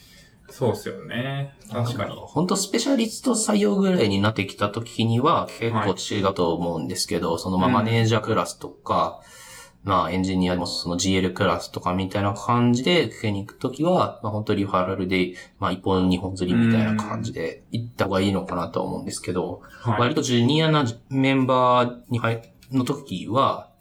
Speaker 3: そうっすよね。確かに。
Speaker 1: 本当スペシャリスト採用ぐらいになってきた時には結構違うと思うんですけど、そのまあ
Speaker 3: うん
Speaker 1: マネージャークラスとか、まあエンジニアもその GL クラスとかみたいな感じで受けに行くときは、まあ本当リファラルで、まあ一本二本釣りみたいな感じで行った方がいいのかなとは思うんですけど、
Speaker 3: はい。
Speaker 1: 割とジュニアなメンバーに入の時は、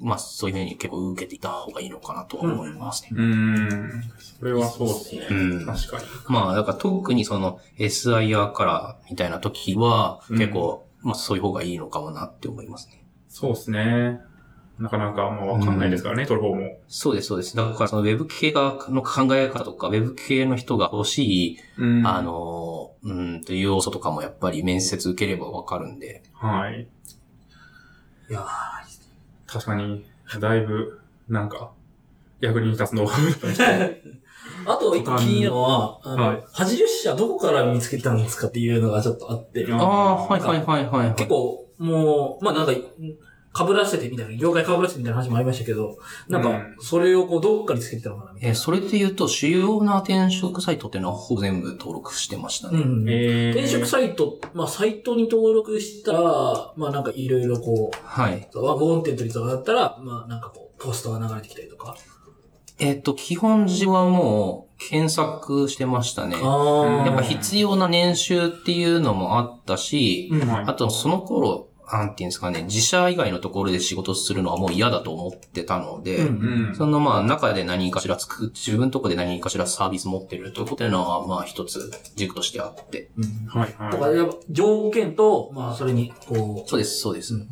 Speaker 1: まあそういうふうに結構受けていた方がいいのかなとは思いますね。
Speaker 3: うーん。それはそうですね。
Speaker 1: うん
Speaker 3: 確かに。
Speaker 1: まあ、だから特にその SIR からみたいな時は、
Speaker 3: うん
Speaker 1: 結構、まあそういう方がいいのかもなって思いますね。
Speaker 3: そうですね。なかなか、まあ、わかんないですからね、取る方も。
Speaker 1: そうです、そうです。だからその Web 系がの考え方とか、Web 系の人が欲しい、
Speaker 3: うん
Speaker 1: あ、の、うん、という要素とかもやっぱり面接受ければわかるんで。
Speaker 3: はい。
Speaker 2: いや
Speaker 3: 確かに、だいぶ、なんか、役に立つの。
Speaker 1: [LAUGHS]
Speaker 2: あと、一個気になるのは、あの、
Speaker 3: はい
Speaker 2: 80社どこから見つけたんですかっていうのがちょっとあって、
Speaker 3: あ
Speaker 1: ああ、はい
Speaker 2: はい
Speaker 1: はいはい、
Speaker 2: 結構、もう、まあなんか、かぶらせてみたいな、業界かぶらせてみたいな話もありましたけど、なん
Speaker 3: う
Speaker 2: か
Speaker 3: ん、
Speaker 2: それをこう、どっかにつけてたのかな、みたい
Speaker 1: え、
Speaker 2: な。
Speaker 1: それで言うと、主要な転職サイトっていうのはほぼ全部登録してました
Speaker 2: う
Speaker 1: ね。
Speaker 2: ん。
Speaker 3: えー
Speaker 2: 転職サイト、まあ、サイトに登録したら、まあ、なんかいろいろこ
Speaker 1: はい。
Speaker 2: う、ワゴンテントリーとかだったら、まあ、なんかこう、ポストが流れてきたりとか。
Speaker 1: えっ、と、基本自はもう、検索してましたね。
Speaker 2: あ
Speaker 3: ー
Speaker 1: やっぱ必要な年収っていうのもあったし、
Speaker 2: うん。
Speaker 3: はい
Speaker 1: あと、その頃、なんていうんですかね、自社以外のところで仕事するのはもう嫌だと思ってたので、
Speaker 3: うん。
Speaker 1: そのまあ中で何かしら作、自分のとこで何かしらサービス持ってるとこっていうのはまあ一つ軸としてあって。
Speaker 3: はい
Speaker 2: と
Speaker 3: は
Speaker 2: か、やっぱ条件と、まあ、それに、こう、
Speaker 1: そうです、そうです。
Speaker 2: だか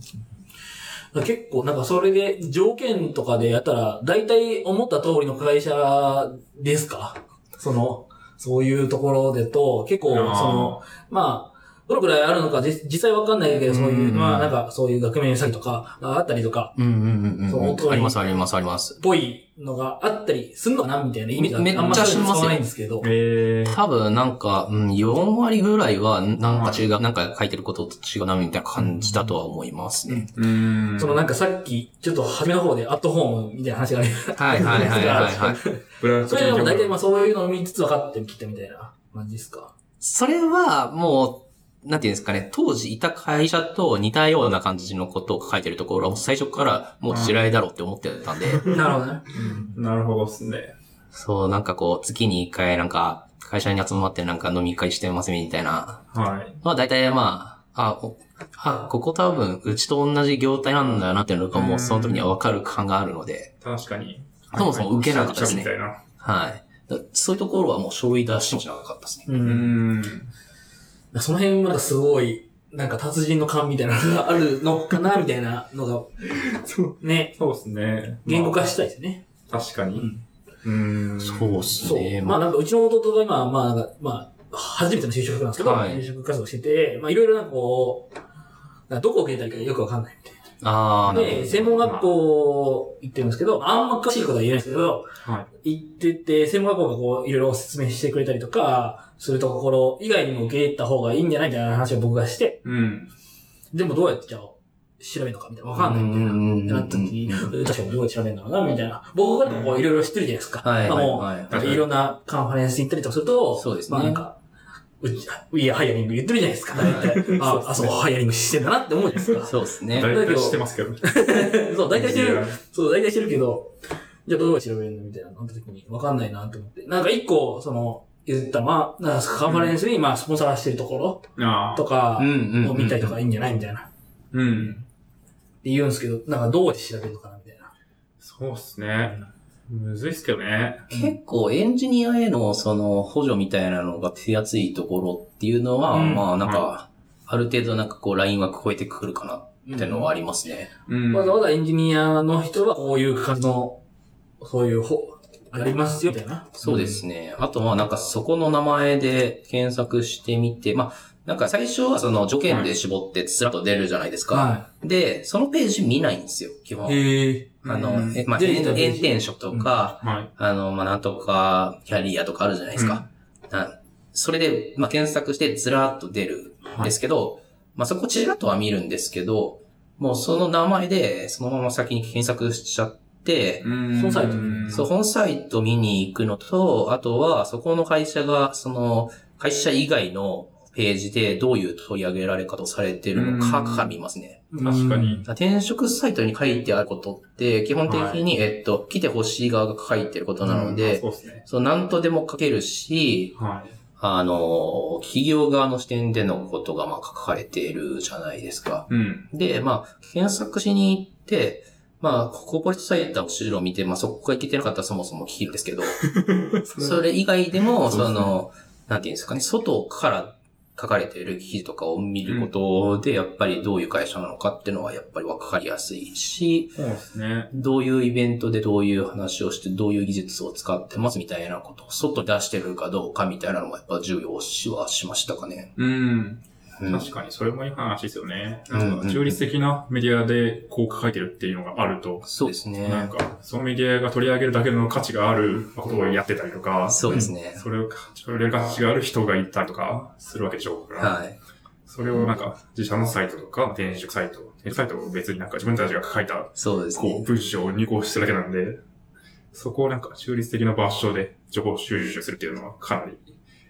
Speaker 2: ら結構、なんかそれで条件とかでやったら、大体思った通りの会社ですかその、そういうところでと、結構、
Speaker 3: い。
Speaker 2: その、まあ、どのくらいあるのか、じ実際わかんないけど、そういう、
Speaker 1: うん
Speaker 2: まあなんか、そういう額面詐欺とか、あったりとか、
Speaker 1: うんうんうん
Speaker 2: そううん
Speaker 1: うん。あります、あります、あります。
Speaker 2: ぽいのがあったりすんのかなみたいな意味じゃ
Speaker 1: めめっちゃ
Speaker 2: あんまり
Speaker 1: しますよ
Speaker 2: 使わないんですけど。
Speaker 3: えー。
Speaker 1: 多分なんか、うん、4割ぐらいはなんか違う、なんか書いてることと違うなみたいな感じだとは思いますね。
Speaker 3: うん。
Speaker 2: そのなんかさっき、ちょっと初めの方でアットホームみたいな話があり
Speaker 1: はいはいはいはいはい。
Speaker 3: ブラウ
Speaker 2: それでも大体まあそういうのを見つつ分かってきたみたいな感じですか。
Speaker 1: それは、もう、なんていうんですかね、当時いた会社と似たような感じのことを書いてるところは、最初からもう地雷だろうって思ってたん
Speaker 2: [LAUGHS]
Speaker 1: で、
Speaker 2: なるほどね。
Speaker 3: なるほどっすね。
Speaker 1: そう、なんかこう、月に一回なんか、会社に集まってなんか飲み会してますみたいな。
Speaker 3: はい。
Speaker 1: まあ大体まあ、あ、おあ、ここ多分、うちと同じ業態なんだなっていうのがもうその時にはわかる感があるので、
Speaker 3: 確かに。
Speaker 1: そもそも受けなかったですね
Speaker 3: みたいな。
Speaker 1: はい。だそういうところはもう書類出しもしなかったですね。
Speaker 2: う。
Speaker 3: うんん。
Speaker 2: その辺もなんかすごい、なんか達人の勘みたいなのがあるのかなみたいなのが、ね、
Speaker 3: そうですね。
Speaker 2: 言語化した
Speaker 3: い。
Speaker 2: いですね。
Speaker 3: 確かに。うん。
Speaker 1: そうっす
Speaker 2: そう
Speaker 1: ね。。
Speaker 2: まあ
Speaker 1: まあ、
Speaker 2: なんかうちの弟が今、まあなんか、まあ、初めての就職なんですけど、
Speaker 1: はい
Speaker 2: 就職活動してて、まあいろいろなんかこう、なんかどこを受けたらいいかよくわかんないみたい
Speaker 1: ああ、
Speaker 2: な。で、専門学校行ってるんですけど、あんま詳しいことは言えないですけど、
Speaker 3: は
Speaker 2: 行ってて、専門学校がこう、いろいろ説明してくれたりとか、するところ以外にも受け入れた方がいいんじゃないみたいな話を僕がして、
Speaker 3: い。うん。
Speaker 2: でもどうやってじゃあ、調べるのかみたいな。わ
Speaker 1: わ
Speaker 2: かんないみたいな。
Speaker 1: み
Speaker 2: ってなった時に、確かにどうやって調べるんだろうな、みたいな。僕がこう、いろいろ知ってるじゃないですか。
Speaker 1: はい
Speaker 2: まあ
Speaker 1: はい
Speaker 2: もう
Speaker 1: はい
Speaker 2: なんかいろんなカンファレンス行ったりとかすると、
Speaker 1: そうですね
Speaker 2: まあなんか、うち、ウィアハイアリング言ってるじゃないですか、大体。あ、あそこハイアリングしてんだなって思うじゃないです
Speaker 1: [LAUGHS]
Speaker 2: か。
Speaker 1: そうですね。
Speaker 3: 大体知ってますけど。
Speaker 2: そう、大体してる。そう、大体してるけど、じゃあどうやって調べるのみたいな、なった時に、わかんないなと思って。なんか一個、その、言った、まあ、なんかカンファレンスに、まあ、スポンサーしてるところ
Speaker 3: ああ。
Speaker 2: とか
Speaker 1: うんうんうんうん
Speaker 2: を見たりとかいいんじゃないみたいな。って
Speaker 3: うん。
Speaker 2: 言うんですけど、なんかどうやって調べるのかなみたいな。
Speaker 3: そうっすね。むずいっすけどね。
Speaker 1: 結構エンジニアへのその補助みたいなのが手厚いところっていうのは、
Speaker 2: うん
Speaker 1: まあなんか、
Speaker 3: は
Speaker 1: ある程度なんかこうラインは超えてくるかなってのはありますね。
Speaker 3: うん。
Speaker 2: わざわざエンジニアの人はこういう感じの、そういう方、ありますよ、みたいな。
Speaker 1: そうですね。あとまあなんかそこの名前で検索してみて、まあなんか最初はその条件で絞ってスラッと出るじゃないですか。で、そのページ見ないんですよ、基本。
Speaker 2: へえ。
Speaker 1: あの、
Speaker 3: うん
Speaker 1: えまあ、
Speaker 2: 出て
Speaker 1: 炎
Speaker 2: きたページ
Speaker 1: 炎天職とか、
Speaker 3: はい。
Speaker 1: あの、まあ、なんとか、キャリアとかあるじゃないですか。なそれで、まあ、検索してずらっと出るんですけど、まあ、そこちらっとは見るんですけど、もうその名前で、そのまま先に検索しちゃって、
Speaker 3: うん
Speaker 2: そのサイト
Speaker 1: そう、本サイト見に行くのと、あとは、そこの会社が、その、会社以外のページでどういう取り上げられ方をされてるのか
Speaker 3: うん
Speaker 1: から見ますね。
Speaker 3: 確かに。
Speaker 1: 転職サイトに書いてあることって、基本的に、えっと、来てほしい側が書いてることなの
Speaker 3: うん
Speaker 1: で、
Speaker 3: そうっすね。
Speaker 1: そう、なんとでも書けるし、
Speaker 3: はい。
Speaker 1: あの、企業側の視点でのことが、まあ、書かれているじゃないですか。
Speaker 3: うん。
Speaker 1: で、まあ、検索しに行って、まあ、コーポレートサイトを後ろ見て、まあ、そこがいけてなかったらそもそも聞きるんですけ
Speaker 3: [LAUGHS]
Speaker 1: ど、それ以外でも、
Speaker 3: そう
Speaker 1: そ
Speaker 3: ですね
Speaker 1: の、なんていうんですかね、外から書かれている記事とかを見ることで、やっぱりどういう会社なのかっていうのは、やっぱりわかりやすいし、
Speaker 3: そうですね。
Speaker 1: どういうイベントでどういう話をして、どういう技術を使ってますみたいなことを外に出してるかどうかみたいなのもやっぱ重要視はしましたかね。
Speaker 3: うん。
Speaker 1: うん
Speaker 3: 確かに、それもいい話ですよね。
Speaker 1: うん
Speaker 3: なん
Speaker 1: う
Speaker 3: か
Speaker 1: ん
Speaker 3: 中立的なメディアでこう書いてるっていうのがあると、
Speaker 1: そうです
Speaker 3: な
Speaker 1: ね
Speaker 3: ん。か、そのメディアが取り上げるだけの価値があることをやってたりとか、
Speaker 1: そうですね。
Speaker 3: それを、それが価値がある人がいたりとかするわけでしょうから、
Speaker 1: はい。
Speaker 3: それをなんか、自社のサイトとか、転職サイト、転職サイトを別になんか自分たちが書いた、
Speaker 1: そうです
Speaker 3: こう、
Speaker 1: ね。
Speaker 3: 文章を入稿してるだけなんで、そこをなんか中立的な場所で情報収集するっていうのはかなり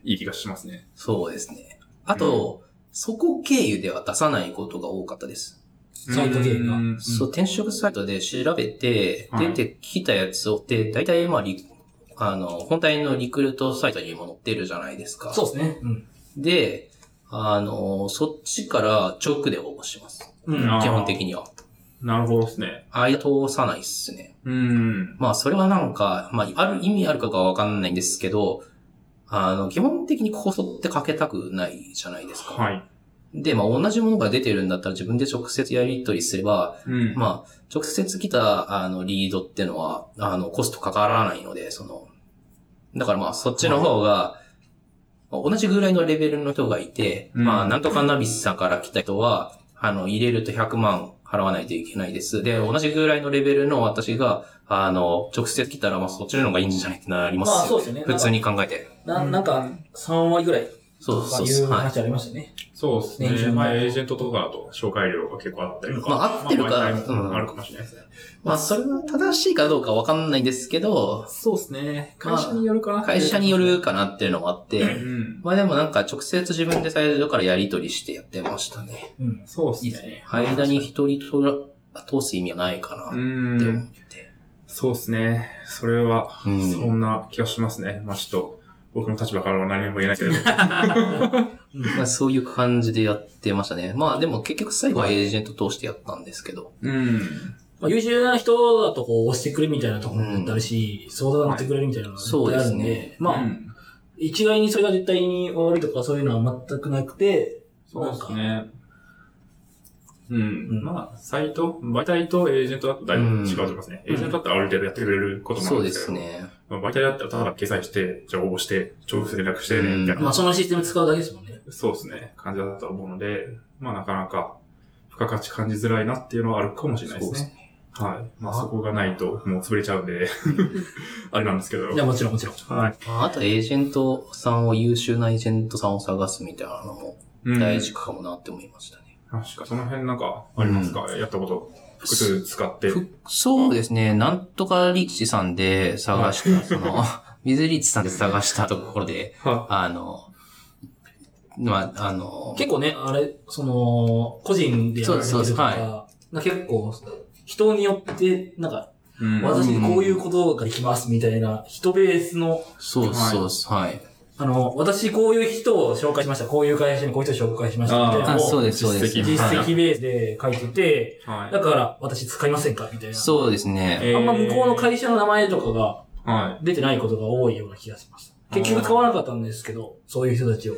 Speaker 3: いい気がしますね。
Speaker 1: そうですね。あと、そこ経由では出さないことが多かったです。
Speaker 2: サイト系が
Speaker 3: うん
Speaker 1: そう、転職サイトで調べて、
Speaker 3: は
Speaker 1: 出
Speaker 3: い
Speaker 1: てきたやつを、で、大体、まあ、リあの、本体のリクルートサイトにも載ってるじゃないですか。
Speaker 2: そうですね。うん。
Speaker 1: で、あの、そっちから直で応募します。
Speaker 2: うん
Speaker 3: あー
Speaker 1: 基本的には。
Speaker 3: なるほどですね。
Speaker 1: 相通さないっすね。
Speaker 3: うん。
Speaker 1: まあ、それはなんか、まあ、ある意味あるかがわかんないんですけど、あの、基本的に構想ってかけたくないじゃないですか。
Speaker 3: はい。
Speaker 1: で、まあ、同じものが出てるんだったら自分で直接やり取りすれば、
Speaker 3: うん。
Speaker 1: まあ、直接来た、あの、リードってのは、あの、コストかからないので、その、だからまあ、そっちの方が、まあ同じぐらいのレベルの人がいて、
Speaker 3: うん
Speaker 1: まあ、なんとかナビスさんから来た人は、あの、入れると100万払わないといけないです。で、同じぐらいのレベルの私が、あの、直接来たら、まあ、そっちの方がいいんじゃないってなりますよ、
Speaker 2: まあそうですよね
Speaker 1: 普通に考えて。
Speaker 2: ななんか、3割ぐらい
Speaker 1: そう
Speaker 2: と
Speaker 1: そ
Speaker 2: か
Speaker 1: う
Speaker 2: い
Speaker 1: そうう。はい。
Speaker 2: 話ありましたね。
Speaker 3: そうですね
Speaker 2: 年。収
Speaker 3: まあ、エージェントとかだと紹介料が結構あったりとか。
Speaker 1: まあ合ってるか
Speaker 3: まあ毎回
Speaker 1: うん
Speaker 3: あるかもしれないですね。
Speaker 1: まあ、それは正しいかどうかわかんないんですけど、
Speaker 3: そうですね。
Speaker 1: まあ
Speaker 3: 会社によるかな。
Speaker 1: 会社によ。るかなっていうのもあって、
Speaker 3: うん。
Speaker 1: まあでもなんか直接自分で最初からやり取りしてやってましたね。
Speaker 2: うん。
Speaker 3: そうですね。
Speaker 1: 間に一人とら通す意味はないかな
Speaker 3: う
Speaker 1: って思っ
Speaker 3: ん。
Speaker 1: て。
Speaker 3: そうですね。それは、
Speaker 1: う
Speaker 3: そ
Speaker 1: ん
Speaker 3: んな気がしますね。まあ、ちょっと、僕の立場からは何も言えないけど。
Speaker 1: まあそういう感じでやってましたね。まあでも結局最後はエージェント通してやったんですけど。
Speaker 3: うん。
Speaker 2: まあ、優秀な人だとこう押してくれるみたいなところもあるし、相談乗ってくれるみたいなのが絶対あるんで、
Speaker 1: はいそうですね
Speaker 2: まあ、
Speaker 3: うん
Speaker 2: 一概にそれが絶対に悪いとかそういうのは全くなくて、
Speaker 3: そうですね。うん。
Speaker 2: うん
Speaker 3: まあ、サイト、媒体とエージェントだとだいぶ違うと思いますね。
Speaker 2: うん
Speaker 3: エージェントだったらある程度やってくれることもあ
Speaker 1: そ
Speaker 3: る
Speaker 1: うん
Speaker 3: で
Speaker 1: です
Speaker 3: けど。
Speaker 1: すね。
Speaker 3: まあ、媒体だったらただ掲載して、じゃあ応募して、重複連絡して
Speaker 1: う
Speaker 3: ね、
Speaker 1: ん
Speaker 3: みたい
Speaker 2: まあ
Speaker 3: な。
Speaker 2: そのシステム使うだけですもんね。
Speaker 3: そうですね。感じだったと思うので、まあ、なかなか、付加価値感じづらいなっていうのはあるかもしれないです
Speaker 1: そうで
Speaker 3: ね。はい。まあ、そこがないと、もう潰れちゃうん
Speaker 1: [LAUGHS]
Speaker 3: で、あれなんですけど。
Speaker 2: いや、もちろんもちろん。
Speaker 3: はい。
Speaker 1: まああとエージェントさんを優秀なエージェントさんを探すみたいなのも
Speaker 3: うん
Speaker 1: 大事かもなって思いましたね。
Speaker 3: 確か、その辺なんかありますか、やったこと。複数使って。
Speaker 1: ふそうですね。なんとかリッチさんで探した、そ [LAUGHS] の、水リッチさんで探したところで、
Speaker 3: は
Speaker 1: あの、まあ、あの、
Speaker 2: 結構ね、あれ、その、個人でやられて
Speaker 1: そうですそう
Speaker 2: ると
Speaker 1: です
Speaker 2: か、なんか結構、人によって、なんか、
Speaker 3: うん
Speaker 2: 私こういうことができますみたいな、人ベースの、
Speaker 1: そうそうそう、はい。
Speaker 2: あの、私こういう人を紹介しました、こういう会社にこういう人を紹介しましたみたいな
Speaker 1: あ、
Speaker 2: の
Speaker 1: そ
Speaker 2: を
Speaker 1: う、です、そうです。
Speaker 3: 実
Speaker 2: 実
Speaker 1: はい
Speaker 2: 績ベースで書いてて、
Speaker 3: はい。
Speaker 2: だから私使いませんかみたいな。
Speaker 1: そうですね。
Speaker 3: えー
Speaker 2: あんま向こうの会社の名前とかが
Speaker 3: は
Speaker 2: 出てないことが多いような気がします。結局買わなかったんですけど、そういう人たちを。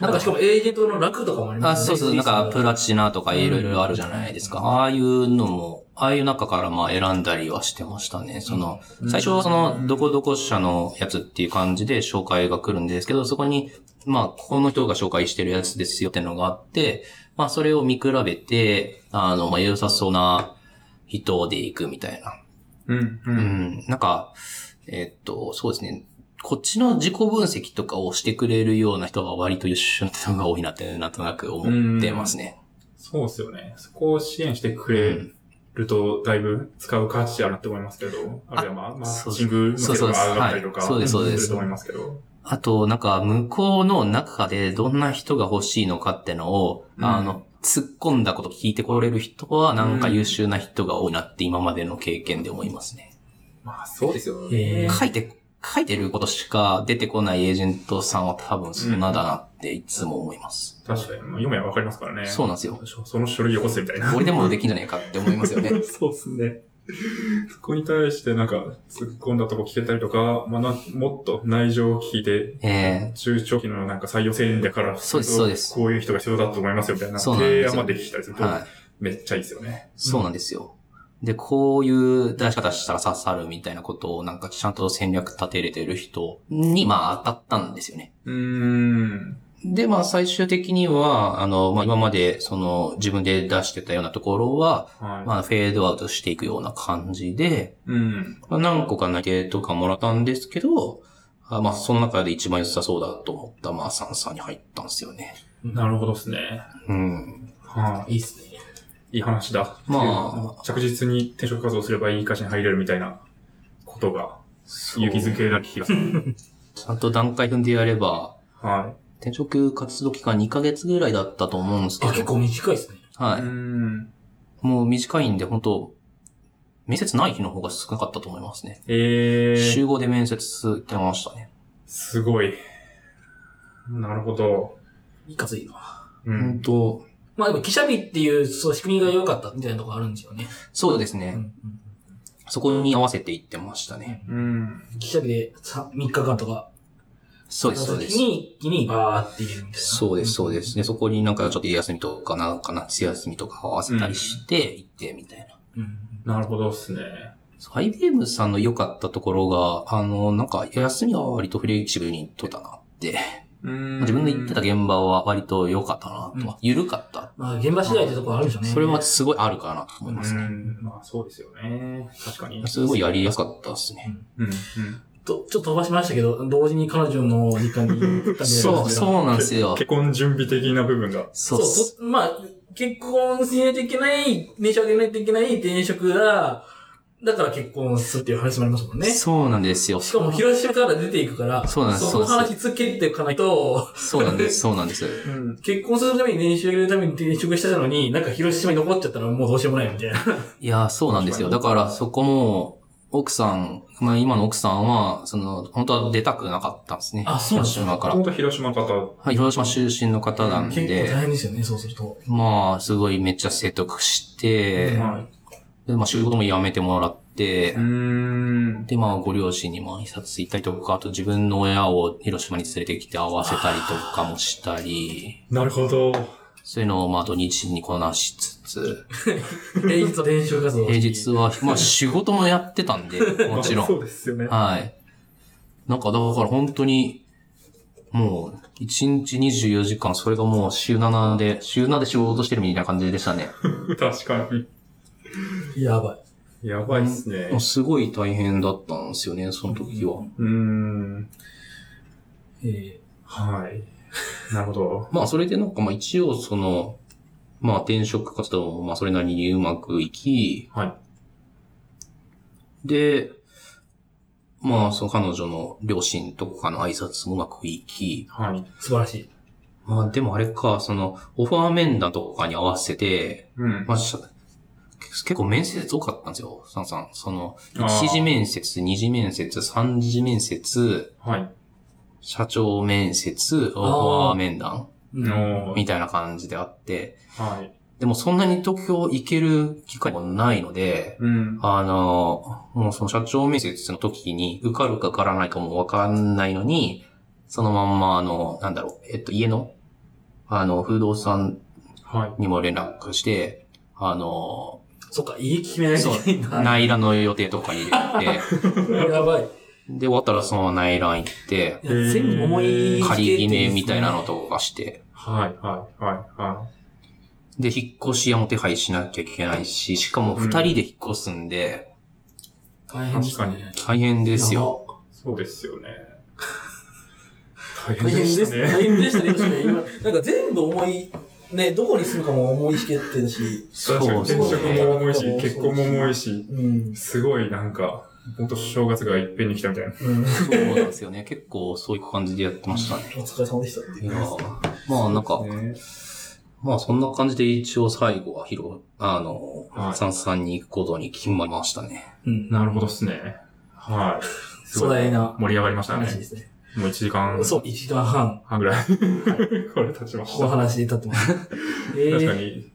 Speaker 2: なんかしかもエージェントの楽とかもありま
Speaker 1: あ、
Speaker 2: す
Speaker 1: そうそう、なんか、プ
Speaker 2: ラ
Speaker 1: ラチナとかいろいろあるじゃないですか。ああいうのも、ああいう中からまあ選んだりはしてましたね。その、最初はその、どこどこ社のやつっていう感じで紹介が来るんですけど、そこに、まあ、この人が紹介してるやつですよってのがあって、まあ、それを見比べて、あの、まあ、良さそうな人で行くみたいな。
Speaker 3: い。うん、う。
Speaker 1: うんん、なんか、えっと、そうですね。こっちの自己分析とかをしてくれるような人が割と優秀な人が多いなって、なんとなく思ってますね。
Speaker 3: そうですよね。そこを支援してくれると、だいぶ使う価値あるなって思いますけど、あるいはまあ、マッチングの結果が上がったりとか、
Speaker 1: そうですそうです
Speaker 3: ると思いますけど。
Speaker 1: あと、なんか、向こうの中でどんな人が欲しいのかってのを、
Speaker 3: うん
Speaker 1: あの、突っ込んだこと聞いてこれる人は、なんか優秀な人が多いなって今までの経験で思いますね。
Speaker 3: まあ、そうですよ
Speaker 2: へうんー
Speaker 1: 書いて、書いてることしか出てこないエージェントさんは多分そんなだなっていつも思います。
Speaker 3: 確かに、まあ、読めばわかりますからね。
Speaker 1: そうなんですよ。
Speaker 3: そその書類よこせみたいな。
Speaker 1: 俺でもできんじゃないかって思いますよね。
Speaker 3: [LAUGHS] そうですね。そこに対してなんか、突っ込んだとこ聞けたりとか、まあな、もっと内情を聞いて、
Speaker 1: え
Speaker 3: 中長期のなんか採用戦略から、
Speaker 1: そうですそうです
Speaker 3: こういう人が必要だと思いますよみたいな
Speaker 1: そうなんです
Speaker 3: 提
Speaker 1: よ
Speaker 3: 案までできたりす
Speaker 1: え
Speaker 3: ると、
Speaker 1: はい。
Speaker 3: めっちゃいいですよね。
Speaker 1: そうなんですよ。で、こういう出し方したら刺さるみたいなことをなんかちゃんと戦略立てれてる人にまあ当たったんですよね。
Speaker 3: うーん。
Speaker 1: で、まあ最終的には、あの、まあ今までその自分で出してたようなところは、
Speaker 3: はい。
Speaker 1: まあフェードアウトしていくような感じで、
Speaker 3: うん。
Speaker 1: まあ何個か内定とかもらったんですけど、あまあその中で一番良さそうだと思ったまあ三さんに入ったんですよね。
Speaker 3: なるほどですね。
Speaker 1: うん。
Speaker 3: はい
Speaker 2: いっすね。
Speaker 3: い。いい話だ。
Speaker 1: ま
Speaker 3: あ、着実に転職活動すればいい会社に入れるみたいなことが、勇気づけられる気がする。
Speaker 1: ちゃんと段階踏んでやれば、
Speaker 3: は。
Speaker 1: 転職活動期間2ヶ月ぐらいだったと思うんですけ
Speaker 2: あ、
Speaker 1: ど。
Speaker 2: 結構短いっすね。
Speaker 1: はい
Speaker 3: うー
Speaker 1: い。
Speaker 3: ん。
Speaker 1: もう短いんで、本当面接ない日の方が少なかったと思いますね。
Speaker 3: えー、
Speaker 1: 集合で面接行ってましたね。
Speaker 3: すごい。なるほど。
Speaker 2: いかついな。
Speaker 3: う
Speaker 1: 本
Speaker 3: ん。
Speaker 1: 当
Speaker 2: まあでも、記者日っていう、そう、仕組みが良かったみたいなとこあるんですよね。
Speaker 1: そうですね。
Speaker 2: うんうん
Speaker 1: そこに合わせていってましたね。
Speaker 3: うん。
Speaker 2: 記者日で 3, 3日間とか、
Speaker 1: そうです、そうです。
Speaker 2: に一気にバーって入れるみたいな。
Speaker 1: そうです、そうです。で、そこになんかちょっと家休みとかなんか夏休みとか合わせたりして行ってみたいな。
Speaker 2: うん。
Speaker 3: なるほどっすね。
Speaker 1: ハイビームさんの良かったところが、あの、なんか休みは割とフレキシブルに取れたなって。
Speaker 3: うん
Speaker 1: 自分の行ってた現場は割と良かったなとは。緩かった。
Speaker 2: まあ、現場次第ってとこあるんでしょうね。
Speaker 1: それはすごいあるかなと思います
Speaker 3: う
Speaker 1: ね。
Speaker 3: ん。まあそうですよね。確かに。
Speaker 1: すごいやりやすかったですね。
Speaker 3: うん。
Speaker 2: と、ちょっと飛ばしましたけど、同時に彼女の実家に行ったんで。
Speaker 1: そう、そうなんです
Speaker 3: うん。
Speaker 1: よ。
Speaker 3: 結婚準備的な部分が。
Speaker 1: そ
Speaker 2: そううそまあ、結婚しないといけない、年収上げないといけない転職が、だから結婚するっていう話もありますもんね。し
Speaker 1: そうなんですよ。
Speaker 2: かも広島から出ていくから、
Speaker 1: そうなんです
Speaker 2: その話つけていかないと、
Speaker 1: そうなんです、そうなんです。
Speaker 3: うん。
Speaker 2: 結婚するために年収上げるために転職したのに、なんか広島に残っちゃったらもうどうしようもないみたいな。
Speaker 1: いやー、そうなんですよ。だから、そこも、奥さん、まあ今の奥さんは、その、本当は出たくなかったんですね。
Speaker 2: あそうなんだ
Speaker 1: 広島か
Speaker 3: も
Speaker 1: ら
Speaker 3: と。もと広島方。
Speaker 1: はい、広島出身の方なん
Speaker 2: 結構大
Speaker 1: で、
Speaker 2: 変ですよね、そうすると。
Speaker 1: まあ、すごいめっちゃ説得して、
Speaker 3: は
Speaker 1: で、まあ仕事も辞めてもらって、
Speaker 3: い。うん。
Speaker 1: で、まあ、ご両親にも挨拶行ったりとか、あと自分の親を広島に連れてきて会わせたりとかもしたり、
Speaker 3: なるほど。
Speaker 1: そういうのをまあ土日にこなしつつ、
Speaker 2: 平日は転職活動を
Speaker 1: 平日
Speaker 3: [LAUGHS]
Speaker 1: は、まあ仕事もやってたんで、もちろ
Speaker 3: そう
Speaker 1: ん。
Speaker 3: ですよね。
Speaker 1: はい。なんかだから本当に、もう、1日24時間、それがもう週7で、週7で仕事してるみたいな感じでしたね。
Speaker 3: 確かに。
Speaker 2: やばい。
Speaker 3: やばいっすね
Speaker 1: もう。すごい大変だったんですよね、その時は。
Speaker 3: うん。
Speaker 2: え
Speaker 3: はい。なるほど。
Speaker 1: まあ、それでなんか、まあ、一応、その、まあ、転職活動も、まあ、それなりにうまくいき、
Speaker 3: はい。
Speaker 1: で、まあ、その彼女の両親とかの挨拶もうまくいき、
Speaker 3: はい。
Speaker 2: ー素晴らしい。
Speaker 1: まあ、でもあれか、その、オファー面談とかに合わせて、
Speaker 3: うん
Speaker 1: ま。あ、し結構面接多かったんですよ、サンさん。その、
Speaker 3: あー
Speaker 1: 1次面接、2次面接、3次面接、
Speaker 3: はい。
Speaker 1: 社長面接、オファー面談、
Speaker 2: うん
Speaker 3: おー
Speaker 1: みたいな感じであって、
Speaker 3: はい。
Speaker 1: でもそんなに東京行ける機会もないので、
Speaker 3: うん。
Speaker 1: あの、もうその社長面接の時に受かるか受からないかもわかんないのに、そのまんまあの、なんだろう、えっと、家の、あの、不動産
Speaker 3: は
Speaker 1: にも連絡して、あの、
Speaker 2: そっか、家決めないと
Speaker 1: そ
Speaker 2: い
Speaker 1: う、
Speaker 2: けないんだ。
Speaker 1: 内覧の予定とか入れて、
Speaker 2: [LAUGHS] やばい。
Speaker 1: で、終わったらそのまま内覧行って、
Speaker 2: いや全部思い
Speaker 1: 仮決めみたいなのとかして
Speaker 3: い。、はい。はい。はい。は
Speaker 1: で、引っ越し屋も手配しなきゃいけないし、しかも二人で引っ越すんで、
Speaker 3: い。
Speaker 2: 大変で
Speaker 3: 確
Speaker 2: す
Speaker 3: か
Speaker 2: ね
Speaker 3: に。
Speaker 1: 大変ですよ。
Speaker 3: そうですよね。大
Speaker 2: 大
Speaker 3: 変
Speaker 2: 変で
Speaker 3: でし
Speaker 2: したた
Speaker 3: ね。
Speaker 2: ね。大変でしたね、確かに。今、なんか全部思い、ね、どこに住むかも思いしけってるし。
Speaker 3: 確かに転職も重い
Speaker 2: そ
Speaker 3: し、
Speaker 2: うです
Speaker 3: 結
Speaker 2: ね
Speaker 3: 婚も重いし、
Speaker 2: うん。
Speaker 3: すごいなんか、ほんと正月がいっぺんに来たみたいな。
Speaker 2: うん。
Speaker 1: そうなんですよね。結構そういう感じでやってましたね。
Speaker 2: お疲れ様でしたっ
Speaker 1: い
Speaker 2: てい
Speaker 1: や
Speaker 2: う。
Speaker 1: ーまあなんか、
Speaker 3: ね
Speaker 1: まあそんな感じで一応最後は広、あの、
Speaker 3: はい
Speaker 1: 三三に行くことに決まりましたね。
Speaker 2: うん。
Speaker 3: なるほどっすね。はい。す
Speaker 2: 壮
Speaker 3: ごい
Speaker 2: 大な
Speaker 3: 盛り上がりましたね
Speaker 2: 話。ですね。
Speaker 3: もう1時間
Speaker 2: そう、1時間半、
Speaker 3: 半ぐらい。これ経ちまし
Speaker 2: この
Speaker 3: た。
Speaker 1: [LAUGHS]
Speaker 2: 話で立ってます。え
Speaker 3: 確か
Speaker 2: ー、
Speaker 3: に、